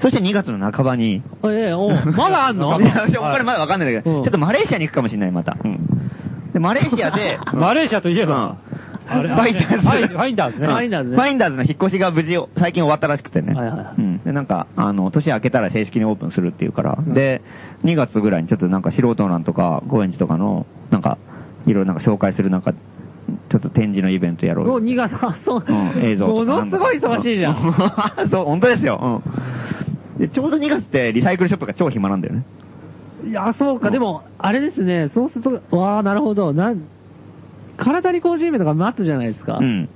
Speaker 4: そして2月の半ばに、
Speaker 3: ーええおうまだあん の
Speaker 4: いやこれまだわかんないんだけど、
Speaker 3: うん
Speaker 4: ちょっとマレーシアに行くかもしれない、また。うん。で、マレーシアで、
Speaker 5: マレーシアといえば、
Speaker 4: うん
Speaker 5: あれ、
Speaker 4: ファイターズ
Speaker 5: ファイファインダーズね。
Speaker 3: ファインダーズね
Speaker 4: ファインダーズの引っ越しが無事を、最近終わったらしくてね。
Speaker 3: はいはいは
Speaker 4: う
Speaker 3: い
Speaker 4: ん。で、なんか、あの、年明けたら正式にオープンするっていうから、で、2月ぐらいにちょっとなんか素人なんとか、高円寺とかの、なんか、いろいろなんか紹介するなんか、ちょっと展示のイベントやろうよ
Speaker 3: もう2月、あそう、
Speaker 4: うん、映像と
Speaker 3: も
Speaker 4: かな
Speaker 3: の
Speaker 4: ん
Speaker 3: す
Speaker 4: だ
Speaker 3: ごい忙しい じゃん。
Speaker 4: うそう、本当ですよ。うん。で、ちょうど2月ってリサイクルショップが超暇なんだよね。
Speaker 3: いや、そうか、でも、あれですね、そうすると、わあ、なるほど、なん、体に工事イベントが待つじゃないですか。
Speaker 4: うん。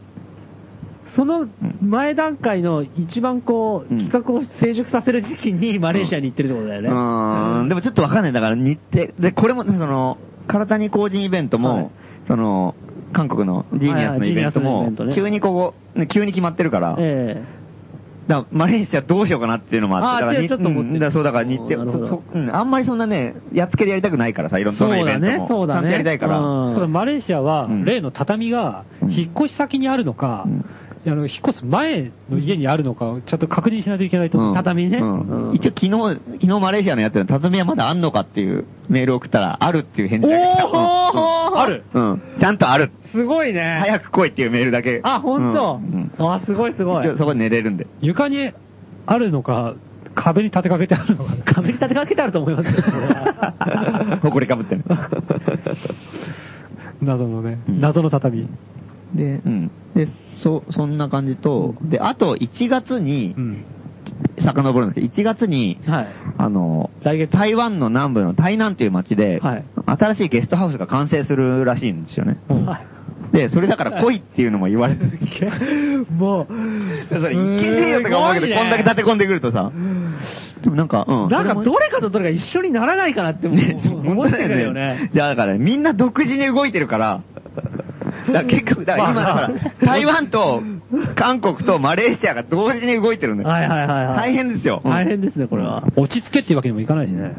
Speaker 3: その前段階の一番こう、
Speaker 4: うん
Speaker 3: 企画を成熟させる時期にマレーシアに行ってるってことだよ
Speaker 4: う
Speaker 3: ね。
Speaker 4: ーん、でもちょっとわかんない。だから日程、で、これも、その、体に工人イベントも、
Speaker 3: はい
Speaker 4: その、韓国のジーニアスのイベント
Speaker 3: はい
Speaker 4: も、
Speaker 3: はいジーニアスのイベントね
Speaker 4: 急にここ、ね急に決まってるから、
Speaker 3: え
Speaker 4: だからマレーシアどうしようかなっていうのもあって、
Speaker 3: あー
Speaker 4: だから
Speaker 3: でちょっと思ってる
Speaker 4: うんだからそうだから日
Speaker 3: おーなる
Speaker 4: 程
Speaker 3: ほど
Speaker 4: そそうん、あんまりそんなね、やっつけでやりたくないからさ、いろん
Speaker 3: そ
Speaker 4: な
Speaker 3: う
Speaker 4: イベ
Speaker 3: だ
Speaker 4: ント
Speaker 3: ね
Speaker 4: も、、
Speaker 3: そうだ
Speaker 4: ちゃん
Speaker 3: ね。
Speaker 4: とやりたいから、
Speaker 3: うん
Speaker 5: ただマレーシアは
Speaker 4: う、ん
Speaker 5: 例の畳が
Speaker 4: う、ん
Speaker 5: 引っ越し先にあるのか、あの、引っ越す前の家にあるのか、ちゃんと確認しないといけないと思う。
Speaker 3: 畳ね
Speaker 4: うん
Speaker 3: うん
Speaker 4: 一応昨日、昨日マレーシアのやつの畳はまだあんのかっていうメールを送ったら、あるっていう返事だけ来た。
Speaker 5: ある
Speaker 4: うんうんちゃんとある。
Speaker 3: すごいね。
Speaker 4: 早く来いっていうメールだけ。
Speaker 3: あ、ほんと、
Speaker 4: うん
Speaker 3: あ、すごいす
Speaker 4: う
Speaker 3: ご
Speaker 4: ん
Speaker 3: い
Speaker 4: 一応。そこで寝れるんで。
Speaker 5: 床にあるのか、壁に立てかけてあるのか。
Speaker 3: 壁に立てかけてあると思いますよ。
Speaker 4: ほこりかぶってね。
Speaker 5: 謎のね、
Speaker 4: うん
Speaker 5: 謎の畳。
Speaker 4: で、うん。で、そ、そんな感じと、で、あと1月に
Speaker 5: う、ん。
Speaker 4: 遡るんですけど、1月に、
Speaker 3: はい。
Speaker 4: あの、
Speaker 3: 来月
Speaker 4: 台湾の南部の台南という町で、
Speaker 3: はい
Speaker 4: 新しいゲストハウスが完成するらしいんですよね。
Speaker 3: はい
Speaker 4: で、それだから来いっていうのも言われてる。
Speaker 3: もう、
Speaker 4: それ、いけねえよとか思うけど、
Speaker 3: すごいね
Speaker 4: こんだけ立て込んでくるとさ。でもなんか、うん。
Speaker 3: なん
Speaker 4: そ
Speaker 3: か
Speaker 4: れも
Speaker 3: どれかとどれか一緒にならないかなってもう
Speaker 4: ね、
Speaker 3: 思
Speaker 4: 本
Speaker 3: っ
Speaker 4: 当
Speaker 3: て
Speaker 4: だ
Speaker 3: くるよ
Speaker 4: よ
Speaker 3: ね
Speaker 4: ね。。じゃあだから、みんな独自に動いてるから、だから結局、だから今、だから、台湾と、韓国とマレーシアが同時に動いてるんだよ。
Speaker 3: はいはいはいはい。
Speaker 4: 大変ですよ。うん
Speaker 3: 大変ですね、これは。
Speaker 5: 落ち着けっていうわけにもいかないしね。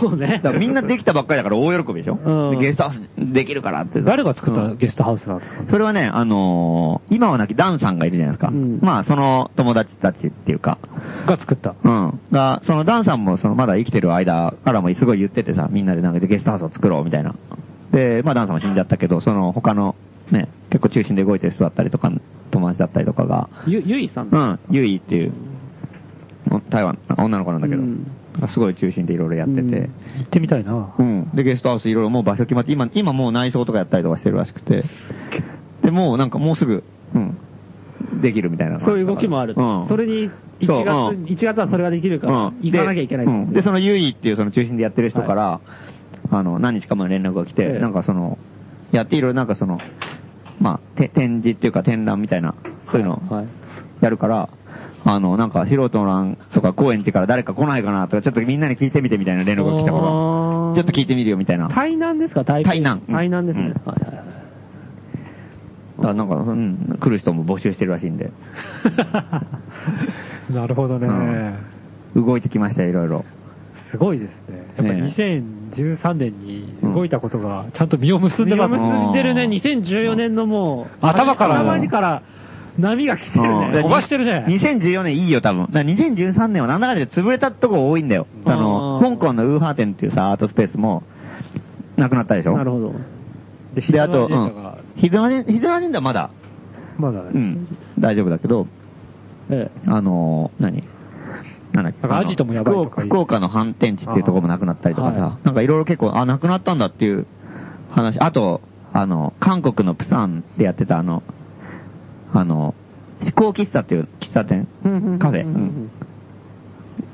Speaker 3: そうね
Speaker 4: だ。からみんなできたばっかりだから大喜びでしょ、
Speaker 3: うん
Speaker 4: でゲストハウスできるからって。
Speaker 5: 誰が作っ
Speaker 4: う
Speaker 5: た
Speaker 4: ん
Speaker 5: ゲストハウスなんですか
Speaker 4: それはね、あのー今はなきダンさんがいるじゃないですか。
Speaker 3: うん
Speaker 4: まあ、その友達たちっていうか、
Speaker 5: が作った。
Speaker 4: うん。が、そのダンさんも、そのまだ生きてる間からもすごい言っててさ、みんなでなんかゲストハウスを作ろうみたいな。で、まあダンさんも死んじゃったけど、その他のね、結構中心で動いてる人だったりとか、友達だったりとかが、
Speaker 3: ゆ、ゆいさん
Speaker 4: うん、ユイっていう、お台湾、女の子なんだけど、
Speaker 3: うん
Speaker 4: すごい中心でいろいろやってて、
Speaker 3: うん
Speaker 5: 行ってみたいな。
Speaker 4: うん。で、ゲストハウスいろいろもう場所決まって、今、今もう内装とかやったりとかしてるらしくて、で、もうなんかもうすぐ、うん、できるみたいな。
Speaker 3: そういう動きもある。
Speaker 4: うん。
Speaker 3: それに、1
Speaker 4: そうう
Speaker 3: 月、
Speaker 4: ん
Speaker 3: 1月はそれができるから、
Speaker 4: うん
Speaker 3: 行かなきゃいけない
Speaker 4: で,
Speaker 3: で
Speaker 4: う
Speaker 3: す
Speaker 4: ん、
Speaker 3: ね
Speaker 4: でそのユイっていうその中心でやってる人から、あの、何日か前に連絡が来て、
Speaker 3: ええ
Speaker 4: なんかその、やっていろいろなんかその、まあ、て展示っていうか展覧みたいな、そういうの、
Speaker 3: はい
Speaker 4: やるから、あの、なんか素人の欄とか高円寺から誰か来ないかなとか、ちょっとみんなに聞いてみてみたいな連絡が来たから、
Speaker 3: あー
Speaker 4: ちょっと聞いてみるよみたいな。
Speaker 3: 台南ですか台
Speaker 4: 台南うん
Speaker 3: 台南ですね。
Speaker 4: うん
Speaker 3: はいはいはい
Speaker 4: だからなんか、うん、来る人も募集してるらしいんで、
Speaker 5: なるほどね。
Speaker 4: うん動いてきましたよ、いろいろ。
Speaker 5: すごいですね。やっぱ
Speaker 4: ね
Speaker 5: 2013年に動いたことがちゃんと実を結んでます
Speaker 4: 実を結
Speaker 3: 進んでるね、
Speaker 4: うん
Speaker 3: 2014年のもう、
Speaker 5: 頭から
Speaker 3: 頭にから波が来てる
Speaker 4: うん
Speaker 3: ね。
Speaker 5: 飛ばしてるね
Speaker 4: 2014年いいよ、多分。だから2013年はなんだかんだで潰れたとこ多いんだよ。
Speaker 3: うん
Speaker 4: あの、香港のウーハー店っていうさ、アートスペースも、なくなったでしょ
Speaker 3: なるほど。
Speaker 4: で、あと、
Speaker 5: ヒズマ
Speaker 4: う
Speaker 5: アジェン
Speaker 4: ん。ヒズマ
Speaker 5: ダ
Speaker 4: ジェンヒズマジェンダはまだ、
Speaker 6: まだね
Speaker 4: うん、大丈夫だけど、
Speaker 3: え
Speaker 4: あのー何なんだっけ
Speaker 6: なんかアジトもやばいとか
Speaker 4: 福岡福岡の反転地っていうところもなくなったりとかさ、
Speaker 6: あー
Speaker 4: なんかいろいろ結構、あ、なくなったんだっていう話。あと、あの、韓国のプサンでやってたあの、あの、思考喫茶っていう喫茶店、カフェ、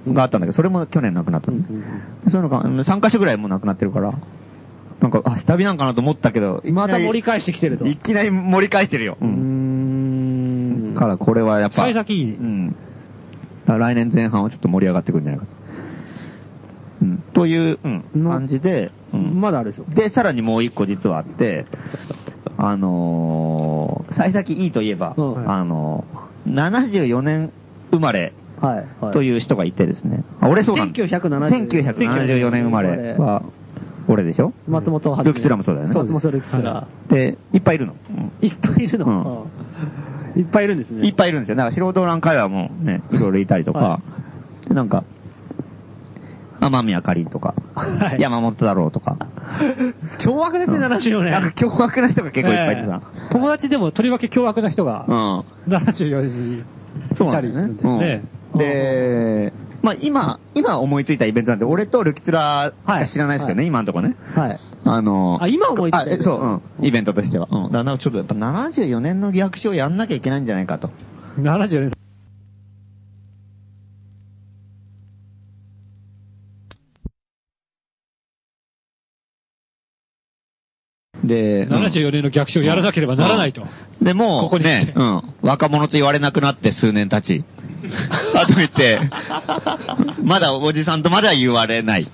Speaker 4: うんがあったんだけど、それも去年なくなったのね、でそういうのが、3カ所ぐらいもうなくなってるから、なんか、あ、下火なんかなと思ったけど、いきなり
Speaker 3: また盛り返してきてると。
Speaker 4: いきなり盛り返してるよ。う
Speaker 3: うー
Speaker 4: ん
Speaker 3: ん。
Speaker 4: からこれはやっぱ。
Speaker 6: 幸先いいね
Speaker 4: うん。だから来年前半はちょっと盛り上がってくるんじゃないかと。うん。という、うん、
Speaker 6: の
Speaker 4: 感じで、うん
Speaker 6: まだあるでしょ。
Speaker 4: で、さらにもう一個実はあって、あのー、幸先いいといえば、
Speaker 6: うん
Speaker 4: あのー、74年生まれ
Speaker 3: はい。は
Speaker 4: という人がいてですね。あ、俺そうなんだ。
Speaker 3: 1970
Speaker 4: 1974年生まれは、俺でしょ
Speaker 3: 松本はじめ
Speaker 4: ルキツラもそうだよね。
Speaker 3: 松本ルキツラ
Speaker 6: は。
Speaker 4: で、いっぱいいるの。うん
Speaker 3: いっぱいいるの。 いっぱいいるんですね。
Speaker 4: いっぱいいるんですよ。だから素人欄会話もね、いろいろいたりとか、
Speaker 3: は
Speaker 4: でなんか、天宮かりんとか、
Speaker 3: はい
Speaker 4: 山本太郎とか、
Speaker 3: 凶悪ですね、74
Speaker 4: なんか
Speaker 3: 年。
Speaker 4: 凶悪な人が結構いっぱいいてさ、
Speaker 5: 友達でもとりわけ凶悪な人が、
Speaker 4: うん。
Speaker 5: 74時
Speaker 4: そうなんです
Speaker 5: いたりするんですね
Speaker 4: うんで、まあ今、今思いついたイベントなんて、俺とルキツラしか知らないですけどね、今のとこね。
Speaker 3: はい。
Speaker 4: あの、
Speaker 3: あ今思いついた
Speaker 4: あえそう、うん。イベントとしては。うん。だからちょっとやっぱ74年の逆襲をやんなきゃいけないんじゃないかと。
Speaker 5: 74年。
Speaker 4: で、うん
Speaker 5: 74年の逆襲をやらなければならないと。
Speaker 4: でも、
Speaker 5: ここに来て
Speaker 4: ね、うん、若者と言われなくなって数年経 ち、あと言って、まだおじさんとまだ言われない。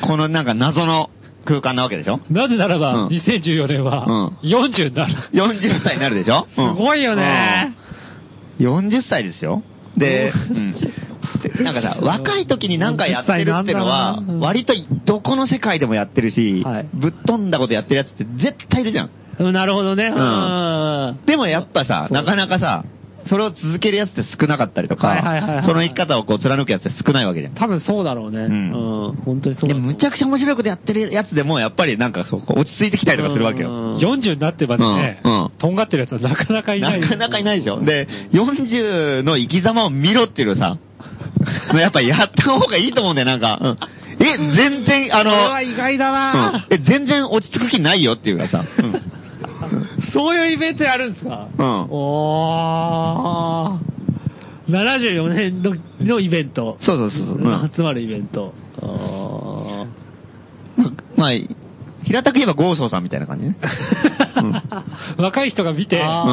Speaker 4: このなんか謎の空間なわけでしょ
Speaker 5: なぜならば、
Speaker 4: うん
Speaker 5: 2014年は、40になる。
Speaker 4: ?40 歳になるでしょ、うん
Speaker 5: すごいよね。
Speaker 4: うん40歳ですよ。で、うんでなんかさ、若い時に何かやってるってのは
Speaker 5: 40歳なんだろうなう、ん
Speaker 4: 割とどこの世界でもやってるし、
Speaker 5: はい
Speaker 4: ぶっ飛んだことやってるやつって絶対いるじゃん。
Speaker 5: なるほどね。
Speaker 4: んでもやっぱさ、なかなかさ、それを続けるやつって少なかったりと
Speaker 5: はいはいはいは
Speaker 4: か
Speaker 5: い、
Speaker 4: その生き方をこう貫くやつって少ないわけじゃん。
Speaker 5: 多分そうだろうね。うん本当にそう
Speaker 4: でも
Speaker 5: だと思う
Speaker 4: むちゃくちゃ面白いことやってるやつでも、やっぱりなんかそう、こう落ち着いてきたりとかするわけよ。
Speaker 5: 40になってまでね、
Speaker 4: うんうん
Speaker 5: とんがってるやつはなかなかいない。
Speaker 4: なかなかいないでしょ。で、40の生き様を見ろっていうさ、やっぱやった方がいいと思うんだよ、なんか。うんえ、全然、あ
Speaker 5: これは
Speaker 4: の、
Speaker 5: 意外だな、
Speaker 4: うんえ、全然落ち着く気ないよっていうかさ。うん
Speaker 5: そういうイベントやるんですか
Speaker 4: うん
Speaker 5: おー。
Speaker 3: 74年ののイベント。
Speaker 4: そうそうそうそう。うん
Speaker 3: 集まるイベント。
Speaker 4: まあ、平たく言えばゴーソーさんみたいな感 じね。うん
Speaker 5: 若い人が見て、あ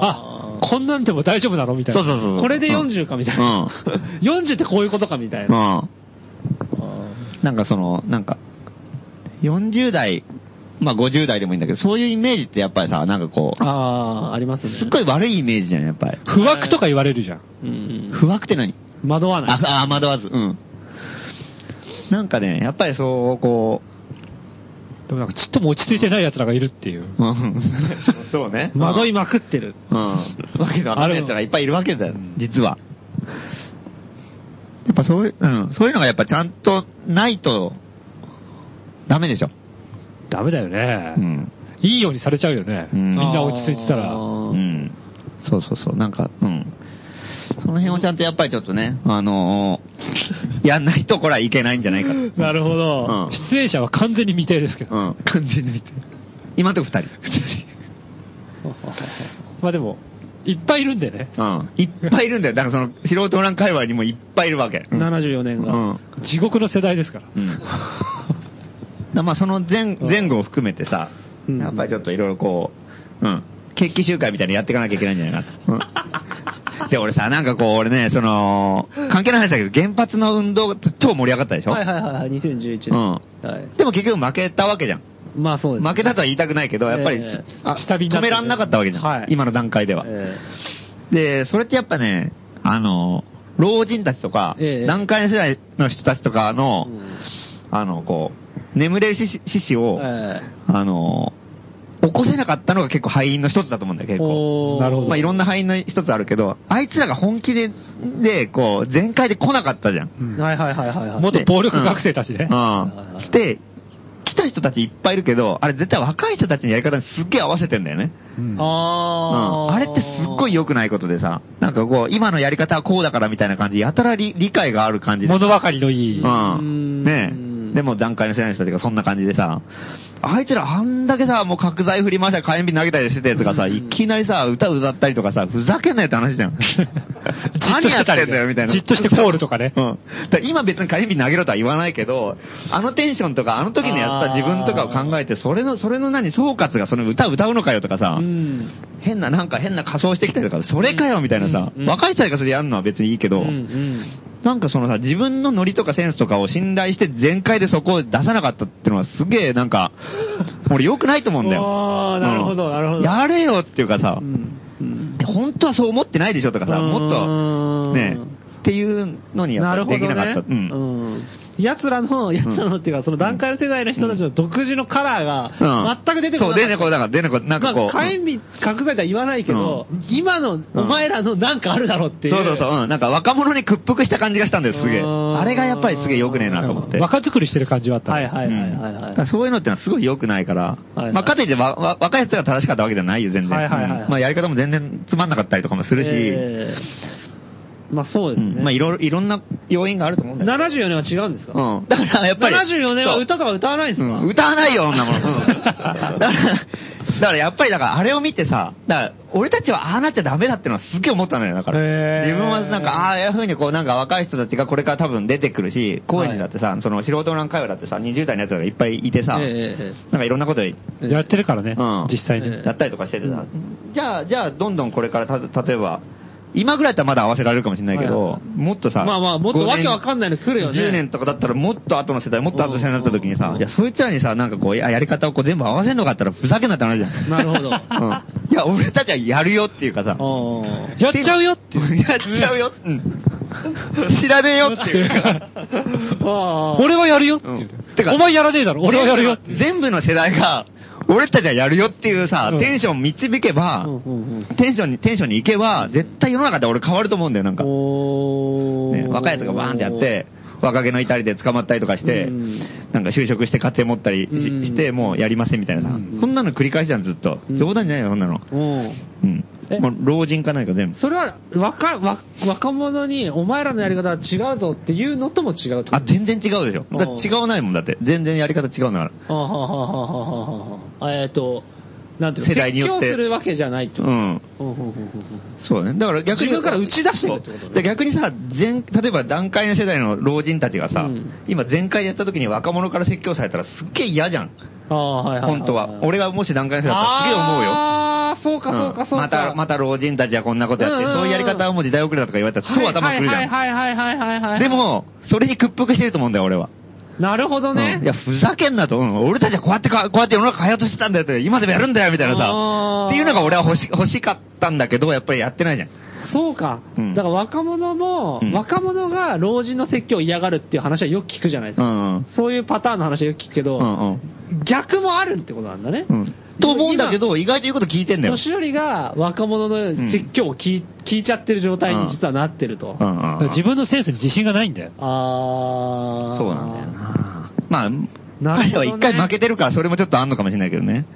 Speaker 3: あー
Speaker 5: こんなんでも大丈夫なのみたいな。
Speaker 4: そうそうそうそう
Speaker 3: これで40かみたいな。40ってこういうことかみたいな。
Speaker 4: うん。なんかその、なんか、40代、まあ50代でもいいんだけど、そういうイメージってやっぱりさ、なんかこう、
Speaker 3: ああー、ありますね。
Speaker 4: すっごい悪いイメージじゃん、やっぱり。
Speaker 5: 不惑とか言われるじゃん。
Speaker 3: うん
Speaker 4: 不惑って何
Speaker 3: 惑わない。
Speaker 4: あ、あ、惑わず。うん。なんかね、やっぱりそう、こ
Speaker 5: でもなんかちっとも落ち着いてない奴らがいるっていう。
Speaker 4: う、うん、そうね
Speaker 3: 惑いまくってる。
Speaker 4: うん。わけのわかんない奴らがいっぱいいるわけだよ
Speaker 5: うん、
Speaker 4: 実は。やっぱそういう、うん、そういうのがやっぱちゃんとないと、ダメでしょ。
Speaker 5: ダメだよね、
Speaker 4: うん。
Speaker 5: いいようにされちゃうよね。
Speaker 4: うん
Speaker 5: みんな落ち着いてた
Speaker 4: う
Speaker 5: ら。
Speaker 3: あー
Speaker 4: ん。そうそうそう、なんか、うん。その辺をちゃんとやっぱりちょっとね、あのーやんないとこれはいけないんじゃないかと。うん。
Speaker 5: なるほ
Speaker 4: う
Speaker 5: ど
Speaker 4: ん
Speaker 5: 出演者は完全に未定ですけど。
Speaker 4: 完全に見て。今んとこ二人。
Speaker 5: まあでも、いっぱいいるんでね。
Speaker 4: うん。いっぱいいるんだよ。だからその、素人欄界隈にもいっぱいいるわけ。うん。
Speaker 3: 74
Speaker 4: う
Speaker 3: 年が。
Speaker 4: ん。
Speaker 5: 地獄の世代ですから。
Speaker 4: うん。だからまあその前、前後を含めてさ、
Speaker 3: うん
Speaker 4: やっぱりちょっといろいろこう、うん。決起集会みたいにやっていかなきゃいけないんじゃないかと。 うん。で、俺さ、なんかこう、俺ね、その、関係ない話だけど、原発の運動、超盛り上がったでしょ
Speaker 3: はいはいはいはい、2011年。
Speaker 4: うん
Speaker 3: はい。
Speaker 4: でも結局負けたわけじゃん。
Speaker 3: まあそうですね。
Speaker 4: 負けたとは言いたくないけど、やっぱり、
Speaker 3: ええ
Speaker 4: あ
Speaker 5: 下火にな
Speaker 4: 止
Speaker 5: って
Speaker 4: めらんなかったわけじゃん。
Speaker 3: はい
Speaker 4: 今の段階では、
Speaker 3: え
Speaker 4: で、それってやっぱね、あの、老人たちとか、
Speaker 3: ええ
Speaker 4: 段階世代の人たちとか
Speaker 3: え
Speaker 4: の、
Speaker 3: うん
Speaker 4: あの、こう、眠れる獅子獅子を、
Speaker 3: え
Speaker 4: あの、起こせなかったのが結構敗因の一つだと思うんだよ、
Speaker 3: え
Speaker 4: 結構。
Speaker 3: おー
Speaker 5: なるほど
Speaker 4: まあ、いろんな敗因の一つあるけど、あいつらが本気で、で、こう、全開で来なかったじゃん。
Speaker 5: うん
Speaker 3: はいはいはいはいはい。
Speaker 5: 元暴力学生たちね
Speaker 4: うん。来て、来た人たちいっぱいいるけど、あれ絶対若い人たちのやり方にすっげえ合わせてんだよね。
Speaker 5: うん
Speaker 4: うん
Speaker 3: あー。
Speaker 4: あれってすっごい良くないことでさ、なんかこう、今のやり方はこうだからみたいな感じ、やたら理理解がある感じで。
Speaker 5: 物ばかりのいい。
Speaker 4: う。
Speaker 3: うんん
Speaker 4: ねえ。でも段階の世代の人たちがそんな感じでさ、あいつらあんだけさ、もう角材振り回したり火炎瓶投げたりしてたやつがさ、いきなりさ、歌歌ったりとかさ、ふざけんなよって話じゃ ん。何やってんだよみたいな。
Speaker 5: じっとしてコールとかね。
Speaker 4: うん。だから今別に火炎瓶投げろとは言わないけど、あのテンションとか、あの時のやった自分とかを考えて、それの、それの何、総括がその歌歌うのかよとかさ、
Speaker 3: うん。
Speaker 4: 変な、なんか変な仮装してきたりとか、それかよみたいなさ、
Speaker 3: うんうん
Speaker 4: 若い人たちがそれやるのは別にいいけど、
Speaker 3: うん
Speaker 4: なんかそのさ、自分のノリとかセンスとかを信頼して全開でそこを出さなかったってのはすげえなん か、俺良くないと思うんだよ。
Speaker 3: あーなるほど、なるほど。
Speaker 4: やれよっていうかさ
Speaker 3: う、んうん
Speaker 4: 本当はそう思ってないでしょとかさ、もっと、ね
Speaker 3: うん、
Speaker 4: っていうのにや
Speaker 3: な
Speaker 4: っぱ
Speaker 3: る
Speaker 4: りで
Speaker 3: ほど
Speaker 4: き
Speaker 3: ね
Speaker 4: なかった。うん。
Speaker 3: うん。奴らの、奴らのっていうか、その段階の世代の人たちの独自のカラー
Speaker 4: うん
Speaker 3: が、全く出てこ
Speaker 4: そ
Speaker 3: な
Speaker 4: う、
Speaker 3: い。
Speaker 4: 出てこなかった。出てこな
Speaker 3: なん
Speaker 4: かこう。
Speaker 3: まあ、火
Speaker 4: うん
Speaker 3: 炎瓶、隠されたら言わないけど、今の、お前らのなんかあるだろうっていう。
Speaker 4: そうそうそう、うん。なんか若者に屈服した感じがしたんだよ、すげえ。
Speaker 3: あー
Speaker 4: あれがやっぱりすげえ良くねえなと思って。
Speaker 5: 若作りしてる感じはあった。
Speaker 3: はいはいはいはい
Speaker 4: うんだ
Speaker 3: は
Speaker 4: から
Speaker 3: い。
Speaker 4: そういうのってのはすごい良くないから、
Speaker 3: はいはい
Speaker 4: まあ、かといってわわ若い人が正しかったわけじゃないよ、全然。
Speaker 3: はいはいはいはい
Speaker 4: うんまあ、やり方も全然つまんなかったりとかもするし、
Speaker 3: えーまあそうですね。
Speaker 4: うんまあ、いろいろ、いろんな要因があると思うんだよ。
Speaker 3: 74年は違うんですか、
Speaker 4: うん。だから、やっぱり。
Speaker 3: ?74 年は
Speaker 4: そう
Speaker 3: 歌とか歌わないんですか、
Speaker 4: うん歌わないよ、女も の。だから、 だからやっぱりだからあれを見てさ、だから俺たちはああなっちゃダメだってのはすっげえ思ったのよ、だから。
Speaker 5: へー
Speaker 4: 自分はなんか、ああいうふうにこうなんか若い人たちがこれから多分出てくるし、高円寺だってさ、その素人欄会話だってさ、20代のやつらがいっぱいいてさ、
Speaker 3: え
Speaker 4: なんかいろんなことで
Speaker 3: え
Speaker 5: やってるからね
Speaker 4: うん、
Speaker 5: 実際に。
Speaker 3: え
Speaker 4: やったりとかしててさ、じゃあ、じゃあどんどんこれからた、例えば、今ぐらいだったらまだ合わせられるかもしれないけど、
Speaker 3: はいはい
Speaker 4: もっとさ、
Speaker 3: まあまあもっと
Speaker 4: 5年
Speaker 3: わけわかんないの来るよね
Speaker 4: 10年とかだったらもっと後の世代、もっと後の世代になった時に
Speaker 3: うんうん
Speaker 4: さ
Speaker 3: う、ん
Speaker 4: いや、そいつらにさ、なんかこう、ややり方をこう全部合わせんのかったらふざけんなって話じゃん。
Speaker 3: なるほ
Speaker 4: うん。
Speaker 3: ど。
Speaker 4: いや、俺たちはやるよっていうかさ、
Speaker 3: おー
Speaker 5: やっちゃうよっ て。
Speaker 4: やっちゃうよ、うん。調べようっていうか。
Speaker 3: あー
Speaker 5: 俺はやるよっていう
Speaker 4: うんてか
Speaker 5: お前やらねえだろ。俺はやるよっていう。
Speaker 4: 全部の世代が、俺たちはやるよっていうさ
Speaker 5: う、ん
Speaker 4: テンション導けば、
Speaker 3: うんうんうん
Speaker 4: テンションに、テンションに行けば、絶対世の中で俺変わると思うんだよ、なんか。
Speaker 3: お
Speaker 4: ね、
Speaker 3: ー
Speaker 4: 若いやつがバーンってやって、若気の至りで捕まったりとかして
Speaker 3: うん、
Speaker 4: なんか就職して家庭持ったりし
Speaker 3: うん
Speaker 4: して、もうやりませんみたいなさ。
Speaker 5: うん
Speaker 4: そんなの繰り返しじゃん、ずっと。
Speaker 3: うん
Speaker 4: 冗談じゃないよ、そんなの。
Speaker 3: うん。
Speaker 4: うん。
Speaker 3: え
Speaker 4: もう老人かないか全部。
Speaker 3: それは若若若者にお前らのやり方は違うぞっていうのとも違うってこと
Speaker 4: あ、全然違うでしょ。だって違うないもんだって。全然やり方違うなら。
Speaker 3: あははははははえっ、と、なんていうの
Speaker 4: 世代によって
Speaker 3: 説教するわけじゃないって
Speaker 4: う
Speaker 3: こと。
Speaker 4: ん。
Speaker 3: ほうほうほうほうほう
Speaker 4: そうだね。だから逆に。
Speaker 3: 自分から打ち出してるってことね
Speaker 4: そうで逆にさ、全、例えば段階の世代の老人たちがさ、
Speaker 3: うん
Speaker 4: 今全開でやった時に若者から説教されたらすっげえ嫌じゃん。
Speaker 3: ああ、はいはいいい。
Speaker 4: 本当は。俺がもし段階の世代だったらすげえ思うよ。
Speaker 3: ああ、そうかそうかそうか。
Speaker 4: また、また老人たちはこんなことやって、
Speaker 3: うんうんうん
Speaker 4: そういうやり方はもう時代遅れだとか言われたら
Speaker 3: はい
Speaker 4: 超頭くるじゃん。
Speaker 3: はいはいはいはいはいはいはい。
Speaker 4: で、も、それに屈服してると思うんだよ、俺は。
Speaker 3: なるほどね。
Speaker 4: うんいや、ふざけんなと、うん俺たちはこうやってか、こうやって世の中変えようとしてたんだよって、今でもやるんだよ、みたいなさ
Speaker 3: あ。ー
Speaker 4: っていうのが俺は欲し、欲しかったんだけど、やっぱりやってないじゃん。
Speaker 3: そうか
Speaker 4: うん。
Speaker 3: だから若者も、
Speaker 4: うん
Speaker 3: 若者が老人の説教を嫌がるっていう話はよく聞くじゃないです
Speaker 4: う
Speaker 3: か。
Speaker 4: んうん。
Speaker 3: そういうパターンの話はよく聞くけど、
Speaker 4: うんうん。
Speaker 3: 逆もあるってことなんだね。
Speaker 4: うん。と思うんだけど、意外と言うこと聞いてんだよ。
Speaker 3: 年寄りが若者の説教を聞い,、聞いちゃってる状態に実はなってると。
Speaker 4: うんうん
Speaker 5: だ
Speaker 4: う
Speaker 5: か
Speaker 4: ん。
Speaker 5: ら自分のセンスに自信がないんだよ。
Speaker 3: あー。
Speaker 4: そうなんだよな。まあ、
Speaker 3: な
Speaker 4: 彼
Speaker 3: るほど
Speaker 4: は
Speaker 3: ね
Speaker 4: 一回負けてるから、それもちょっとあんのかもしれないけどね。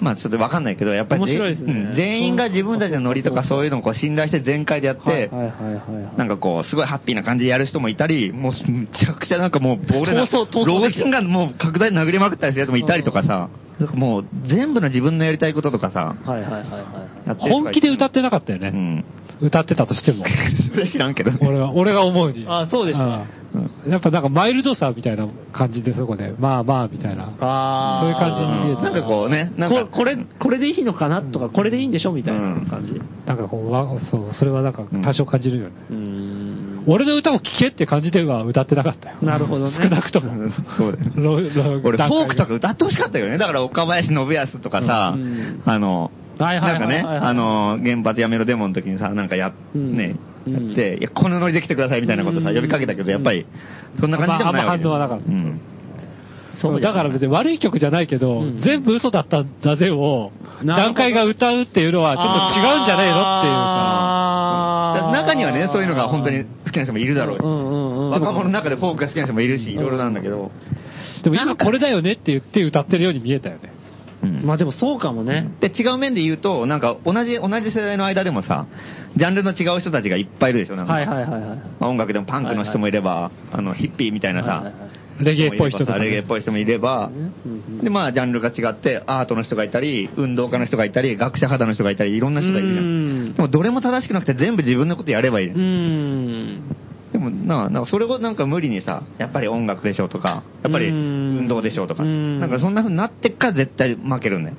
Speaker 4: まあちょっとわかんないけど、やっぱり
Speaker 3: 面
Speaker 4: ぜ、
Speaker 3: 白いですね
Speaker 4: うん全員が自分たちのノリとかそういうのをこう信頼して全開でやって、
Speaker 3: はいはいはいはいはい。
Speaker 4: なんかこう、すごいハッピーな感じでやる人もいたり、もう、むちゃくちゃなんかもう、ボールな、
Speaker 3: 闘争闘争
Speaker 4: 老
Speaker 3: ですよ
Speaker 4: 人がもう、拡大殴りまくったりするやつもいたりとかさ、なんかもう、全部の自分のやりたいこととかさ、
Speaker 3: はいはいはいはい。
Speaker 4: やってる人がい
Speaker 5: 本気で歌ってなかったよ
Speaker 4: う
Speaker 5: ね。
Speaker 4: ん。
Speaker 5: 歌ってたとしても。
Speaker 4: それ知らんけど。
Speaker 5: 俺は、俺が思うに。
Speaker 3: あそうでした
Speaker 5: うんやっぱなんかマイルドさみたいな感じで、そこで、まあまあみたいな。
Speaker 3: あ
Speaker 5: そういう感じに見えた
Speaker 4: なんかこうね、なんか、
Speaker 3: ここれ、これでいいのかなとか、これでいいんでしょみたいな感じ。
Speaker 5: なんかこう、わそう、それはなんか多少感じるよね。
Speaker 3: うーん。
Speaker 5: 俺の歌を聴けって感じでは歌ってなかったよ。
Speaker 3: なるほどね
Speaker 5: 少なくとも。
Speaker 4: そうだよ
Speaker 5: ロロ
Speaker 4: 俺、フ
Speaker 5: 段階
Speaker 4: ォークとか歌ってほしかったよね。だから、岡林信康とかさ、
Speaker 3: うん
Speaker 4: あの、
Speaker 3: はいは
Speaker 4: なん
Speaker 3: いはい
Speaker 4: かね、
Speaker 3: はいはい
Speaker 4: あの、原発やめろデモの時にさ、なんかや、
Speaker 3: うん
Speaker 4: ね、
Speaker 3: うん
Speaker 4: やって、いや、このノリで来てくださいみたいなことさ、
Speaker 3: うん
Speaker 4: 呼びかけたけど、やっぱり、そんな感じでもないわけじゃん
Speaker 5: まああんま反応はなかった
Speaker 4: うん。
Speaker 5: そうだから別に悪い曲じゃないけど、
Speaker 3: うん
Speaker 5: 全部嘘だったんだぜを、
Speaker 3: なるほど
Speaker 5: 段階が歌うっていうのはちょっと違うんじゃねえ
Speaker 4: だ
Speaker 3: あー
Speaker 5: のっていうさ。
Speaker 4: 中にはね、そういうのが本当に好きな人もいるだろう
Speaker 3: う
Speaker 4: よ。
Speaker 3: んうんうん。
Speaker 4: 若者の中でフォークが好きな人もいるし、いろいろなんだけど、
Speaker 5: でも今これだよねって言って歌ってるように見えたよね。
Speaker 4: うん
Speaker 3: まあでもそうかもね。
Speaker 4: で、違う面で言うと、なんか同じ、同じ世代の間でもさ、ジャンルの違う人たちがいっぱいいるでしょ、なんか。
Speaker 3: はいはいはいはい。
Speaker 4: まあ音楽でもパンクの人もいれば、あの、ヒッピーみたいなさ、
Speaker 3: はいはいはい
Speaker 5: レゲエっぽい人とかね
Speaker 4: レゲエっぽい人もいれば、で、まあ、ジャンルが違って、アートの人がいたり、運動家の人がいたり、学者肌の人がいたり、いろんな人がいるじゃ。
Speaker 3: うんん
Speaker 4: でも、どれも正しくなくて全部自分のことやればいい。
Speaker 3: うーん。
Speaker 4: でもなあ、なんかそれをなんか無理にさ、やっぱり音楽でしょうとか、やっぱり
Speaker 3: うん
Speaker 4: 運動でしょうとか、
Speaker 3: うん
Speaker 4: なんかそんな風になってっから絶対負けるんだよ。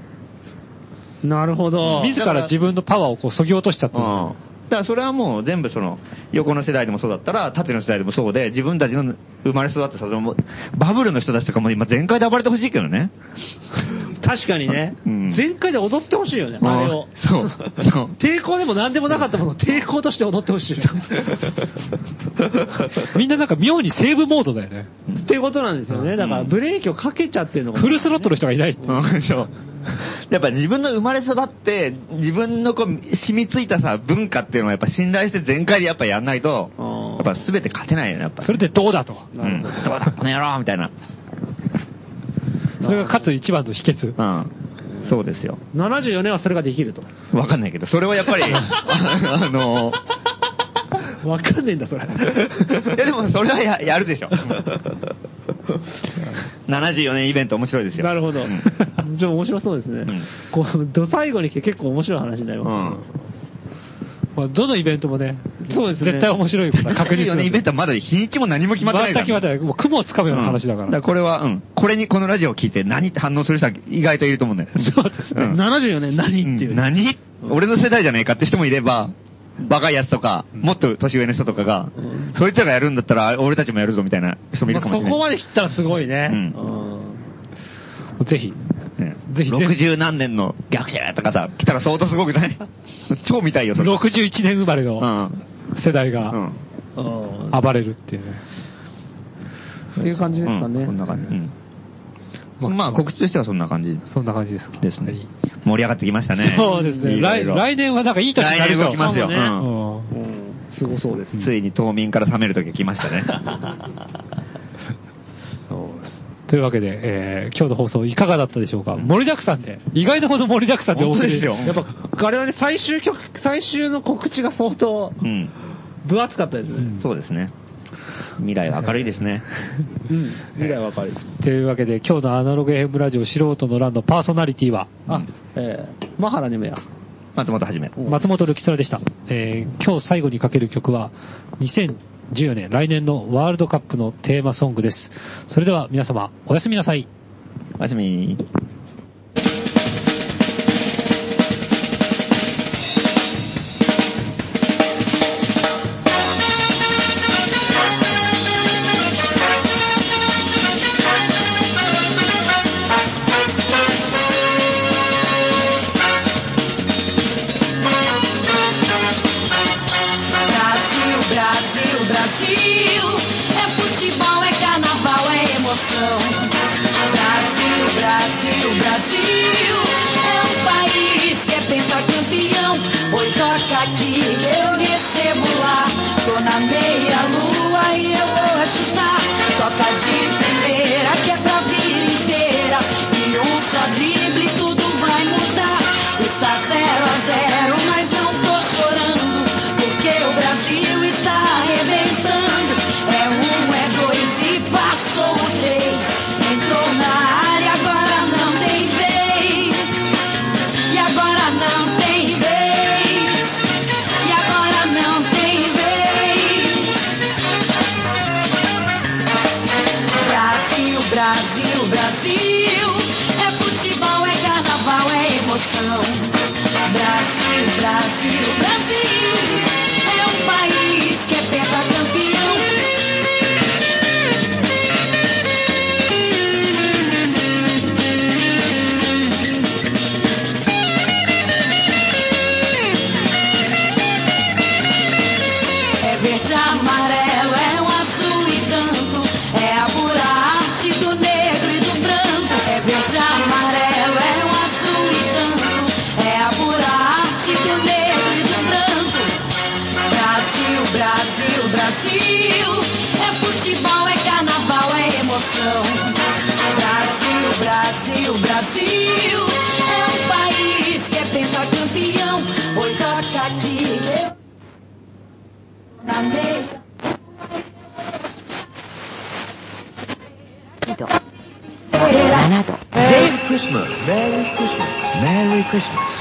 Speaker 3: なるほど。
Speaker 5: 自ら自分のパワーをこう、そぎ落としちゃって
Speaker 4: う
Speaker 5: る。
Speaker 4: ん。だからそれはもう全部その、横の世代でもそうだったら、縦の世代でもそうで、自分たちの生まれ育ったさ、そのバブルの人たちとかも今全開で暴れてほしいけどね。
Speaker 3: 確かにね、
Speaker 4: うん
Speaker 3: 全開で踊ってほしいよね、あれを。
Speaker 4: そう。そう。
Speaker 3: 抵抗でも何でもなかったものを抵抗として踊ってほしい。
Speaker 5: みんななんか妙にセーブモードだよね。
Speaker 3: っていうことなんですよね。だからブレーキをかけちゃってるのが。
Speaker 5: フルスロットルの人がいない。
Speaker 4: うんそう。やっぱ自分の生まれ育って、自分のこう、染みついたさ、文化っていうのはやっぱ信頼して全開でやっぱやんないと、
Speaker 3: あ
Speaker 4: やっ
Speaker 3: ー
Speaker 4: ぱ全て勝てないよね、やっぱ。
Speaker 5: それでどうだと。
Speaker 4: うん。どうだ、この野郎みたいな。
Speaker 5: それが勝つ一番の秘訣。
Speaker 4: うん。そうですよ。
Speaker 3: 74年はそれができると。
Speaker 4: わかんないけど、それはやっぱり、あの、
Speaker 3: わかんねえんだ、それ。
Speaker 4: いやでもそれはややるでしょ。74年イベント面白いですよ。
Speaker 3: なるほど
Speaker 4: うん。
Speaker 3: じゃあ面白そうですね。
Speaker 4: ん
Speaker 3: こう、ど最後に来て結構面白い話になり
Speaker 4: う
Speaker 3: ま
Speaker 4: ん。
Speaker 5: まあどのイベントもね、
Speaker 3: そうですね
Speaker 5: 絶対面白いことは確実
Speaker 4: 74年イベントはまだ日にちも何も決まってないから。
Speaker 5: 全く決まってない。もう雲をつかむような話だ
Speaker 4: う
Speaker 5: か
Speaker 4: んだから
Speaker 5: ら。
Speaker 4: これは、うん。これにこのラジオを聞いて何って反応する人は意外といると思うんだよ。
Speaker 5: そうです
Speaker 3: すね。
Speaker 4: うん
Speaker 3: 74年何っていうう。
Speaker 4: ん何俺の世代じゃねえかって人もいれば、若いやつとか、もっと年上の人とかが、
Speaker 3: ん
Speaker 4: そいつらがやるんだったら、俺たちもやるぞみたいな人もい
Speaker 3: ま
Speaker 4: る
Speaker 3: あ
Speaker 4: か
Speaker 3: そ
Speaker 4: もしれない。
Speaker 3: こまで切ったらすごいね。
Speaker 4: うん
Speaker 5: ぜひ。
Speaker 4: ね
Speaker 5: ぜひぜひ
Speaker 4: 60何年の逆者とかさ、来たら相当すごくない超見たいよ、それ。
Speaker 5: 61年生まれ
Speaker 4: う
Speaker 5: の
Speaker 4: ん。
Speaker 5: 世代
Speaker 4: う
Speaker 5: が
Speaker 4: ん。
Speaker 3: うん
Speaker 5: 暴れるっていうね。
Speaker 3: っていう感じですかね。
Speaker 4: うんこんな感じ。うん。まあ、告知としてはそんな感じ
Speaker 5: そんな感じですか。
Speaker 4: です
Speaker 5: は
Speaker 4: ね
Speaker 5: い。
Speaker 4: 盛り上がってきましたね。
Speaker 5: そうですね。
Speaker 4: いろい
Speaker 5: 来
Speaker 4: ろ
Speaker 5: 来年はなんかいい年になり
Speaker 4: 来年
Speaker 5: そ
Speaker 4: は
Speaker 5: う。
Speaker 4: 来ますよ。
Speaker 3: かも
Speaker 4: う
Speaker 3: ね
Speaker 5: うんん
Speaker 3: うんすごそうです。
Speaker 4: ついに冬眠から覚める時が来ましたね。
Speaker 5: というわけで、えー今日の放送いかがだったでしょうか盛りだくさんで、意外なほど盛りだくさんでお送
Speaker 4: 本
Speaker 5: り
Speaker 4: 当ですよ
Speaker 3: やっぱ、我々最終曲、最終の告知が相当
Speaker 4: うん。
Speaker 3: 分厚かったですね。
Speaker 4: そうですね。未来は明るいですね。
Speaker 3: うん。未来は明るい。
Speaker 5: というわけで、今日のアナログ FM ラジオ素人の欄のパーソナリティは、
Speaker 3: あ、えー、マハラネムヤ。
Speaker 4: 松本はじめ。
Speaker 5: 松本るきそらでした。えー今日最後にかける曲は、2014年、来年のワールドカップのテーマソングです。それでは皆様、おやすみなさい。
Speaker 4: おやすみ。
Speaker 8: Brasil, Brasil, Brasil. É futebol, é carnaval, é emoção. Brasil, Brasil, Brasil. É um país que é pentacampeão. Pois toca aqui, eu recebo lá. Tô na meia-lua e eu vou achutar. Toca de primeira, que é pra vida inteira. E um só drible, tudo vai mudar. Está 0 a 0, mas não tô chorando. Porque o Brasil está arrebentando. É um, é dois e passou o três. Entrou na área, agora não tem vez. E agora não tem vez. E agora não tem vez. Brasil, Brasil, Brasil. É futebol, é carnaval, é emoção. Brasil, Brasil, Brasil. É um país que é pentacampeão. É verde, amarelo, é um azul e tanto. É a pura arte do negro e do branco. É verde, amarelo, é um azul e tanto. É a pura arte do negro e do branco. É É um
Speaker 9: 27度。
Speaker 4: Merry Christmas. Merry Christmas. Merry Christmas.